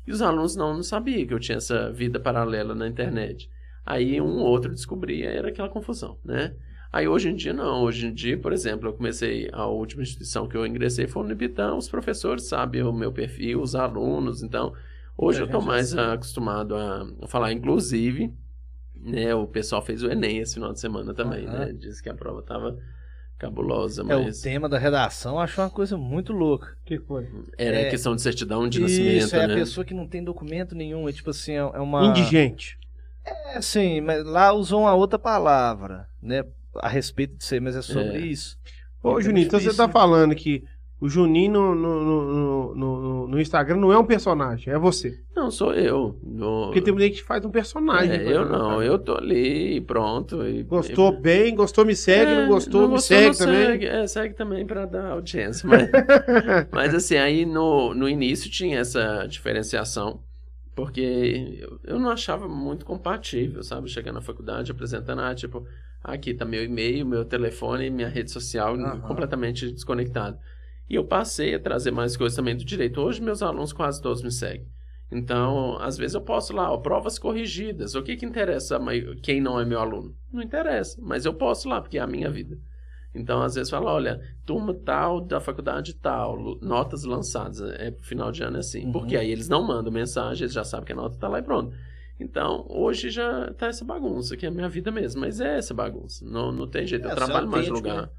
E os alunos não, não sabiam que eu tinha essa vida paralela na internet. Aí um ou outro descobria, era aquela confusão, né? Aí hoje em dia não, hoje em dia, por exemplo, eu comecei, a última instituição que eu ingressei foi o Unibitão, os professores sabem o meu perfil, os alunos, então hoje eu estou mais ah, acostumado a falar, inclusive, né, o pessoal fez o Enem esse final de semana também, Aham. né, disse que a prova tava cabulosa, É, o mas tema da redação eu acho uma coisa muito louca. que foi? era é- questão de certidão de Isso, nascimento, é a né? pessoa que não tem documento nenhum. É tipo assim, é é uma. Indigente. É, sim, mas lá usou uma outra palavra, né? A respeito de ser, mas é sobre É. isso. Ô, Então, Juninho, tipo então você isso, tá né? falando que O Juninho no, no- no- no- no- no Instagram não é um personagem, é você. Não, sou eu. No- Porque tem gente que faz um personagem. É, pra eu colocar. não, eu tô ali e pronto. E, Gostou bem, gostou, me segue, É, não gostou, me gostou, segue não também. Segue. É, segue também pra dar audiência. Mas, (laughs) mas assim, aí no, no início tinha essa diferenciação, porque eu, eu não achava muito compatível, sabe? Chegar na faculdade, apresentando, ah, tipo, aqui tá meu e-mail, meu telefone, minha rede social, Aham. completamente desconectado. E eu passei a trazer mais coisas também do direito. Hoje meus alunos quase todos me seguem. Então, às vezes eu posto lá, ó, provas corrigidas. O que que interessa a mai- quem não é meu aluno? Não interessa, mas eu posto lá, porque é a minha vida. Então, às vezes fala, olha, turma tal da faculdade tal, lu- notas lançadas, é pro final de ano é assim. Uhum. Porque aí eles não mandam mensagem, eles já sabem que a nota tá lá e pronto. Então, hoje já tá essa bagunça, que é a minha vida mesmo, mas é essa bagunça. Não, não tem jeito, É, eu você é trabalho mais no autêntico, lugar.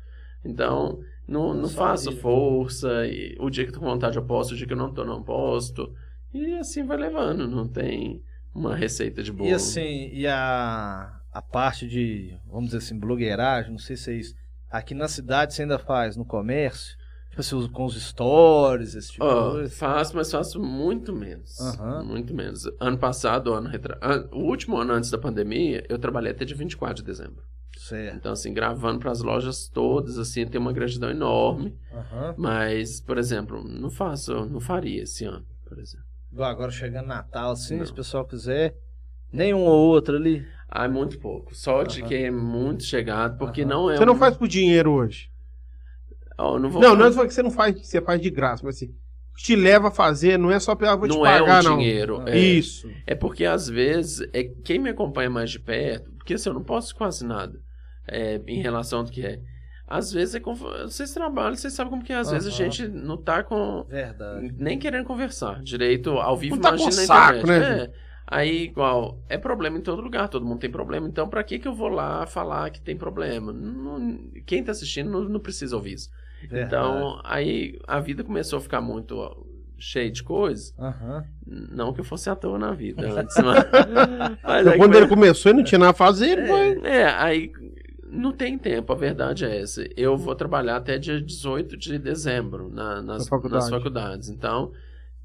Então, não, não Só faço vida. força, e o dia que eu tô com vontade eu posto, o dia que eu não tô, não posto. E assim vai levando, não tem uma receita de bolo. E assim, e a, a parte de, vamos dizer assim, blogueiragem, não sei se é isso. Aqui na cidade você ainda faz no comércio? Tipo assim, os- com os stories, esse tipo de Ó, coisa. faço, mas faço muito menos. Aham. Muito menos. Ano passado, ano retra... an- o último ano antes da pandemia, eu trabalhei até dia 24 de dezembro. Certo. Então, assim, gravando para as lojas todas, assim, tem uma gratidão enorme. Aham. Mas, por exemplo, não faço, não faria esse ano, por exemplo. Igual agora chegando Natal, assim, Não. se o pessoal quiser. Nenhum ou outro ali. Ah, é muito pouco. Só de Aham. quem é muito chegado, porque Aham. não é. Você não um- faz por dinheiro hoje. Ó, não, vou Não, não é só que você não faz, você faz de graça, mas assim, te leva a fazer, não é só pra eu vou te não é pagar, um não. dinheiro. Ah. é- Isso. É porque às vezes é quem me acompanha mais de perto, porque assim, eu não posso quase nada é, em relação ao que é. Às vezes é conf... vocês trabalham, vocês sabem como que é. Às vezes a Aham. gente não tá com Verdade. nem querendo conversar direito ao vivo, Não tá imagina com na saco, internet. né, É. Aí igual, é problema em todo lugar, todo mundo tem problema, então pra que que eu vou lá falar que tem problema? Não- quem tá assistindo não- não precisa ouvir isso. É verdade. Então, aí a vida começou a ficar muito ó, cheia de coisas. Aham. Não que eu fosse ator (laughs) na vida antes, mas. mas é Então, aí quando come- ele começou e não tinha nada a fazer, ele foi. é, é, aí não tem tempo, a verdade é essa. Eu vou trabalhar até dia 18 de dezembro na- nas, Na faculdade. nas faculdades. Então,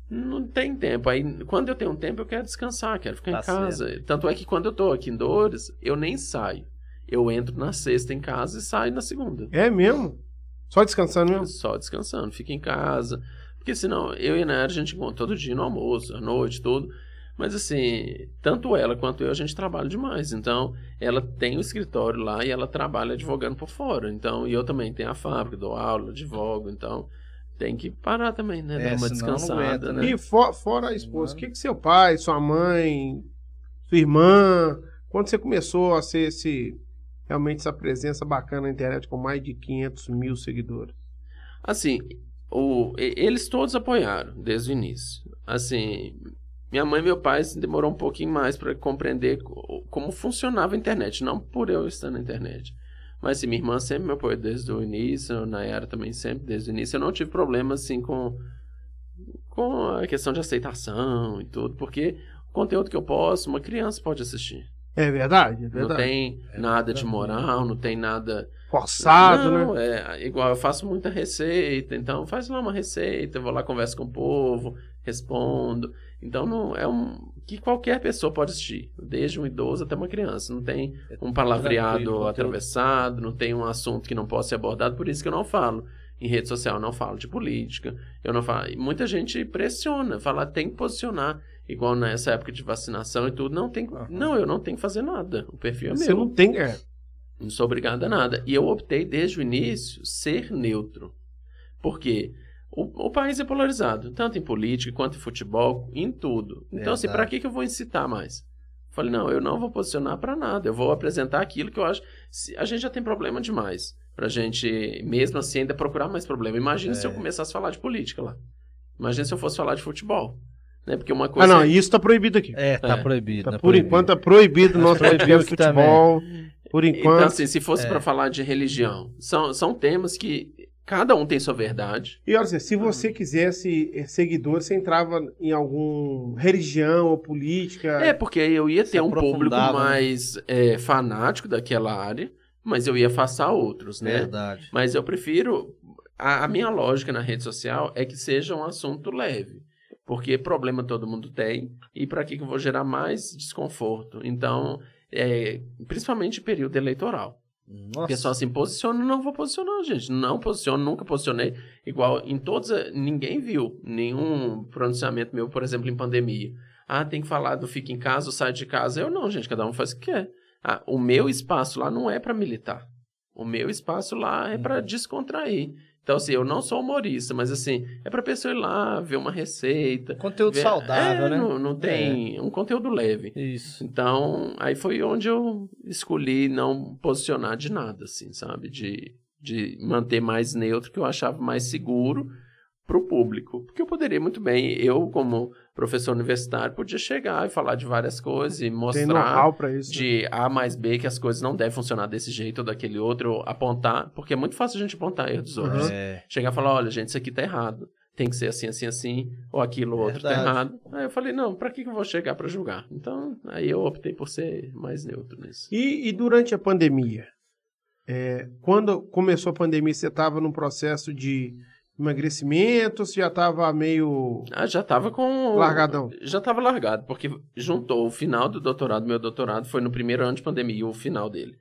não tem tempo. Aí, quando eu tenho um tempo, eu quero descansar, quero Tá ficar em casa. Tanto é que quando eu tô aqui em Dores, eu nem saio. Eu entro na sexta em casa e saio na segunda. É mesmo? Só descansando mesmo? Só descansando, fica em casa. Porque senão eu e a Nayara a gente encontra todo dia no almoço, à noite, tudo. Mas assim, tanto ela quanto eu a gente trabalha demais. Então, ela tem o escritório lá e ela trabalha advogando por fora. Então, e eu também tenho a fábrica, dou aula, advogo. Então, tem que parar também, né? É, Dar senão uma não descansada, aguenta, né? E fo- fora a esposa, o Mano. que, que seu pai, sua mãe, sua irmã, quando você começou a ser esse, realmente essa presença bacana na internet com mais de 500 mil seguidores? Assim, o, e- eles todos apoiaram desde o início. Assim, minha mãe e meu pai assim, demorou um pouquinho mais para compreender co- como funcionava a internet, não por eu estar na internet. Mas assim, minha irmã sempre me apoiou desde o início, a Nayara também sempre desde o início. Eu não tive problema assim com com a questão de aceitação e tudo, porque o conteúdo que eu posto, uma criança pode assistir. É verdade, é Não verdade. tem nada de verdade. moral, não tem nada Forçado, né? não, é igual eu faço muita receita, então faz lá uma receita, eu vou lá, converso com o povo, respondo. Então não é um que qualquer pessoa pode assistir, desde um idoso até uma criança. Não tem um Tranquilo, palavreado conteúdo. atravessado, não tem um assunto que não possa ser abordado, por isso que eu não falo. Em rede social eu não falo de política, eu não falo. e Muita gente pressiona, fala, tem que posicionar. Igual nessa época de vacinação e tudo, não tem. Aham. Não, eu não tenho que fazer nada. O perfil é Você meu. não tem. É, Não sou obrigado a nada. E eu optei desde o início ser neutro. Porque o, o país é polarizado, tanto em política quanto em futebol, em tudo. Então, assim, Verdade. para que, que eu vou incitar mais? Falei, não, eu não vou posicionar para nada. Eu vou apresentar aquilo que eu acho. se- a gente já tem problema demais. Pra gente, mesmo assim, ainda procurar mais problema. Imagina É. se eu começasse a falar de política lá. Imagina se eu fosse falar de futebol. Né? Porque uma Ah, coisa. não, isso tá proibido aqui. É, tá É. proibido. Tá, né? por Proibido. enquanto tá proibido o nosso Proibiu podcast de aqui também. futebol. Por enquanto. É. Então, assim, se fosse pra para falar de religião, são, são temas que cada um tem sua verdade. E olha, assim, se você quisesse eh, seguidor, você entrava em algum religião ou política. É, porque aí eu ia Se ter um público aprofundava, né? mais é, fanático daquela área, mas eu ia afastar outros, né? Verdade. Mas eu prefiro a, a minha lógica na rede social é que seja um assunto leve. Porque problema todo mundo tem, e para que que eu vou gerar mais desconforto? Então, é, principalmente em período eleitoral. Nossa. O pessoal assim, posiciona, não vou posicionar, gente. Não posiciono, nunca posicionei. Igual em todos, a- ninguém viu nenhum pronunciamento meu, por exemplo, em pandemia. Ah, tem que falar do fica em casa, ou sai de casa. Eu não, gente, cada um faz o que quer. Ah, o meu espaço lá não é para militar. O meu espaço lá é Uhum. para descontrair. Então, assim, eu não sou humorista, mas assim, é para pessoa ir lá, ver uma receita. Conteúdo ver- saudável, É, né? Não, não tem um conteúdo leve. Isso. Então, aí foi onde eu escolhi não posicionar de nada, assim, sabe? De, de manter mais neutro, que eu achava mais seguro para o público. Porque eu poderia muito bem, eu como professor universitário, podia chegar e falar de várias coisas e Tem mostrar know-how pra isso. né? de A mais B que as coisas não devem funcionar desse jeito ou daquele outro, ou apontar, porque é muito fácil a gente apontar erro dos outros. É. Chegar e falar, olha, gente, isso aqui tá errado. Tem que ser assim, assim, assim, ou aquilo, outro tá Verdade. errado. Aí eu falei, não, pra que que eu vou chegar pra julgar? Então, aí eu optei por ser mais neutro nisso. E, e durante a pandemia? É, quando começou a pandemia, você estava num processo de emagrecimento? Você já estava meio Ah, já tava com... largadão? Já tava largado, porque juntou o final do doutorado, meu doutorado foi no primeiro ano de pandemia, o final dele.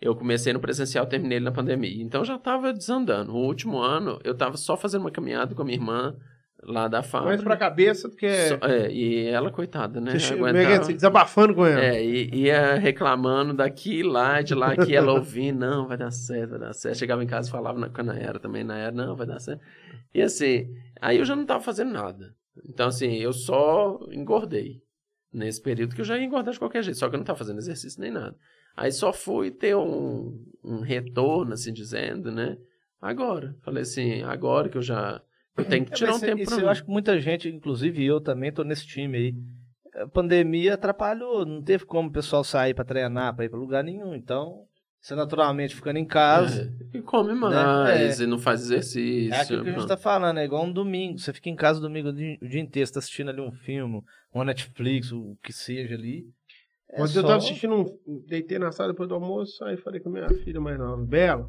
Eu comecei no presencial, terminei ele na pandemia. Então já tava desandando. O último ano, eu tava só fazendo uma caminhada com a minha irmã lá da fábrica. Mais pra cabeça do que... né, Só- é, e ela, coitada, né? você che- aguentava- meio que se desabafando com ela. É, e ia reclamando daqui e lá, de lá que ela ouvia, não, vai dar certo, vai dar certo. Chegava em casa e falava na, com a Nayara também, Nayara, não, vai dar certo. E assim, aí eu já não tava fazendo nada. Então, assim, eu só engordei. Nesse período que eu já ia engordar de qualquer jeito, só que eu não tava fazendo exercício nem nada. Aí só fui ter um, um retorno, assim dizendo, né? Agora. Falei assim, agora que eu já. Eu tenho que É, tirar um mas tempo isso pra mim. eu acho que muita gente, inclusive eu também, tô nesse time aí. A pandemia atrapalhou, não teve como o pessoal sair pra treinar, pra ir pra lugar nenhum. Então, você naturalmente ficando em casa. É, e come mais, e não faz exercício. Né? É, aquilo que a gente tá falando, é igual um domingo. Você fica em casa o domingo o dia o dia inteiro, você tá assistindo ali um filme, uma Netflix, o que seja ali. É Ontem eu só- tava assistindo um. Deitei na sala depois do almoço, aí falei com minha filha mais nova, Bela,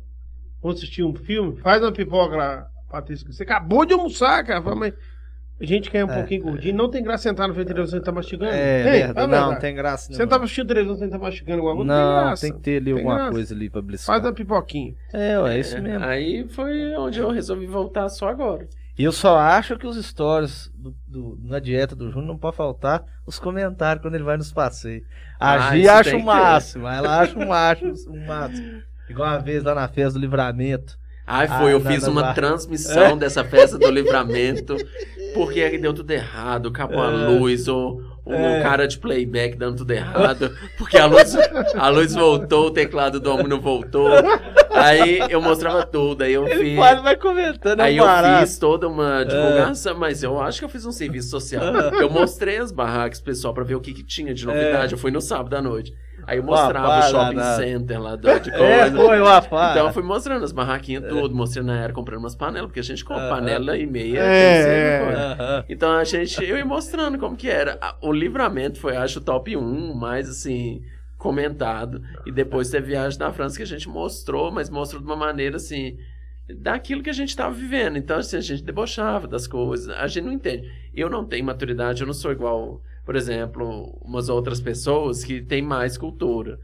vamos assistir um filme? Faz uma pipoca lá, Patrícia. que Você acabou de almoçar, cara. Fala, mas a gente quer um É, pouquinho gordinho. Não tem graça sentar no frente da televisão e tá mastigando. É, tem, verdade. Fala a não, não verdade. tem graça Você nenhuma. não tava assistindo televisão sem estar mastigando alguma coisa? Não, tem Tá Não, graça. tem que ter ali Tem alguma graça. coisa ali pra bliscar. Faz uma pipoquinha. É, ué, é isso mesmo. Aí foi onde eu resolvi voltar só agora. E eu só acho que os stories do, do- na dieta do Júnior não pode faltar os comentários quando ele vai nos passeios. A Ah, Gi isso acha o tem que- máximo, ela acha o máximo, o máximo. Igual uma vez lá na festa do livramento. Aí foi, Ah, eu não, fiz não, uma não. transmissão dessa festa do livramento, porque aí deu tudo errado, acabou a É. luz, ou o cara de playback dando tudo errado, porque a luz, a luz voltou, o teclado do homem não voltou. Aí eu mostrava tudo, aí eu Ele fiz. quase vai comentando, é Aí um eu barato. fiz toda uma divulgação, mas eu acho que eu fiz um serviço social. Eu mostrei as barracas pro pessoal pra ver o que, que tinha de novidade. Eu fui no sábado à noite. Aí eu mostrava Uma o shopping parada. center lá do, de coisa. É, foi o rapaz. Então eu fui mostrando as barraquinhas tudo, mostrando a era comprando umas panelas, porque a gente compra Aham. panela e meia. É, tem né, sempre é. coisa. Aham. (laughs) Então a gente, eu ia mostrando como que era. A- O livramento foi, acho, o top 1, mais assim, comentado. E depois teve a viagem na França que a gente mostrou, mas mostrou de uma maneira assim, daquilo que a gente tava vivendo. Então, assim, a gente debochava das coisas. A gente não entende. Eu não tenho maturidade, eu não sou igual, por exemplo, umas outras pessoas que têm mais cultura.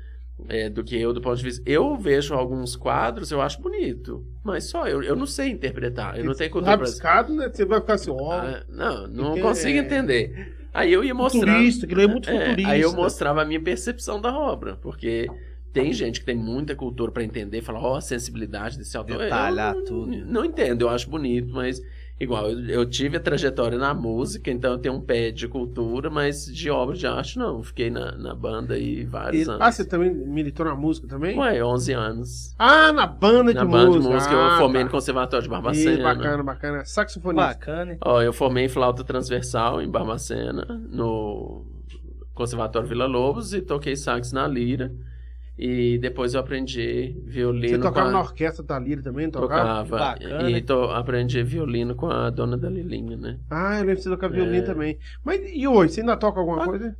é, do que eu, do ponto de vista. Eu vejo alguns quadros, eu acho bonito. Mas só, eu, eu não sei interpretar. Eu não tenho cultura. pra- Rabiscado, né? Você vai ficar assim, ó. ah, não, não Porque- é consigo entender. Aí eu ia mostrando. futurista, aquilo é muito É, futurista. aí eu mostrava a minha percepção da obra, porque tem gente que tem muita cultura pra entender, fala, ó, a sensibilidade desse autor. Eu Detalhar não- tudo. Não entendo, eu acho bonito, mas igual, eu, eu tive a trajetória na música, então eu tenho um pé de cultura, mas de obra de arte não. Fiquei na, na banda aí vários anos. Ah, você também militou na música também? né? Ué, 11 anos. Ah, na banda de Na banda música. de música, eu Ah, formei tá. no Conservatório de Barbacena. Ih, bacana, bacana. Saxofonista. Bacana, hein? Ó, eu formei em flauta transversal em Barbacena, no Conservatório Vila Lobos, e toquei sax na lira. E depois eu aprendi violino. Você tocava com a... na orquestra da Lira também? não Tocava? Tocava. Bacana, E hein? to- aprendi violino com a dona da Lilinha, né? Ah, eu lembro que você tocava É. violino também. Mas e hoje? Você ainda toca alguma Ah. coisa?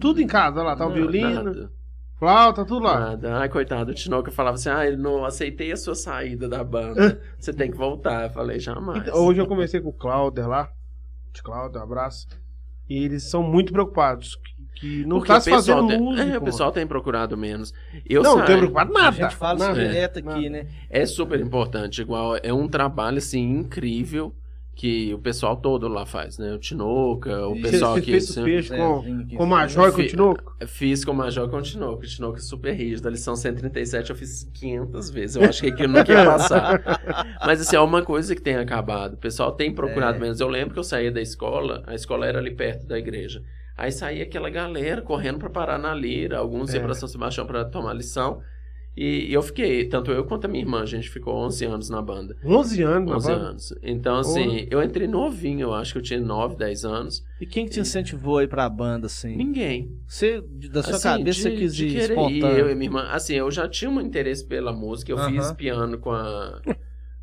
Tudo em casa, olha lá, tá o Não, violino. nada. Flauta, tudo lá. Nada. Ai, coitado, o Tinoco falava assim: ah, eu não aceitei a sua saída (laughs) da banda. Você tem que voltar. Eu falei, jamais. Então, hoje eu comecei com o Clauder lá. De Clauder, um abraço. E eles são muito preocupados. que- Que não Porque tá se o pessoal fazendo tem- música. É, o pessoal tem procurado menos. Eu não, não saio. tem preocupado A nada. gente fala isso nada. direto nada. aqui, né? É super importante, igual é um trabalho assim incrível que o pessoal todo lá faz, né? O Tinoca, o Você- pessoal você aqui fez o sempre- É, é peixe com, Zezinho aqui, com o Major e Fi- com o Tinoco? Fiz com o Major com o Tinoco, o Tinoco é super rígido, a lição 137 eu fiz 500 vezes, eu achei que eu (laughs) nunca ia passar. Mas assim, é uma coisa que tem acabado, o pessoal tem procurado É. menos. Eu lembro que eu saía da escola, a escola era ali perto da igreja, aí saía aquela galera correndo pra parar na lira, alguns iam É. pra São Sebastião pra tomar lição. E eu fiquei, tanto eu quanto a minha irmã, a gente ficou 11 anos na banda. 11 anos, na 11 banda. anos. Então, assim, eu entrei novinho, eu acho que eu tinha 9, 10 anos. E quem que te incentivou aí pra banda, assim? Ninguém. Você, da sua Assim, cabeça, você de- quis de ir querer espontâneo. ir, Eu e minha irmã. Assim, eu já tinha um interesse pela música, eu fiz Aham. piano com a.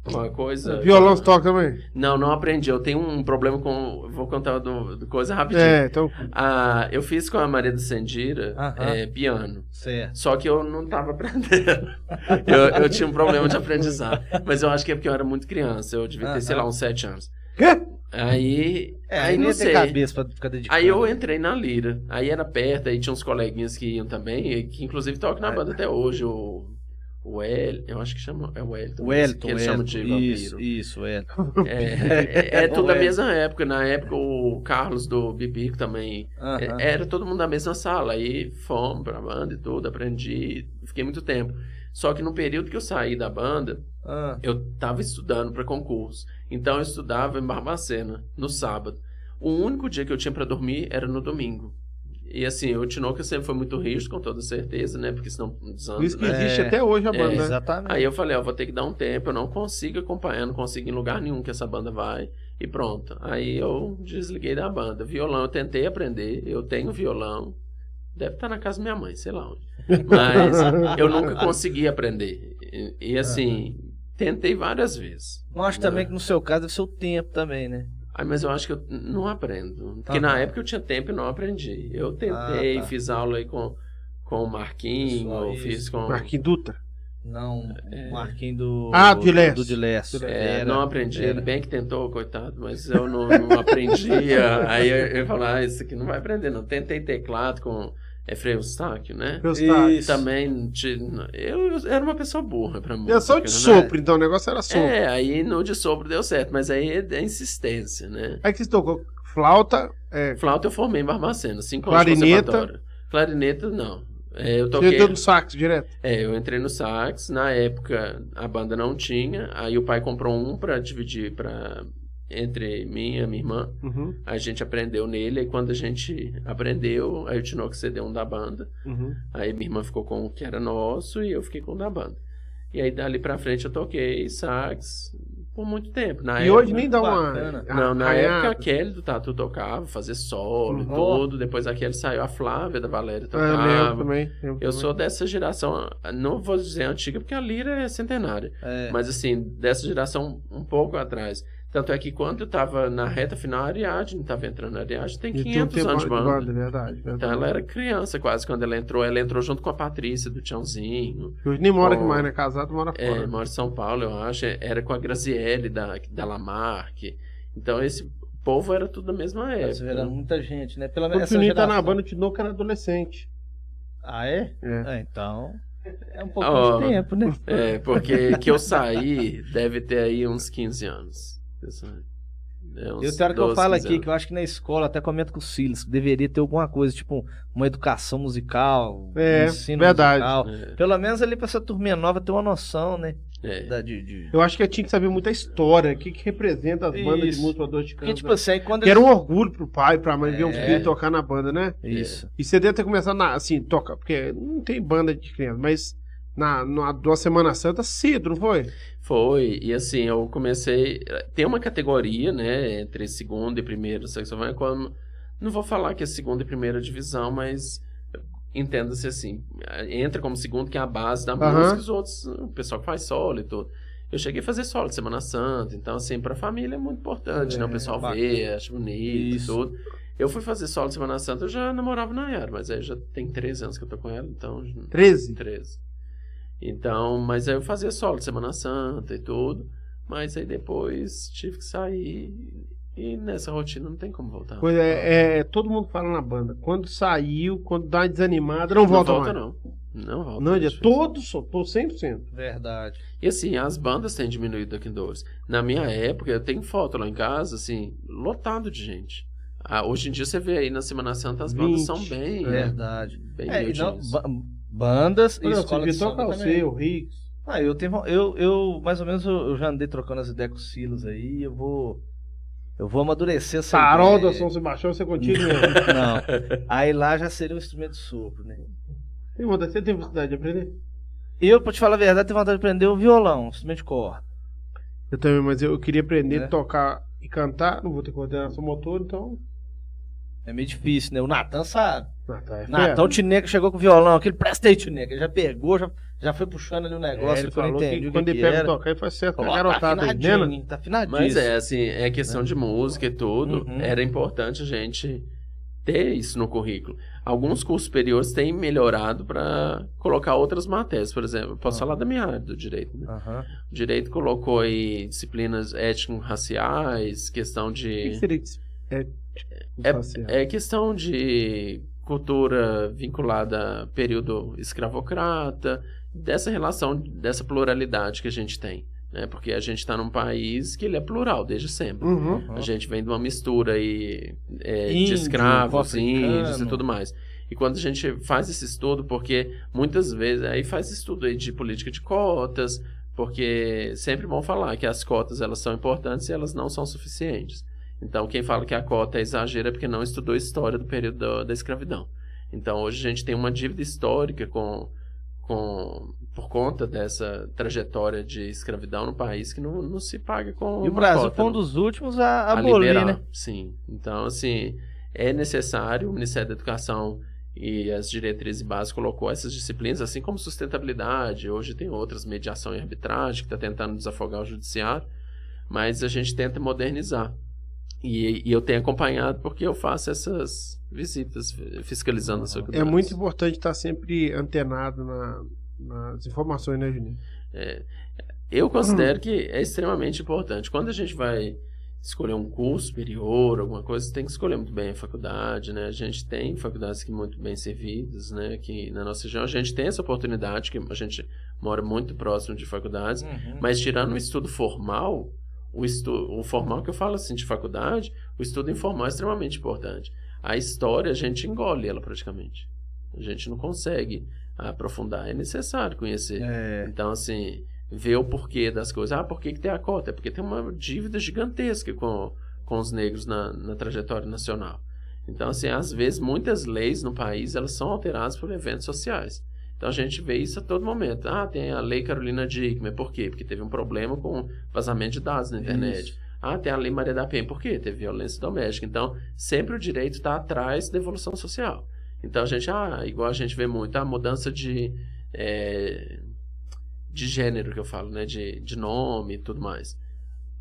Com a (laughs) coisa. Violão você toca também? Não, não aprendi. Eu tenho um problema com. Vou contar do, do coisa rapidinho. É, então. Ah, eu fiz com a Maria do Sandira Aham. eh, piano. Certo. Só que eu não tava aprendendo. (laughs) Eu, eu tinha um problema de aprendizado. Mas eu acho que é porque eu era muito criança. Eu devia ter, sei lá, uns sete anos. Quê? Aí. É, aí aí não não sei. tem cabeça pra ficar dedicado. Aí eu entrei na Lira. Aí era perto, aí tinha uns coleguinhas que iam também, e que inclusive tocam Ah, na tá. banda até hoje. O, o El, eu acho que chama. É o Elton. O Elton, Que eles o chamam Elton, de isso, vampiro. isso, o Elton. (laughs) É, é, é tudo O da Elton. mesma época. Na época, o Carlos do Bibico também é, Aham. Era todo mundo na mesma sala, aí fomos pra banda e tudo, aprendi, fiquei muito tempo. Só que no período que eu saí da banda, Ah, eu tava estudando pra concurso. Então eu estudava em Barbacena, no sábado. O único dia que eu tinha pra dormir era no domingo. E assim, o Tinoco sempre foi muito rígido, com toda certeza, né? Porque senão Por isso que desanda, né? existe É. até hoje a banda, né? exatamente. Aí eu falei, ó, vou ter que dar um tempo, eu não consigo acompanhar, não consigo ir em lugar nenhum que essa banda vai. E pronto. Aí eu desliguei da banda. Violão eu tentei aprender, eu tenho violão. Deve estar na casa da minha mãe, sei lá onde. (laughs) Mas eu nunca consegui aprender. E, e, assim, tentei várias vezes. Eu acho também que no seu caso deve ser o tempo também, né? Aí, mas eu acho que eu não aprendo. Porque Aham. na época eu tinha tempo e não aprendi. Eu tentei, Tá Ah, tá. fiz aula aí com, com o Marquinho, Pessoal, eu fiz com. Marquinhos Dutra. Não, o Marquinhos do. Ah, do do Dilés. Do Dilés. É, Era- não aprendi. era. Ele bem que tentou, coitado, mas eu não, não (laughs) aprendi. Aí eu, eu falo, ah, isso aqui não vai aprender, não. Tentei teclado com é freio Eustáquio, né? Meus taques. E também te- eu, eu era uma pessoa burra pra música. Eu sou né? É de sopro, então o negócio era sopro. É, aí no de sopro deu certo, mas aí é, é insistência, né? Aí que você tocou flauta, é, Flauta eu formei em Barbacena, cinco anos de Clarineta? conservatório. Clarineta, não. É, eu você toquei. deu no sax direto. É, eu entrei no sax, na época a banda não tinha, aí o pai comprou um pra dividir para entre mim e a minha irmã. Uhum, A gente aprendeu nele, aí quando a gente aprendeu, aí o Tinoco cedeu um da banda, uhum. aí minha irmã ficou com o que era nosso e eu fiquei com o da banda. E aí dali pra frente eu toquei sax por muito tempo. Na E época, hoje nem dá uma. bacana. Ah, é. Não, é na arranhada. época a Kelly do Tatu tocava, fazia solo e Uhum. tudo, depois a Kelly saiu, a Flávia da Valéria É, eu lembro tocava. também. lembro Ah, Eu também. sou dessa geração, não vou dizer antiga, porque a Lira é centenária, É. mas assim, dessa geração um pouco atrás. Tanto é que quando eu tava na reta final, a Ariadne tava entrando. A Ariadne tem E tem um 500 anos de tempo banda. é verdade. verdade. Então ela era criança quase quando ela entrou. Ela entrou junto com a Patrícia, do Tiãozinho. Hoje nem mora aqui Oh. mais, né? Casado mora É, fora. mora em São Paulo, eu acho. é, Era com a Graziele, da, da Lamarck. Então esse povo era tudo da mesma Você vê, Era época. muita gente, né? Pelo Quando menos o essa Juninho tá na geração. banda, o Tinoco era adolescente. Ah, é? É. Ah, então. É um pouco Ó. de tempo, né? É, porque que eu saí deve ter aí uns (laughs) 15 anos. Eu saí. É, uns Eu tenho hora que 12, eu falo 15 aqui, anos. que eu acho que na escola, até comento com o Silas, deveria ter alguma coisa, tipo uma educação musical, É, um ensino verdade. musical. Pelo menos ali pra essa turminha nova ter uma noção, né? É, é. Da, de, de- Eu acho que eu tinha que saber muita história, o que, que representa as bandas de Isso. música pra dor de Porque, canto. tipo assim, aí quando. Que era um orgulho pro pai, pra mãe, ver um É. filho tocar na banda, né? Isso. E você deve ter começado na, assim, toca, porque não tem banda de criança, mas na, na, na Semana Santa cedo, não foi? Foi, e assim, eu comecei. Tem uma categoria, né, entre segundo e primeiro saxofone, quando. Não vou falar que é segunda e primeira divisão, mas entenda-se assim. Entra como segundo, que é a base da Aham. música, os outros, o pessoal que faz solo e tudo. Eu cheguei a fazer solo de Semana Santa, então, assim, pra família é muito importante, né? O pessoal bacana. vê, acha bonito e Isso. tudo. Eu fui fazer solo Semana Santa, eu já namorava na Yara, mas aí já tem 13 anos que eu tô com ela, então. 13? 13. Então, mas aí eu fazia solo Semana Santa e tudo, mas aí depois tive que sair e nessa rotina não tem como voltar. Pois é, é, todo mundo fala na banda. Quando saiu, quando dá uma desanimada, não, volta, mais. não. Não volta. Não, é é difícil. todos, sou- tô 100%. Verdade. E assim, as bandas têm diminuído aqui em Doors. Na minha época, eu tenho foto lá em casa, assim, lotado de gente. Ah, hoje em dia você vê aí na Semana Santa as bandas 20, são bem, Verdade. bem É, e não- miudinhas. ba- bandas e Olha, escola o de Vitor samba também. Calceio, o Ricks. Ah, eu tenho. Eu, eu, mais ou menos, eu, eu já andei trocando as ideias com o Silas aí. Eu vou. Eu vou amadurecer essa. Sarol ideia. da São Sebastião, você contigo mesmo. (laughs) Não. Aí lá já seria um instrumento de sopro, né? Tem vontade, você tem vontade de aprender? Eu, pra te falar a verdade, tenho vontade de aprender o violão, um instrumento de corda. Eu também, mas eu queria aprender É. a tocar e cantar. Não vou ter coordenação motor, então. É meio difícil, né? O Natan sabe. Natal é Natan, então o Tineca chegou com o violão aqui, ele presta aí, Tineca. Ele já pegou, já, já foi puxando ali o É, negócio, ele que eu não falou entendi que o que, quando que ele pega era. o tocar, ele faz certo com Falou, a ó, garotada tá aí, né? afinadinho, Nana? hein? tá afinadinho. Mas é, assim, é né? questão de música e tudo. Uhum. Era importante a gente ter isso no currículo. Alguns cursos superiores têm melhorado para colocar outras matérias. Por exemplo, eu posso Ah. Uhum. falar da minha área do direito. Né? Aham. O direito colocou aí disciplinas étnico-raciais, questão O que que de. seria isso? É, é, É questão de cultura vinculada a período escravocrata, dessa relação, dessa pluralidade que a gente tem. Né? Porque a gente está num país que ele é plural desde sempre. uhum. é. A gente vem de uma mistura aí, é, de Índio, escravos, africano. índios e tudo mais. E quando a gente faz esse estudo, porque muitas vezes, aí faz estudo aí de política de cotas, porque sempre vão falar que as cotas elas são importantes e elas não são suficientes. Então, quem fala que a cota é exagero é porque não estudou história do período da, da escravidão. Então, hoje a gente tem uma dívida histórica com, com, por conta dessa trajetória de escravidão no país que não, não se paga com E o uma Brasil cota, né? foi um não dos últimos a, a abolir, liberar, né? Sim. Então, assim, é necessário, o Ministério da Educação e as diretrizes básicas colocou essas disciplinas, assim como sustentabilidade, hoje tem outras, mediação e arbitragem, que está tentando desafogar o judiciário, mas a gente tenta modernizar. E, e eu tenho acompanhado porque eu faço essas visitas fi- fiscalizando as É faculdades. muito importante estar sempre antenado na- nas informações, né, Juninho? É, eu considero que é extremamente importante. Quando a gente vai escolher um curso superior, alguma coisa, você tem que escolher muito bem a faculdade, né? A gente tem faculdades que muito bem servidas, né? Que na nossa região a gente tem essa oportunidade, que a gente mora muito próximo de faculdades, Uhum. mas tirando o estudo formal, o, estu o formal que eu falo assim de faculdade, o estudo informal é extremamente importante. A história a gente engole ela praticamente. A gente não consegue aprofundar. É necessário conhecer. É. Então, assim, ver o porquê das coisas. Ah, por que, que tem a cota? É porque tem uma dívida gigantesca com, com os negros na, na trajetória nacional. Então, assim, às vezes, muitas leis no país, elas são alteradas por eventos sociais. Então, a gente vê isso a todo momento. Ah, tem a Lei Carolina Dickman. Por quê? Porque teve um problema com vazamento de dados na é, né, internet. Ah, tem a Lei Maria da Penha. Por quê? Teve violência doméstica. Então, sempre o direito está atrás da evolução social. Então, a gente, ah, igual a gente vê muito, a mudança de, eh, de gênero, que eu falo, né? De, de nome e tudo mais.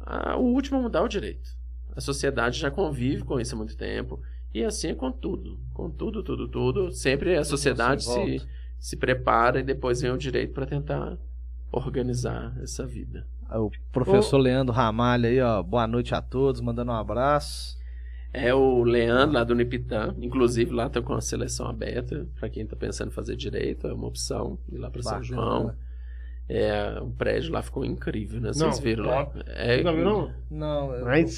Ah, o último a mudar é o direito. A sociedade já convive com isso há muito tempo. E assim é com tudo. Com tudo, tudo, tudo. Sempre a sociedade se volta. se, se prepara e depois vem o direito para tentar organizar essa vida. O professor Leandro Ramalho aí, ó. Boa noite a todos, mandando um abraço. É o Leandro lá do Nipitã. Inclusive, lá estão com a seleção aberta. Para quem está pensando em fazer direito, é uma opção ir lá para São Bacana. João. É, o prédio lá ficou incrível, né? Vocês Não, viram lá. É, Você já viu, não? Não, eu- Mas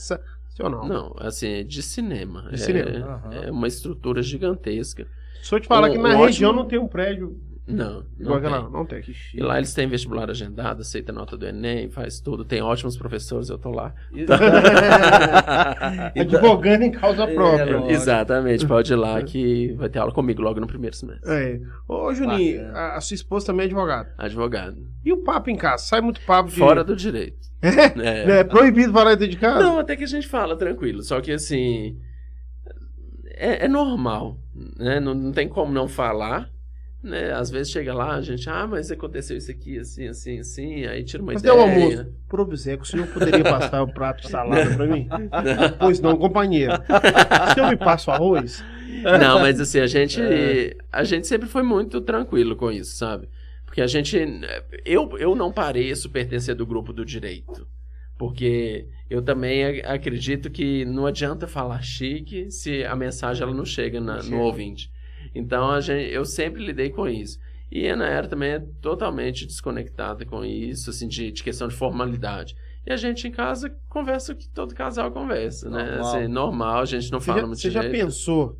sensacional. não, assim, é de cinema. De é, cinema. Aham. é uma estrutura gigantesca. Se eu te falar Um- que um na ótimo- região não tem um prédio Não, não igual tem. aquela, não tem. Que chique. E lá eles têm vestibular agendado, aceita nota do Enem, faz tudo. Tem ótimos professores, eu tô lá. E- (laughs) Advogando em causa Então, É, própria. lógico. Exatamente, pode ir lá que vai ter aula comigo logo no primeiro semestre. É. Ô, Juninho, Bacana. a, a sua esposa também é advogada. Advogado. E o papo em casa? Sai muito papo de. Fora do direito. É. É proibido falar dentro de casa? Não, até que a gente fala tranquilo. Só que assim. É, é normal. Né? Não, não tem como não falar. né? Às vezes chega lá, a gente, ah, mas aconteceu isso aqui, assim, assim, assim, aí tira uma Mas ideia. deu almoço. Por obséquio, o senhor poderia passar o prato de salada pra mim? pois não, companheiro. O senhor me passa o arroz? Não, (laughs) mas assim, a gente, É. a gente sempre foi muito tranquilo com isso, sabe? Porque a gente. Eu, eu não pareço pertencer do grupo do direito. Porque eu também ac- acredito que não adianta falar chique se a mensagem ela não chega na- no ouvinte. Então a gente, eu sempre lidei com isso. E a Ana era também é totalmente desconectada com isso, assim, de, de questão de formalidade. E a gente em casa conversa o que todo casal conversa, né? Normal. Assim, normal, a gente não Você fala já, muito você já direito. pensou?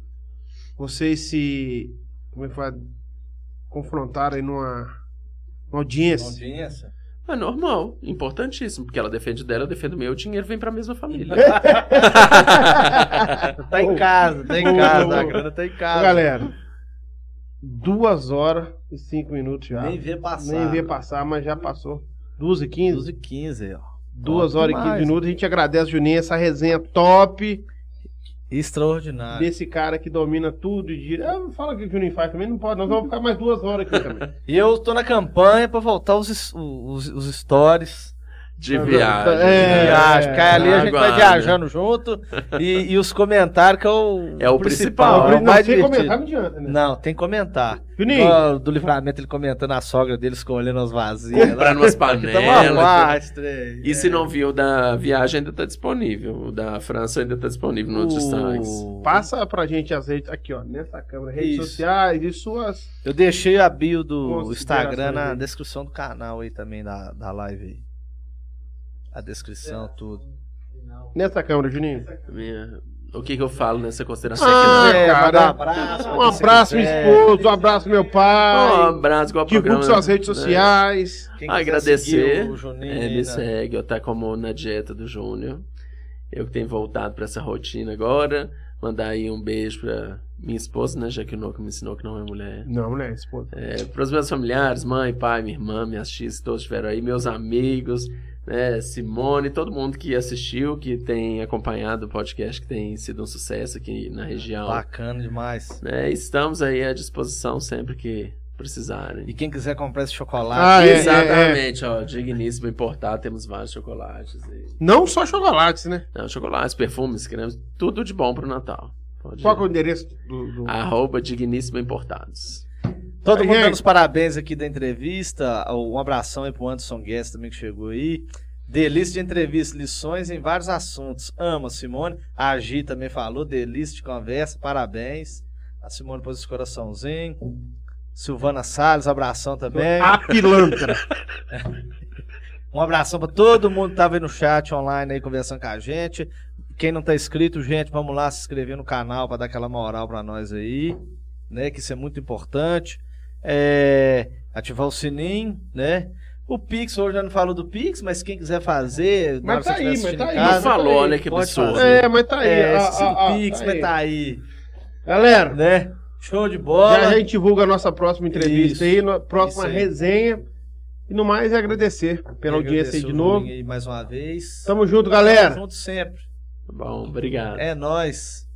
Vocês se. Como é que fala? Confrontaram aí numa, numa audiência? Audiência. É normal, importantíssimo, porque ela defende dela, eu defendo meu, o dinheiro vem pra mesma família. É. (laughs) Tá em casa, tá em Ô, casa, ô, a ô. grana tá em Ô, casa. galera, duas horas e cinco minutos já. Nem vê passar. Nem vê passar, mas já passou. Duas e quinze? 12 e 15, ó. Duas horas e demais. 15 minutos. A gente agradece, Juninho, essa resenha top Extraordinário. desse cara que domina tudo. E gira. Ah, fala que o Juninho faz também, não pode, nós vamos ficar mais duas horas aqui (laughs) também. E eu tô na campanha pra voltar os, es- os, os stories. De viagem. É, viagem. Cai ali, a gente vai aguarda. viajando junto. E, e os comentários que é o, É o Não, principal, é o não, mais sem divertido. comentar, não adianta, né? Não, tem que comentar. Juninho, Igual Do livramento, ele comentando a sogra dele escolhendo as (laughs) vazias. Comprando umas tá Tamo panelas. arrastre. E se não viu o da viagem, ainda tá disponível. O da França ainda tá disponível nos Uh. destaques. passa pra gente as redes aqui, ó, nessa câmera, redes Isso. sociais e suas. Eu deixei a bio do Considerações Instagram na aí. descrição do canal aí também, da, da live aí. A É. descrição, tudo. Nessa câmera, Juninho. Minha- O que que eu falo nessa consideração Ah, aqui? É, cara. mandar um abraço. pra Um quem você abraço, meu quiser. esposo, um abraço, meu Não? Um pai. abraço, igual Divulgue programa. suas redes né? sociais. Quem quiser Agradecer. seguir o Juninho É, aí né? me na- segue, eu tá como na dieta do Júnior. Eu que tenho voltado pra essa rotina agora. Mandar aí um beijo pra minha esposa, né? Já que o Noco me ensinou que não é mulher. Não, né, esposo? É, para os meus familiares, mãe, pai, minha irmã, minhas tias que todos estiveram aí, meus amigos, né, Simone, todo mundo que assistiu, que tem acompanhado o podcast, que tem sido um sucesso aqui É, na região. tá. Bacana demais. Né, estamos aí à disposição sempre que precisarem. E quem quiser comprar esse chocolate. Ah, é, é, é. Exatamente, ó, digníssimo importar, temos vários chocolates. E... Não só chocolates, né? Não, chocolates, perfumes, cremes, tudo de bom para o Natal. Pode Qual que é o endereço do. do- Arroba digníssimo importados. Todo Aí, mundo dando gente. os parabéns aqui da entrevista. Um abração aí pro Anderson Guest também que chegou aí. Delícia de entrevista, lições em vários assuntos. Amo a Simone. A Gi também falou, delícia de conversa, parabéns. A Simone pôs esse coraçãozinho. Silvana Salles, abração também. A pilantra. Um abração pra todo mundo que tava aí no chat online aí conversando com a gente. Quem não tá inscrito, gente, vamos lá se inscrever no canal pra dar aquela moral pra nós aí, né? Que isso é muito importante. É, ativar o sininho, né? O Pix, hoje eu não falo do Pix, mas quem quiser fazer, na hora Mas que tá você aí, estiver mas assistindo tá em aí. casa, Não falou, olha que pode absurdo. fazer. É, mas tá aí. É, ó, esse ó, ó, Pix, tá mas aí. tá aí, Galera, né? Show de já bola. a gente divulga a nossa próxima entrevista Isso. aí, no- próxima Isso aí. resenha. E no mais é agradecer pela audiência aí Agradecer de o novo. Juninho aí mais uma vez. Tamo junto, galera. Tamo junto sempre. Tá bom, obrigado. É nóis.